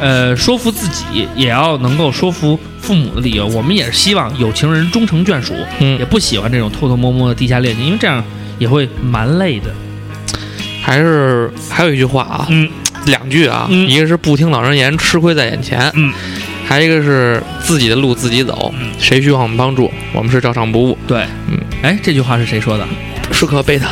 C: 呃，说服自己，也要能够说服父母的理由。我们也是希望有情人终成眷属，
D: 嗯
C: 也不喜欢这种偷偷摸摸的地下恋情，因为这样也会蛮累的。
D: 还是还有一句话啊，
C: 嗯，
D: 两句啊，
C: 嗯
D: 一个是不听老人言，吃亏在眼前。
C: 嗯。
D: 还有一个是自己的路自己走，
C: 嗯
D: 谁需要我们帮助，我们是照常不误，
C: 对，
D: 嗯，
C: 哎，这句话是谁说的？
D: 是可 悲的。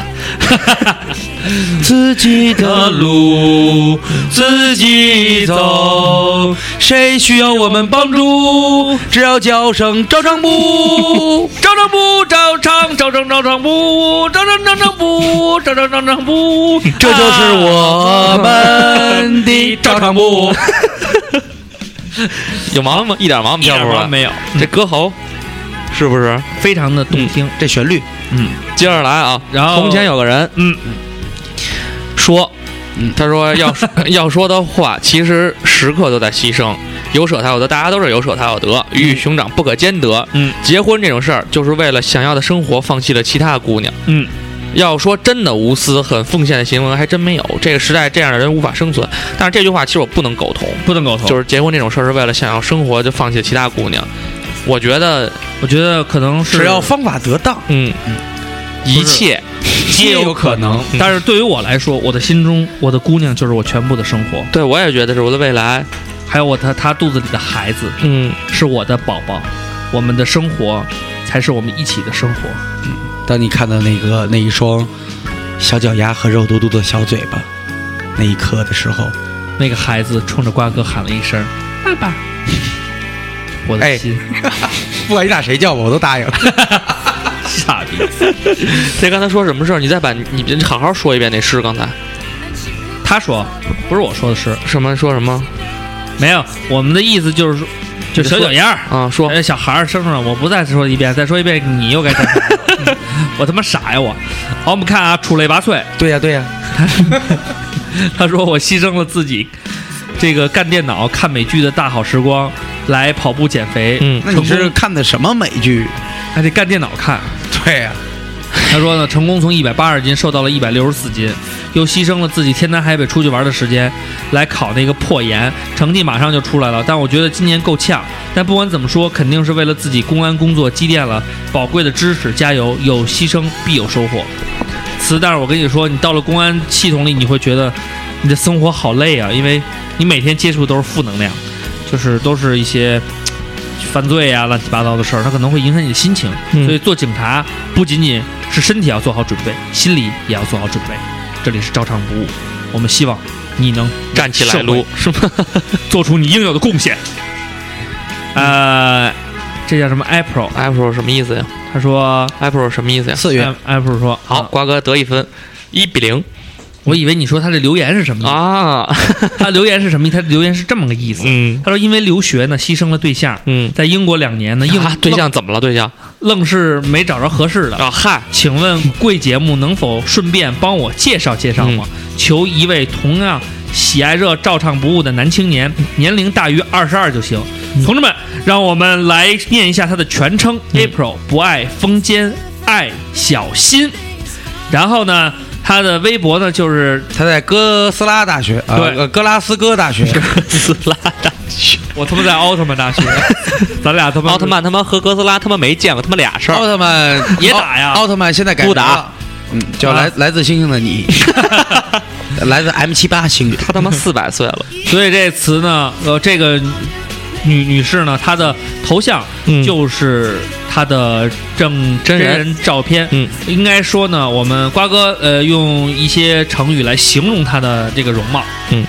B: 自己的路自己走，谁需要我们帮助？只要叫声招商部。
C: 照常不照常，照常照常不误，照常照常不误，照常照常不误，
B: 这就是我们的照常啊部。
D: 有毛病吗？一点毛病
C: 一
D: 挑
C: 点
D: 不出
C: 毛
D: 来
C: 病。没有。
D: 这歌喉，是不是？
C: 非常的动听。
B: 这旋律，
D: 接着来啊，
C: 然后
D: 从前有个人，
C: 嗯，
D: 说，他说 要说要说的话，其实时刻都在牺牲，有舍才有得，大家都是有舍才有得，鱼与熊掌不可兼得。
C: 嗯，
D: 结婚这种事儿，就是为了想要的生活，放弃了其他姑娘。
C: 嗯，
D: 要说真的无私、很奉献的行为，还真没有。这个时代这样的人无法生存。但是这句话其实我不能苟同，
C: 不能苟同。
D: 就是结婚这种事儿是为了想要生活就放弃了其他姑娘。我觉得，
C: 我觉得可能是
B: 只要方法得当，
D: 嗯，一切
C: 皆有可能，
D: 嗯
C: 但是对于我来说，我的心中，我的姑娘就是我全部的生活，
D: 对我也觉得是我的未来。
C: 还有我她她肚子里的孩子
D: 嗯，
C: 是我的宝宝，我们的生活才是我们一起的生活。
B: 当你看到那个那一双小脚丫和肉嘟嘟的小嘴巴那一刻的时候，
C: 那个孩子冲着瓜哥喊了一声：“爸爸！” 我的
B: 哎
C: 心、
B: 不管你俩谁叫我，我都答应了。
C: 傻逼。
D: 这刚才说什么事儿？你再把你你好好说一遍那诗。刚才
C: 他说：“不是我说的是，
D: 什么说什么
C: 没有，我们的意思就是说，就小脚丫儿。”
D: 啊？说
C: 哎，小孩儿生出来，我不再说一遍，再说一遍，你又该干啥了？ 嗯我他妈傻呀！我，好，我们看啊，出类拔萃，
B: 对呀、对呀、
C: 他说我牺牲了自己，这个干电脑、看美剧的大好时光，来跑步减肥。
D: 嗯
B: 那你
C: 成
B: 是
C: 功
B: 看的什么美剧？
C: 还得干电脑看。
B: 对呀、
C: 他说呢，成功从一百八十斤瘦到了一百六十四斤，又牺牲了自己天南海北出去玩的时间来考那个破研，成绩马上就出来了。但我觉得今年够呛。但不管怎么说，肯定是为了自己公安工作积淀了宝贵的知识。加油，有牺牲必有收获。词，但是我跟你说，你到了公安系统里，你会觉得你的生活好累啊，因为你每天接触都是负能量，就是都是一些。犯罪啊，乱七八糟的事儿，它可能会影响你的心情，
D: 嗯
C: 所以做警察不仅仅是身体要做好准备，心理也要做好准备。这里是照常不误，我们希望你能
D: 站起来撸是吗？
C: 做出你应有的贡献。呃，这叫什么 April？
D: Apple 什么意思呀
C: 他说
D: ？Apple 什么意思呀？
B: 四月
C: April 说
D: 好，
C: 啊
D: 瓜哥得一分，一比零
C: 我以为你说他这留言是什
B: 嗯
C: 么意思
D: 啊。
C: 他留言是什么意思？他留言是这么个意思。
D: 嗯
C: 他说因为留学呢，牺牲了对象，
D: 嗯，
C: 在英国两年
B: 哎
C: 呢，硬
D: 啊，对象怎么了？对象
C: 愣愣是没找着合适的。
D: 啊，嗨，
C: 请问贵节目能否顺便帮我介绍介绍吗？
D: 嗯
C: 求一位同样喜爱这照唱不误的男青年，
D: 嗯
C: 年龄大于二十二就行。同志们，让我们来念一下他的全称、a
D: 嗯
C: p r i l 不爱风间，爱小心。然后呢，他的微博呢就是
B: 他在哥斯拉大学，啊
C: 对
B: 呃哥拉斯 哥大学，
D: 斯拉大
C: 我他妈在奥特曼大学，咱俩他妈
D: 奥特曼他妈和哥斯拉他妈没见过他妈俩事
B: 奥
D: 儿。
B: 特曼
C: 也打呀
B: 奥奥特曼现在改
D: 不
B: 名
D: 打
B: 了，嗯，叫来来自星星的 你，来自 M 七八星
D: 他他妈四百岁 了，
B: 嗯
C: 所以这词呢，呃，这个女女士呢，她的头像
D: 嗯
C: 就是她的正
D: 真人
C: 照片。
D: 嗯，
C: 应该说呢，我们瓜哥呃用一些成语来形容她的这个容貌。
D: 嗯。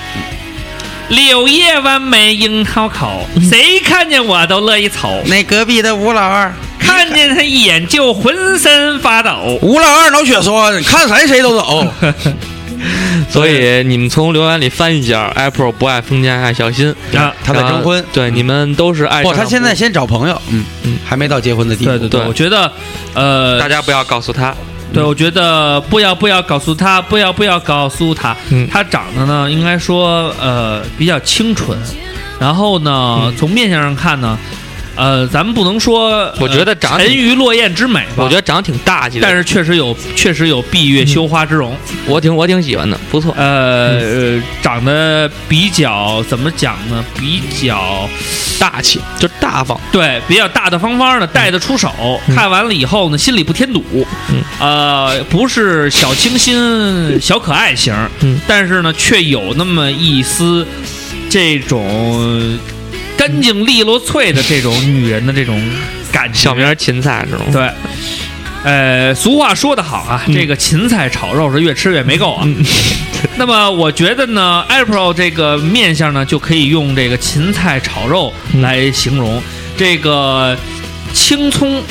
C: 柳叶弯眉樱桃口，
D: 嗯
C: 谁看见我都乐意瞅，
B: 那隔壁的吴老二，
C: 看见他一眼就浑身发抖。
B: 吴老二脑血栓，看谁谁都 走。
D: 所以你们从留言里翻一下，Apple 不爱封建，爱小心。
C: 啊，
B: 他在征婚，
D: 对，你们都是爱。
B: 不，他现在，先找朋友，嗯
D: 嗯
B: 嗯，还没到结婚的地步。
C: 对对
D: 对
C: 我觉得，呃，
D: 大家不要告诉他，
C: 对，我觉得不要不要告诉他，不要不要告诉他，
D: 嗯
C: 他长得呢，应该说呃比较清纯，然后呢，
D: 嗯
C: 从面相上看呢，呃，咱们不能说，呃
D: 我觉得长得
C: 沉鱼落雁之美吧，
D: 我觉得长得挺大气的，
C: 但是确实有确实有闭月羞花之容，
D: 我挺我挺喜欢的，不
B: 啊
D: 错。
C: 呃
D: 嗯
C: 呃，长得比较怎么讲呢？比较
D: 大气，就大方。
C: 对，比较大大方方的，带得出手。看完了以后呢，心里不添堵，
D: 嗯
C: 呃，不是小清新、小可爱型，
D: 嗯
C: 但是呢，却有那么一丝这种干净利落、脆的这种女人的这种感觉。
D: 小名儿芹菜是吗？
C: 对，呃，俗话说得好啊，这个芹菜炒肉是越吃越没够啊。 那么我觉得呢，April 这个面相呢，就可以用这个芹菜炒肉来形容。这个青葱，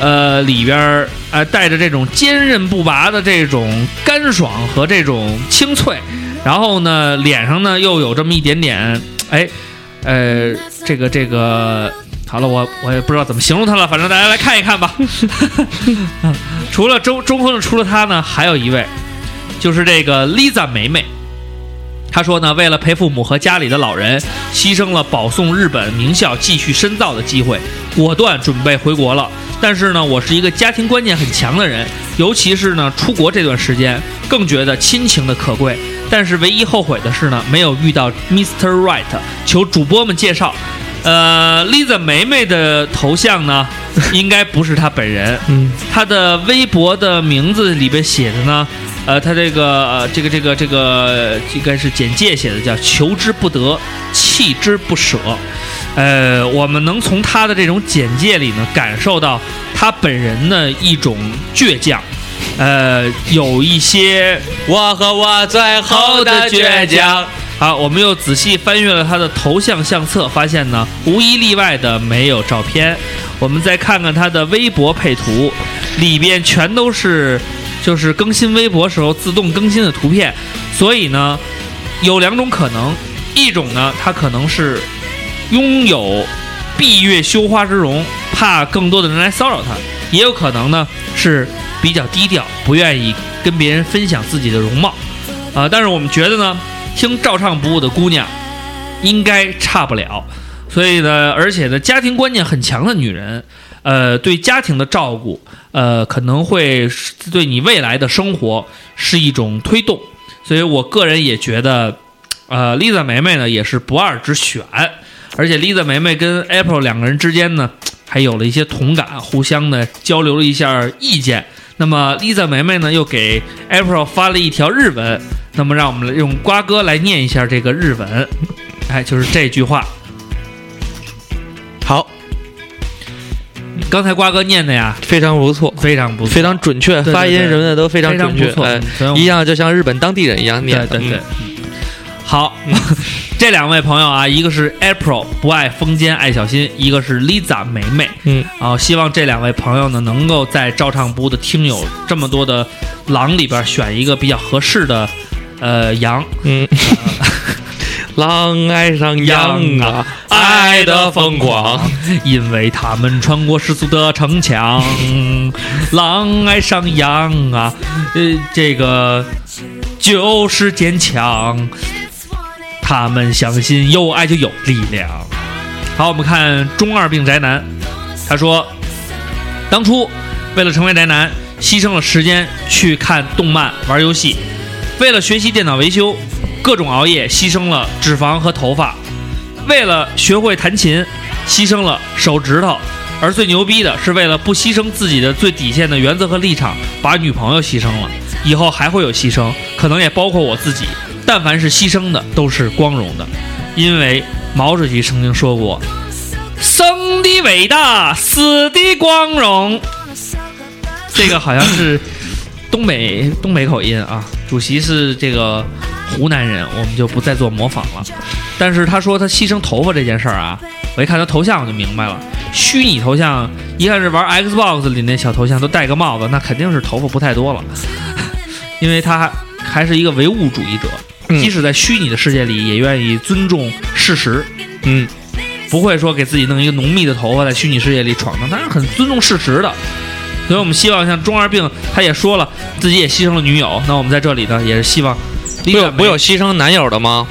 C: 呃，里边儿呃带着这种坚韧不拔的这种干爽和这种清脆，然后呢，脸上呢又有这么一点点，哎，呃，这个这个好了，我我也不知道怎么形容他了，反正大家来看一看吧。 除了中中控，除了他呢，还有一位，就是这个 Lisa 梅梅。她说呢，为了陪父母和家里的老人，牺牲了保送日本名校继续深造的机会，果断准备回国了。但是呢，我是一个家庭观念很强的人，尤其是呢出国这段时间，更觉得亲情的可贵。但是唯一后悔的是呢，没有遇到 Mr. Right。求主播们介绍。呃，Lisa 梅梅的头像呢， 应该不是她本人。
D: 嗯，
C: 她的微博的名字里边写的呢，呃，她这个、呃、这个这个这个应该是简介写的叫“求之不得，弃之不舍”。呃，我们能从她的这种简介里呢，感受到她本人的一种倔强。呃，有一些
D: 我和我最后的倔强。
C: 好，我们又仔细翻阅了他的头像相册，发现呢，无一例外的没有照片。我们再看看他的微博配图，里边全都是就是更新微博时候自动更新的图片。所以呢，有两种可能，一种呢，他可能是拥有闭月羞花之容，怕更多的人来骚扰他；也有可能呢，是比较低调，不愿意跟别人分享自己的容貌。啊、但是我们觉得呢，听照唱不误的姑娘应该差不了。所以呢，而且呢，家庭观念很强的女人，呃，对家庭的照顾，呃，可能会是对你未来的生活是一种推动。所以我个人也觉得，呃，Lisa 梅梅呢也是不二之选。而且 Lisa 梅梅跟 April 两个人之间呢，还有了一些同感，互相的交流了一下意见。那么 Lisa 梅梅呢，又给 April 发了一条日文。那么让我们来用瓜哥来念一下这个日文，哎，就是这句话。
D: 好，
C: 刚才瓜哥念的呀，
D: 非常不错，
C: 非常不错
D: 非常准确，
C: 对对
D: 发音什么的都非常
C: 非常
D: 准
C: 不
D: 确，
C: 错嗯
D: 哎，
C: 所以我们
D: 一样就像日本当地人一样念的。
C: 对对对
D: 嗯，
C: 好， 这两位朋友啊，一个是 April 不爱风间爱小心，一个是 Lisa 梅梅。
D: 嗯，
C: 啊，希望这两位朋友呢，能够在照唱部的听友这么多的狼里边选一个比较合适的呃羊。
D: 嗯，狼爱上羊
C: 羊
D: 啊，
C: 哎
D: 爱的疯狂。，
C: 因为他们穿过世俗的城墙。狼爱上羊啊，呃，这个就是坚强。他们相信有爱就有力量。好，我们看中二病宅男，他说，当初为了成为宅男，牺牲了时间去看动漫、玩游戏；为了学习电脑维修，各种熬夜，牺牲了脂肪和头发；为了学会弹琴，牺牲了手指头。而最牛逼的是，为了不牺牲自己的最底线的原则和立场，把女朋友牺牲了。以后还会有牺牲，可能也包括我自己。但凡是牺牲的，都是光荣的，因为毛主席曾经说过：“生的伟大，死的光荣。”这个好像是东北东北口音啊，主席是这个湖南人，我们就不再做模仿了。但是他说他牺牲头发这件事儿啊，我一看他头像我就明白了，虚拟头像一看是玩 Xbox 里那小头像，都戴个帽子，那肯定是头发不太多了， 因为他还是一个唯物主义者，
D: 嗯
C: 即使在虚拟的世界里，也愿意尊重事实。
D: 嗯，
C: 不会说给自己弄一个浓密的头发在虚拟世界里闯荡，他是很尊重事实的。所以我们希望像中二病，他也说了自己也牺牲了女友，那我们在这里呢也是希望
D: 不
C: 理解
D: 有不有牺牲男友的吗？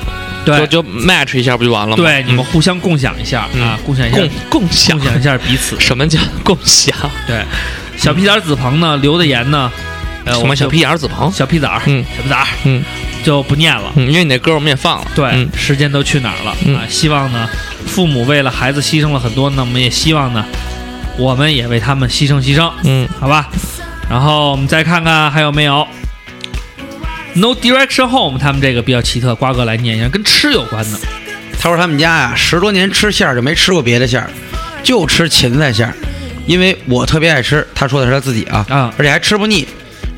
C: 对
D: 就就 match 一下不就完了吗？
C: 对你们互相共享一下、
D: 嗯
C: 啊，共享一下
D: 共共享
C: 共享嗯一下彼此。
D: 什么叫共享？
C: 对，小屁崽儿子鹏呢留的言呢，呃，
D: 什
C: 我
D: 么
C: 们
D: 小
C: 就
D: 屁眼儿子鹏？
C: 小屁崽儿，
D: 嗯，
C: 小屁崽儿，
D: 嗯，
C: 就不念了。
D: 嗯，因为你那歌我们也放了。
C: 对，
D: 嗯
C: 时间都去哪儿了、
D: 嗯
C: 啊？希望呢，父母为了孩子牺牲了很多，那我们也希望呢，我们也为他们牺牲牺牲。
D: 嗯，
C: 好吧。然后我们再看看还有没有。No Direction Home，他们这个比较奇特，瓜哥来念一下，跟吃有关的。
B: 他说他们家呀、十多年吃馅儿就没吃过别的馅儿，就吃芹菜馅儿，因为我特别爱吃。他说的是他自己啊，
C: 啊
B: 而且还吃不腻。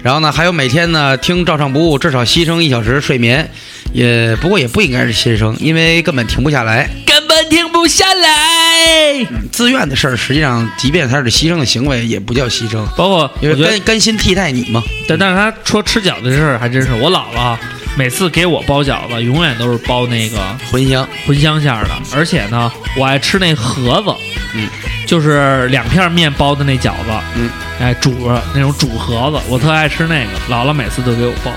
B: 然后呢，还有每天呢听照唱不误，至少牺牲一小时睡眠，也不过也不应该是牺牲，因为根本停不下来。
C: 根本停不下来，
B: 自愿的事儿，实际上即便它是牺牲的行为，也不叫牺牲，
C: 包括我
B: 因为
C: 觉得
B: 甘甘心替代你嘛。
C: 但但是他说吃饺子这事儿还真是，我姥姥啊每次给我包饺子，永远都是包那个
B: 茴 香，
C: 茴香馅儿的，而且呢，我爱吃那盒子，
B: 嗯，
C: 就是两片面包的那饺子，
B: 嗯，
C: 哎，煮着那种煮盒子，我特爱吃那个。姥姥每次都给我包，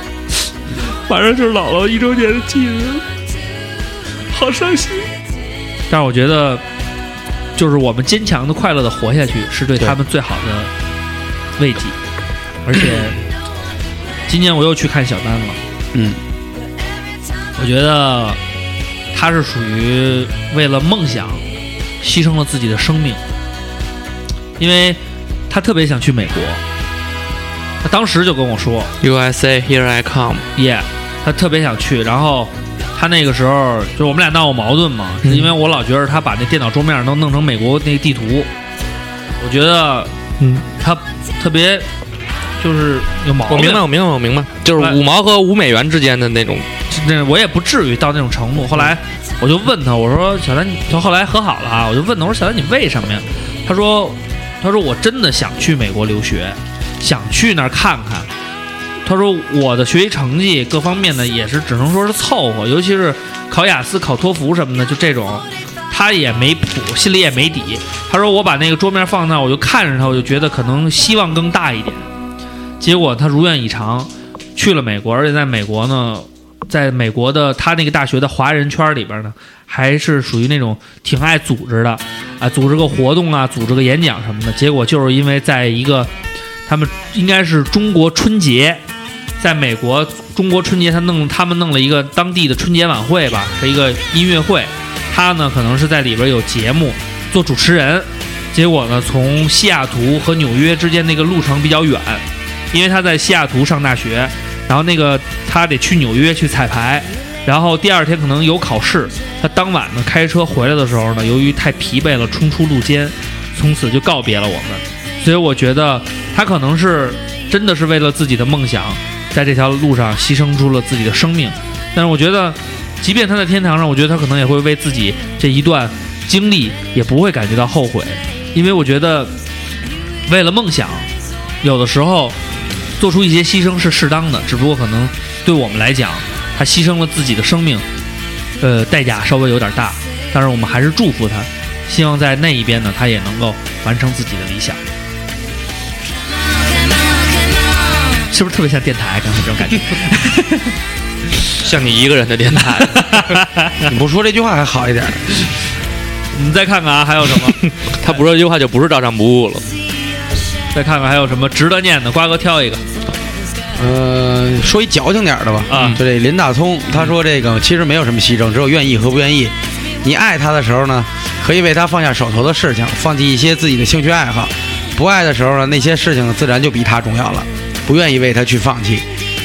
C: 反正就是姥姥一周年的忌日，好伤心。但是我觉得，就是我们坚强的、快乐的活下去，是对他们最好的慰藉。而且，今年我又去看小丹了。
B: 嗯，
C: 我觉得他是属于为了梦想牺牲了自己的生命，因为他特别想去美国。他当时就跟我说
D: USA Here I Come，
C: 耶，他特别想去。然后他那个时候就是我们俩闹过矛盾嘛，
D: 嗯
C: 是因为我老觉得他把那电脑桌面能弄成美国那个地图，我觉得
D: 嗯，
C: 他特别就是有矛
D: 我
C: 盾。
D: 明白，我明白，我明白，就是五毛和五美元之间的那种，
C: 那我也不至于到那种程度。后来我就问他，我说小丹，你就后来和好了啊，我就问他，我说小丹，你为什么呀？他说，他说我真的想去美国留学，想去那儿看看。他说我的学习成绩各方面呢，也是只能说是凑合，尤其是考雅思、考托福什么的，就这种，他也没谱，心里也没底。他说我把那个桌面放那儿，我就看着他，我就觉得可能希望更大一点。结果他如愿以偿，去了美国，而且在美国呢，在美国的他那个大学的华人圈里边呢，还是属于那种挺爱组织的，啊，组织个活动啊，组织个演讲什么的。结果就是因为在一个他们应该是中国春节，在美国中国春节，他弄他们弄了一个当地的春节晚会吧，是一个音乐会。他呢可能是在里边有节目做主持人，结果呢从西雅图和纽约之间那个路程比较远，因为他在西雅图上大学，然后那个他得去纽约去彩排，然后第二天可能有考试，他当晚呢开车回来的时候呢，由于太疲惫了，冲出路肩，从此就告别了我们。所以我觉得他可能是真的是为了自己的梦想，在这条路上牺牲出了自己的生命。但是我觉得，即便他在天堂上，我觉得他可能也会为自己这一段经历也不会感觉到后悔，因为我觉得为了梦想，有的时候做出一些牺牲是适当的，只不过可能对我们来讲，他牺牲了自己的生命，呃，代价稍微有点大，但是我们还是祝福他，希望在那一边呢，他也能够完成自己的理想。 是不是特别像电台？啊刚才这种感觉，
D: 像你一个人的电 台。
B: 你不说这句话还好一点。
C: 你们再看看啊，还有什么？
D: 他不说这句话就不是照常不误了。
C: 再看看还有什么值得念的？瓜哥挑 一个
B: 呃，说一矫情点儿的吧，
C: 啊
D: 嗯
B: 就这林大聪，他说这个其实没有什么牺牲，只有愿意和不愿意。你爱他的时候呢，可以为他放下手头的事情，放弃一些自己的兴趣爱好；不爱的时候呢，那些事情自然就比他重要了，不愿意为他去放弃。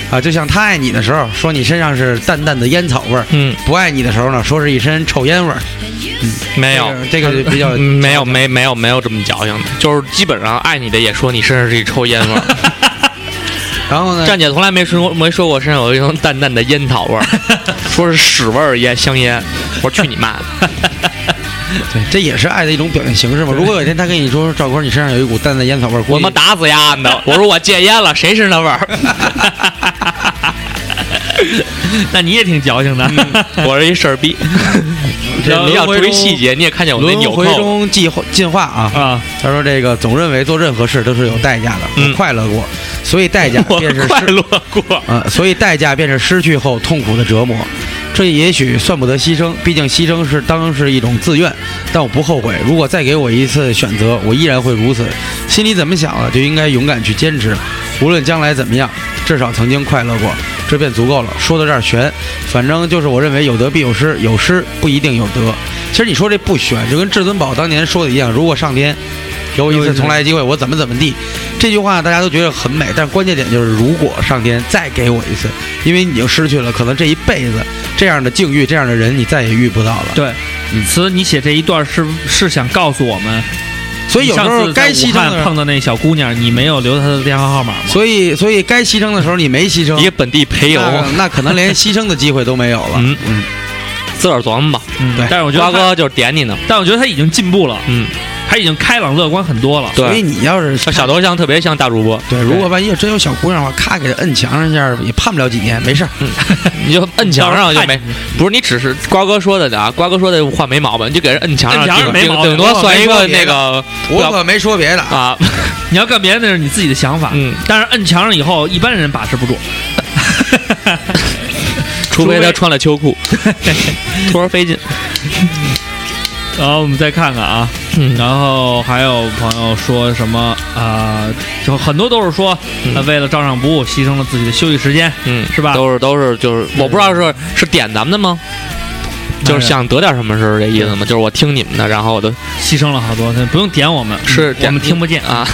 B: 啊，就像他爱你的时候，说你身上是淡淡的烟草味儿；
D: 嗯，
B: 不爱你的时候呢，说是一身臭烟味儿。
D: 没有，
B: 这个这个就比较
D: 嗯没有，没没有没有这么矫情的，就是基本上爱你的也说你身上是一抽烟味儿。
B: 然后呢，
D: 站姐从来没说过没说过我身上有一层淡淡的烟草 味儿，说是屎味儿烟香烟。我说去你 妈的！
B: 对，这也是爱的一种表现形式嘛。如果有一天他跟你说赵哥，你身上有一股淡淡烟草味儿，
D: 我
B: 估
D: 他妈
B: 计
D: 打死丫的！我说我戒烟了，谁身上味儿？
C: 那你也挺矫情的。
D: 我是一事儿逼，
B: 这
D: 你要
B: 轮回
D: 注意
B: 中
D: 细节，你也看见我那纽
B: 轮回
D: 扣。
B: 中进化进化啊。
C: 啊，
B: 他说：“这个总认为做任何事都是有代价的，我快乐过，所以代价
D: 嗯 我
B: 便是
D: 快
B: 失，
D: 乐过，
B: 呃，所以代价便是失去后痛苦的折磨。这也许算不得牺牲，毕竟牺牲是当是一种自愿，但我不后悔。如果再给我一次选择，我依然会如此。心里怎么想啊的，就应该勇敢去坚持，无论将来怎么样，至少曾经快乐过，这便足够了。说到这儿悬，反正就是我认为有得必有失，有失不一定有得。其实你说这不悬，就跟至尊宝当年说的一样，如果上天给我一次重来的机会，我怎么怎么地。这句话大家都觉得很美，但关键点就是，如果上天再给我一次，因为你已经失去了，可能这一辈子这样的境遇、这样的人，你再也遇不到了。
C: 对，词你写这一段是是想告诉我们，
B: 所以有时
C: 你上
B: 候
C: 次在
B: 该
C: 武
B: 牺牲
C: 汉
B: 的时候，
C: 碰到那小姑娘，你没有留她的电话号码吗？
B: 所以所以该牺牲的时候你没牺牲，
D: 一个本地陪游，
B: 那那可能连牺牲的机会都没有了。
D: 嗯自个儿琢磨吧。
C: 嗯
B: 对
C: 但是我觉
D: 瓜
C: 得他，
D: 哥就是点你呢，
C: 但我觉得他已经进步了。
D: 嗯，
C: 他已经开朗乐观很多了。
B: 所
D: 对，
B: 以你要是
D: 像小头像特别像大主播，
B: 对，如果万一真有小姑娘的话，咔给她摁墙上一下，也判不了几年，没事儿。
D: 嗯你就摁墙上就
C: 到时候
D: 没
C: 看，
D: 不是你只是瓜哥说的啊，瓜哥说的换没毛病，你就给人摁墙
C: 摁墙上
D: 顶
C: 没
D: 顶
C: 毛病
D: 顶多算一
B: 我
D: 个
B: 没毛病
D: 那个
B: 我可没说别的啊，
D: 啊，
C: 你要干别的那是你自己的想法，
D: 嗯，
C: 但是摁墙上以后，一般人把持 不住。
D: 除非他穿了秋裤， 徒儿费劲。
C: 然后我们再看看啊，
D: 嗯
C: 然后还有朋友说什么啊、就很多都是说、呃为了照上不误，牺牲了自己的休息时间，
D: 嗯，
C: 是吧？哎
D: 都是都是就是，我不知道是是点咱们的吗？就是想得点什么是这意思吗？就是我听你们的，然后我都
C: 牺牲了好多，不用点我们，
D: 是
C: 嗯我们听不见。
D: 啊。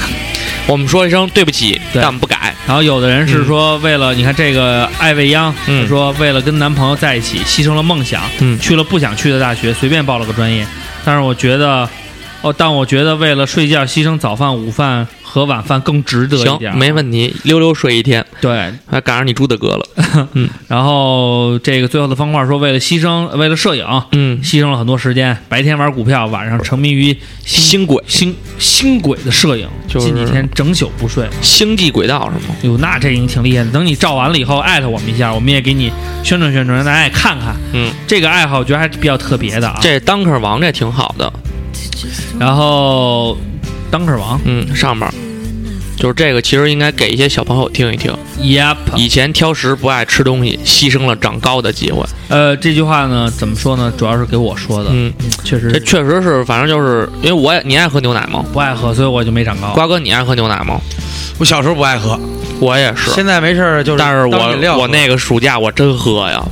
D: 我们说一声对不起，
C: 对
D: 但我们不改。
C: 然后有的人是说，为了、你看这个艾未央，
D: 嗯
C: 她说为了跟男朋友在一起，牺牲了梦想，
D: 嗯
C: 去了不想去的大学，随便报了个专业。但是我觉得，哦，但我觉得为了睡觉牺牲早饭、午饭和晚饭更值得一点。啊
D: 行，没问题，溜溜睡一天，
C: 对，
D: 还赶上你朱大哥了。
C: 然后这个最后的方块说，为了牺牲，为了摄影，
D: 嗯，
C: 牺牲了很多时间，白天玩股票，晚上沉迷于
D: 星轨、
C: 星星轨的摄影，
D: 就是
C: 近几天整宿不睡。
D: 星际轨道是吗？
C: 哟，那这你挺厉害的。等你照完了以后，艾特我们一下，我们也给你宣传宣传，让大家也看看。
D: 嗯，
C: 这个爱好我觉得还是比较特别的啊。
D: 这当克王这挺好的。
C: 然后，当克王
D: 嗯，上边儿就是这个，其实应该给一些小朋友听一听。
C: ，Yep，
D: 以前挑食不爱吃东西，牺牲了长高的机会。
C: 呃，这句话呢，怎么说呢？主要是给我说的，
D: 嗯，
C: 确实
D: 这
C: 是
D: 确实是，反正就是因为我也你爱喝牛奶吗？
C: 不爱喝，所以我就没长高。
D: 瓜哥，你爱喝牛奶吗？
B: 我小时候不爱喝，
D: 我也是，
B: 现在没事儿就是
D: 但
B: 当
D: 是
B: 饮料喝。
D: 我我那个暑假我真喝呀，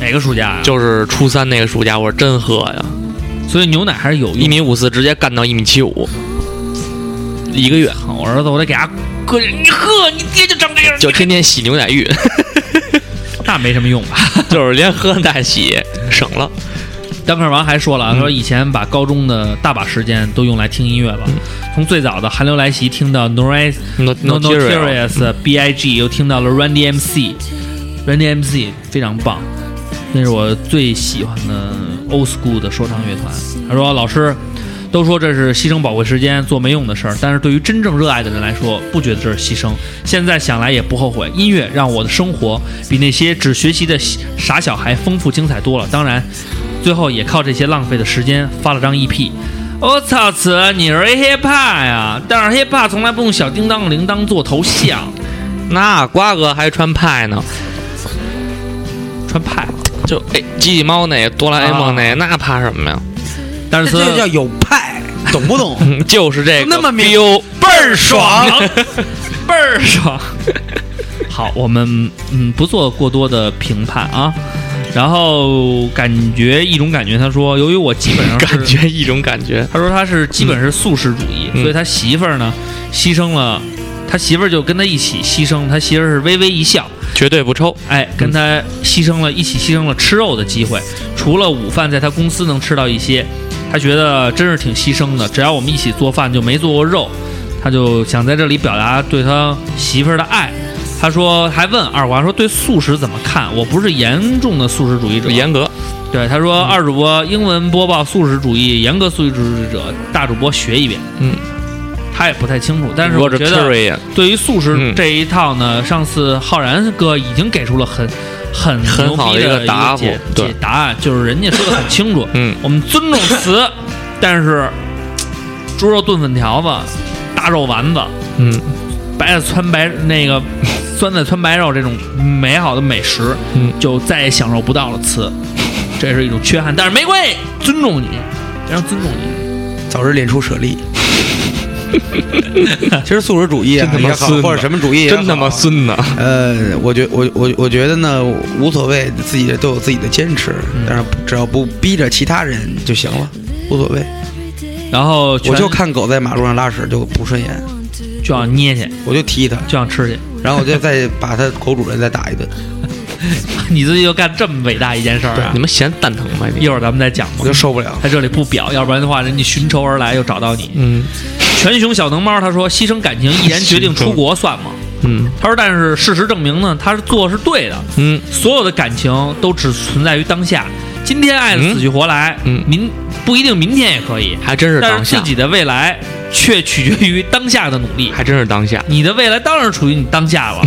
C: 哪个暑假啊？
D: 就是初三那个暑假我真喝呀，
C: 所以牛奶还是有
D: 一
C: 用。
D: 米五四直接干到一米七五，一个月
C: 我儿子，我得给他搁这，你喝，你爹就长这样，
D: 就天天洗牛奶浴，
C: 那没什么用吧？
D: 就是连喝带洗，省了。
C: 单克王还说了啊，说以前把高中的大把时间都用来听音乐了，从最早的《寒流来袭》听到 Noise
D: No
C: No
D: no tear
C: Notorious B.I.G.，又听到了 Run DMC，Run DMC 非常棒，那是我最喜欢的 Old School 的说唱乐团。他说老师。都说这是牺牲宝贵时间做没用的事儿，但是对于真正热爱的人来说，不觉得这是牺牲。现在想来也不后悔。音乐让我的生活比那些只学习的傻小孩丰富精彩多了。当然，最后也靠这些浪费的时间发了张 E EP。我哦操，此你是 hiphop 呀？但是 hiphop 从来不用小叮当铃铛做头像，
D: 那瓜哥还穿派呢，
C: 穿派。
D: 就哎，机器猫那哆啦 A 梦那、那怕什么呀？
C: 但
B: 这
C: 是
B: 这叫有派，懂不懂？
D: 嗯就是这个
B: 那么明
D: 彪
B: 倍儿爽。
C: 倍儿爽。 好，我们嗯不做过多的评判啊。然后感觉一种感觉，他说，由于我基本上 是
D: 感觉一种感觉，
C: 他说他是基本是素食主义，
D: 嗯
C: 所以他媳妇儿呢牺牲了，他媳妇儿就跟他一起牺牲，他媳妇儿是微微一笑，
D: 绝对不抽。
C: 哎，跟他牺牲了一起牺牲了吃肉的机会，除了午饭在他公司能吃到一些，他觉得真是挺牺牲的。只要我们一起做饭，就没做过肉，他就想在这里表达对他媳妇儿的爱。他说还问二瓜说对素食怎么看？我不是严重的素食主义者，
D: 严格，
C: 对，他说二主播英文播报素食主义，严格素食主义者，大主播学一遍。
D: 嗯，
C: 他也不太清楚，但是我
D: 我
C: 觉
D: 这
C: 得
D: Curry
C: 对于素食
D: 嗯
C: 这一套呢，上次浩然哥已经给出了很很
D: 很
C: 牛
D: 好
C: 逼
D: 的一个
C: 一
D: 答
C: 解
D: 复对
C: 解答案，就是人家说的很清楚。
D: 嗯，
C: 我们尊重词， 但是猪肉炖粉条子、大肉丸子、
D: 嗯
C: 白菜汆白那个酸菜汆白肉这种美好的美食，
D: 嗯
C: 就再也享受不到了。词，这是一种缺憾，但是没关系，尊重你，非常尊重你。
B: 早日练出 舍利。其实素食主义啊
D: 真他妈
B: 也好
D: 孙，子
B: 或者什么主义也好
D: 真他妈孙子。
B: 呃，我觉我我我觉得呢，无所谓，自己都有自己的坚持，但是只要不逼着其他人就行了，无所谓。
C: 然后
B: 我
C: 全
B: 就看狗在马路上拉屎就不顺眼，
C: 就想捏去，
B: 我就踢它，
C: 就想吃去，
B: 然后我就再把它狗主人再打一 顿。
C: 你自己就干这么伟大一件事儿啊
D: 你！们嫌蛋疼吧
C: 一
D: 你？
C: 会儿咱们再讲吧
B: 我就。受不了。
C: 在这里不表，要不然的话，人家寻仇而来又找到你。
D: 嗯
C: 全熊小能猫他说：“牺牲 感情，毅然决定出国算吗
D: 嗯？”
C: 他说：“但是事实证明呢，他是做的是对的。
D: 嗯，
C: 所有的感情都只存在于当下，今天爱的死去活来，
D: 嗯嗯
C: 明不一定明天也可以，
D: 还真是
C: 但
D: 当
C: 是
D: 下
C: 自，己的未来却取决于当下的努力。
D: 还真是当下。
C: 你的未来当然属于你当下 了，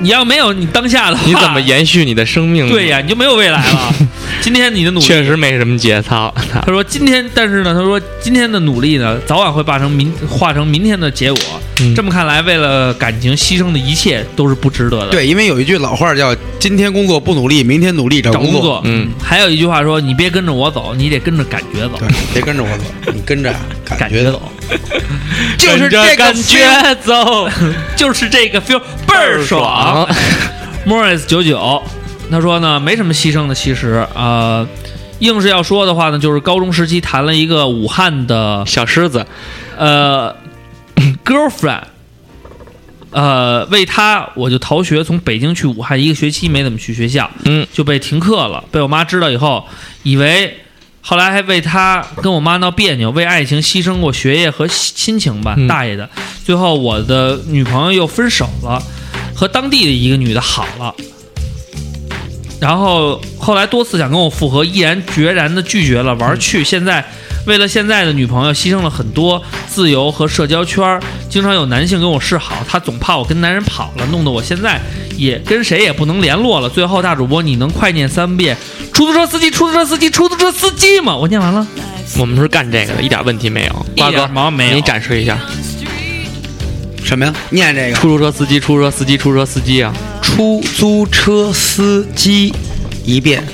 C: 你要没有你当下的话，
D: 你怎 么延续你的生命呢？
C: 对呀，你就没有未来了。今天你的努力，
D: 嗯确实没什么节操。 操
C: 他说今天，但是呢，他说今天的努力呢，早晚会化成明化成明天的结果。
D: 嗯
C: 这么看来，为了感情牺牲的一切都是不值得的。，
B: 对，因为有一句老话叫“今天工作不努力，明天努力找
C: 找
B: 工
C: 工作，
D: 嗯，
C: 还有一句话说，你别跟着我走，你得跟着感觉走。
B: 对，别跟着我走，你跟着啊感
C: 感
B: 觉
C: 觉
B: 走， 就是
D: 跟着
B: 这个
D: 感觉
B: feel
D: 走，
C: 就是这个 feel 倍儿爽。Morris 九九，他说呢，没什么牺牲的，其实呃，硬是要说的话呢，就是高中时期谈了一个武汉的
D: 小狮子，
C: 呃 girlfriend，呃，为他我就逃学从北京去武汉一个学期，没怎么去学校，
D: 嗯，
C: 就被停课了，被我妈知道以后，以为。后来还为他跟我妈闹别扭，为爱情牺牲过学业和亲情吧，
D: 嗯
C: 大爷的！最后我的女朋友又分手了，和当地的一个女的好了，然后后来多次想跟我复合，毅然决然的拒绝了，玩儿去。现在为了现在的女朋友，牺牲了很多自由和社交圈儿，经常有男性跟我示好，他总怕我跟男人跑了，弄得我现在也跟谁也不能联络了。最后大主播，你能快念三遍“出租车司机，出租车司机，出租车司机”吗？我念完了，
D: 我们是干这个的，一点问题没有。瓜
C: 一
D: 哥
C: 点，毛没有。
D: 你展示一下，
B: 什么呀？念这个
D: 出租车司机，出租车司机，出租车司机啊！
B: 出租车司机一遍，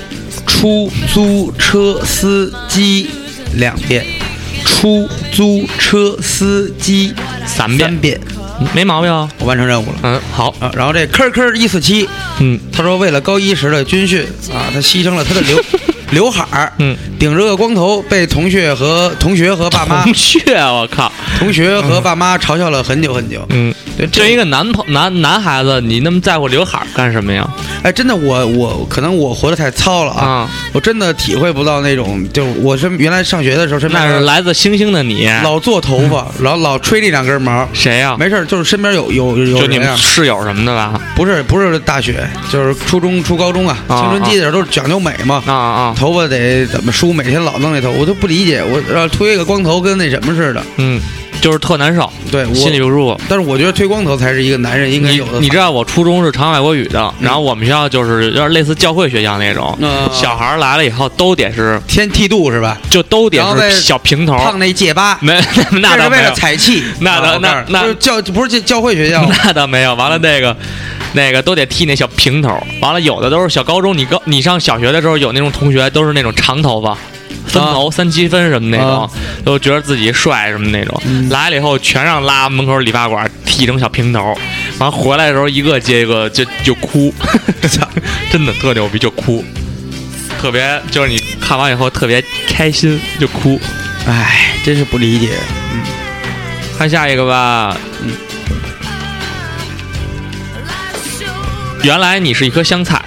B: 出租车司机两遍，出租车司机
D: 三遍
B: 三遍，
D: 没毛病啊。
B: 我完成任务了。
D: 嗯，好，
B: 啊，然后这 QQ 一四七，
D: 嗯，
B: 他说为了高一时的军训啊，他牺牲了他的 刘刘海儿，
D: 嗯，
B: 顶着个光头被同学和同学和爸妈
D: 孔雀，我靠，
B: 同学和爸妈嘲笑了很久很久。
D: 嗯，
B: 对，
D: 这一个男朋男男孩子，你那么在乎刘海儿干什么呀？
B: 哎，真的，我我可能我活得太糙了啊，
D: 啊，
B: 我真的体会不到那种，就我身原来上学的时候，身
D: 那
B: 边
D: 是嗯来自星星的你，
B: 老做头发，然后老吹那两根毛，
D: 谁呀？
B: 没事儿，就是身边有有有
D: 啊就
B: 人
D: 你
B: 呀
D: 们，室友什么的吧？
B: 不是不是大学，就是初中初高中啊，
D: 啊
B: 青春期的时候都是讲究美嘛，
D: 啊啊，
B: 头发得怎么梳，每天老弄那头，我都不理解。我呃推个光头跟那什么似的，
D: 嗯，就是特难受，
B: 对
D: 心里
B: 我，
D: 不舒服。
B: 但是我觉得推光头才是一个男人应该
D: 你
B: 有的。
D: 你知道我初中是常外国语的，然后我们学校就是有点类似教会学校那种，
B: 嗯
D: 小孩儿来了以后都得是
B: 天剃度是吧？
D: 就都得
B: 然后再
D: 是小平头，
B: 烫那戒疤，
D: 没 那
B: 这是
D: 倒
B: 为
D: 没
B: 了
D: 有，
B: 采气。
D: 那倒
B: 啊我告诉你
D: 那那，
B: 就是教不是教教会学校
D: 那倒没有。完了那个那个都得剃那小平头，完了有的都是小高中，你高你上小学的时候有那种同学都是那种长头发。分头、三七分什么那种
B: 啊，
D: 都觉得自己帅什么那种，来了以后全让拉门口理发馆剃成小平头，完了回来的时候一个接一个就就哭， 真的特牛逼就哭，特别就是你看完以后特别开心就哭。
B: 哎，真是不理解。
D: 看下一个吧。原来你是一颗香菜，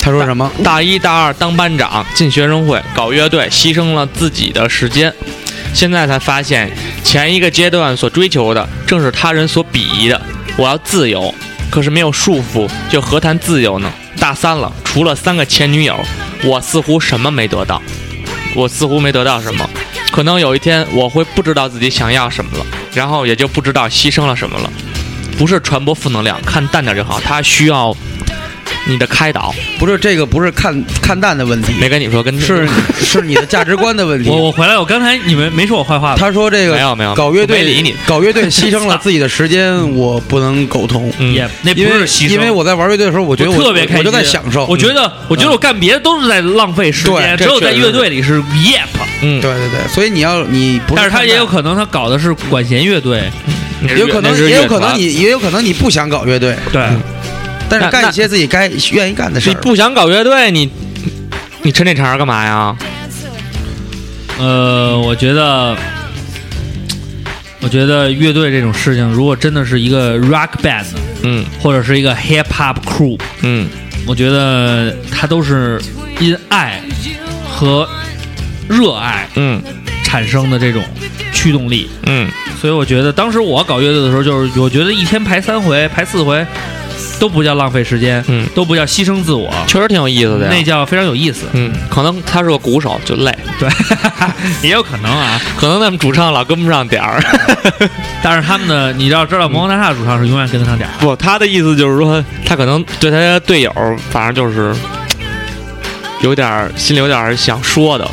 B: 他说什么？
D: 大一大二当班长，进学生会，搞乐队，牺牲了自己的时间。现在才发现，前一个阶段所追求的，正是他人所鄙夷的。我要自由，可是没有束缚，又何谈自由呢？大三了，除了三个前女友，我似乎什么没得到，我似乎没得到什么。可能有一天我会不知道自己想要什么了，然后也就不知道牺牲了什么了。不是传播负能量，看淡点就好。他需要你的开导。
B: 不是这个，不是看看淡的问题，
D: 没跟你说，跟
B: 是 是你的价值观的问题
C: 我。我回来，我刚才你们没说我坏话吧？
B: 他说这
D: 没
B: 个
D: 有没有
B: 搞乐
D: 我没
B: 队
D: 理你，
B: 搞乐队牺牲了自己的时间，我不能苟同。
D: 嗯
C: 也那不
B: 因为
C: 是牺牲，
B: 因为我在玩乐队的时候，我觉得
C: 我特别开
B: 我
C: 心，
B: 就
C: 啊
B: 在享受。嗯
C: 我觉得，我觉得我干别的都是在浪费时
B: 对
C: 间，只
B: 这
C: 有在
B: 确实
C: 乐队里是 E yep。
D: 嗯，
B: 对对对，所以你要你不，
C: 但是他也有，可能他搞的是管弦乐队，
B: 也有可能
D: 那是
B: 也有
D: 乐
B: 可能
D: 团
B: 你也有可能你不想搞乐队，
C: 对，
B: 但是
D: 那
B: 干
D: 那
B: 一些自己该愿意干的事
D: 你
B: 儿。
D: 不想搞乐队，你你抻这茬儿干嘛呀？
C: 呃，我觉得，我觉得乐队这种事情，如果真的是一个 rock band
D: 嗯
C: 或者是一个 hip hop crew，
D: 嗯，
C: 我觉得它都是因爱和热爱
D: 嗯
C: 产生的这种驱动力。
D: 嗯
C: 所以我觉得当时我搞乐队的时候，就是我觉得一天排三回、排四回，都不叫浪费时间，
D: 嗯啊
C: 都不叫牺牲自我，
D: 确实挺有意思的
C: 那
D: 呀。
C: 叫非常有意思。
D: 嗯，可能他是个鼓手就累，
C: 对， 也有可能啊。
D: 可能他们主唱老跟不上点 儿。
C: 但是他们呢，你要知道，魔方大厦主唱是永远跟得上点儿。
D: 不，他的意思就是说，他可能对他的队友，反正就是有点儿心里有点儿想说的，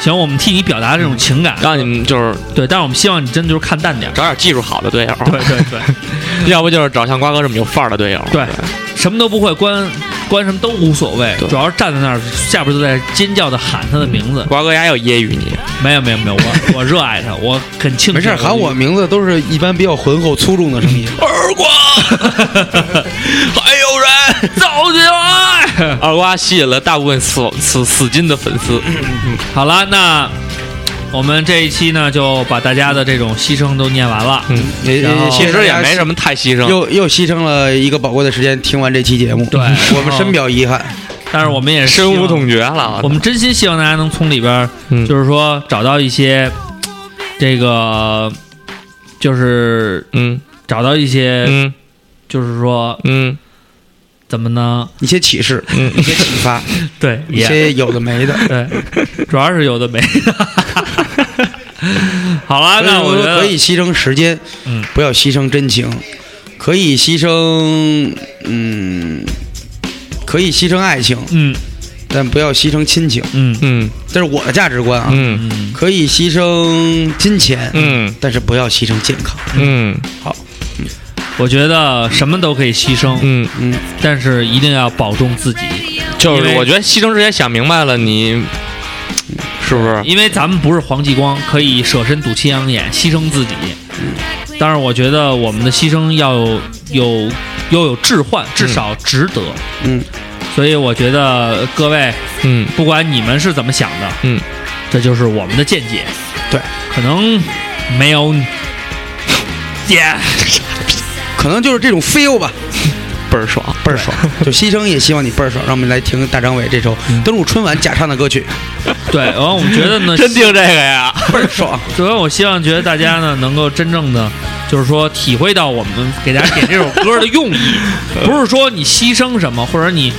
C: 行，我们替你表达这种情感，
D: 让你们就是
C: 对，但是我们希望你真的就是看淡 点儿。
D: 找点技术好的队友，
C: 对对对，
D: 要不就是找像瓜哥这么有范儿的队友。
C: 对什么都不会，关关什么都无所谓，
D: 对
C: 主要是站在那儿，下边就在尖叫的喊他的名字。
D: 瓜哥家有揶揄你，
C: 没有没有没有，我 我热爱他，我很庆幸。
B: 没事儿，喊我名字都是一般比较浑厚粗重的声音。
C: 嗯
D: 二瓜，还有人
C: 走起来！
D: 二瓜吸引了大部分死死死金的粉丝，
C: 好了，那我们这一期呢，就把大家的这种牺牲都念完了。
D: 嗯，
B: 也
C: 然后
B: 也
D: 其实也没什么太牺牲。
B: 又又牺牲了一个宝贵的时间听完这期节目，
C: 对嗯
B: 我们深表遗憾。
C: 但是我们也是
D: 身无痛觉了，
C: 我们真心希望大家能从里边儿，
D: 嗯
C: 就是说找到一些这个，就是
D: 嗯
C: 找到一些，
D: 嗯
C: 就是说
D: 嗯
C: 怎么呢？
B: 一些启示，一些启发，
C: 对，
B: 一
C: 嗯 也
B: 些有的没的。
C: 对，主要是有的没 的。好了，那我
B: 所以
C: 觉
B: 说
C: 得
B: 可以牺牲时间，
C: 嗯，
B: 不要牺牲真情，可以牺牲，嗯，可以牺牲爱情，
C: 嗯
B: 但不要牺牲亲情。
C: 嗯
D: 嗯
B: 这是我的价值观啊。
D: 嗯
C: 嗯，
B: 可以牺牲金钱，
D: 嗯
B: 但是不要牺牲健康。
D: 嗯
C: 我觉得什么都可以牺牲，
D: 嗯，
B: 嗯，
C: 但是一定要保重自己，
D: 就是我觉得牺牲之前想明白了，你是不是？
C: 因为咱们不是黄继光，可以舍身堵七阳眼，牺牲自己。当然，我觉得我们的牺牲要有有又有置换，至少值得。
B: 嗯，
C: 所以我觉得各位，
D: 嗯
C: 不管你们是怎么想的，
D: 嗯，
C: 这就是我们的见解。
B: 对，
C: 可能没有。耶、
B: 可能就是这种 feel 吧，
D: 倍儿爽。
B: 倍儿爽。 就牺牲也希望你倍儿爽。让我们来听大张伟这首
C: 嗯
B: 登陆春晚假唱的歌曲，
C: 对，然后我们觉得 呢，
D: 真听这个呀？
B: 倍儿爽。
C: 主要我希望觉得大家呢能够真正的，就是说体会到我们给大家点这首 歌的用意，不是说你牺牲什么或者你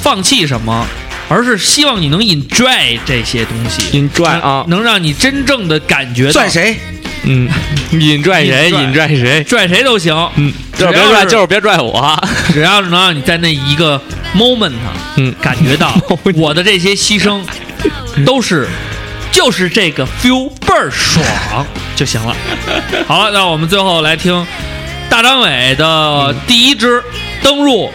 C: 放弃什么，而是希望你能 enjoy 这些东西，
D: 引拽啊，
C: 能让你真正的感觉到
B: 拽谁？
D: 嗯，引拽谁？
C: 引
D: 引拽
C: 拽
D: 谁？
C: 拽谁都行，
D: 嗯，就是别
C: 只要
D: 拽，
C: 是
D: 就是别拽我。
C: 只要能让你在那一个 moment 上
D: 嗯，
C: 感 觉到我的这些牺牲都是。就是这个 feel 倍儿爽就行 了。好了，那我们最后来听大张伟的第一支登入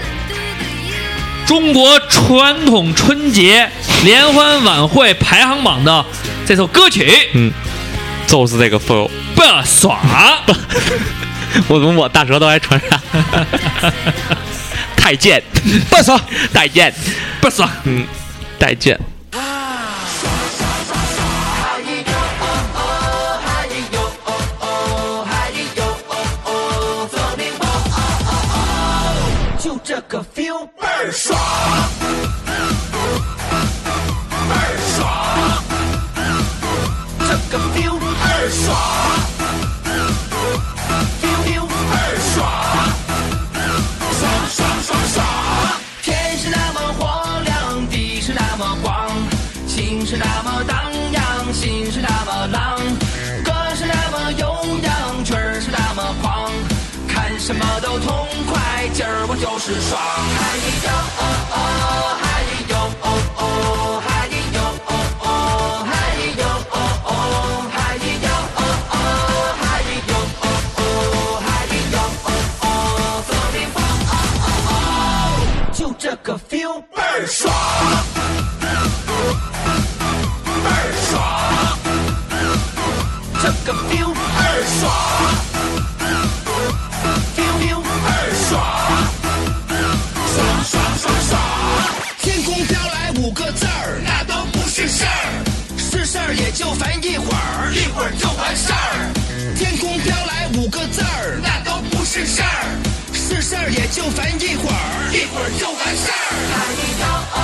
C: 中国传统春节联欢晚会排行榜的这首歌曲《
D: 嗯就是这个 feel。
C: 倍儿爽》。
D: 我怎么我大舌头还传 染？太贱，不爽， 太贱，不爽，嗯，太贱。
E: 天是那么荒凉，地是那么广，情是那么荡漾，心是那么浪，歌是那么悠扬，曲儿是那么狂，看什么都痛快，今儿我就是爽。嗨哟哦哦，嗨哟哦哦，嗨哟哦哦，嗨哟哦哦，嗨哟哦哦，嗨哟哦哦，嗨哟哦哦，走你放。就这个 feel 倍儿爽，倍儿爽，这个 feel 倍儿爽，feel feel 倍儿爽，爽爽爽爽。天空飘来五个字儿，那都不是事儿，是事儿也就烦一会儿，一会儿就完事儿。天空飘来五个字儿，那都不是事儿，是事儿也就烦一会儿，一会儿就完事儿。哎呦哦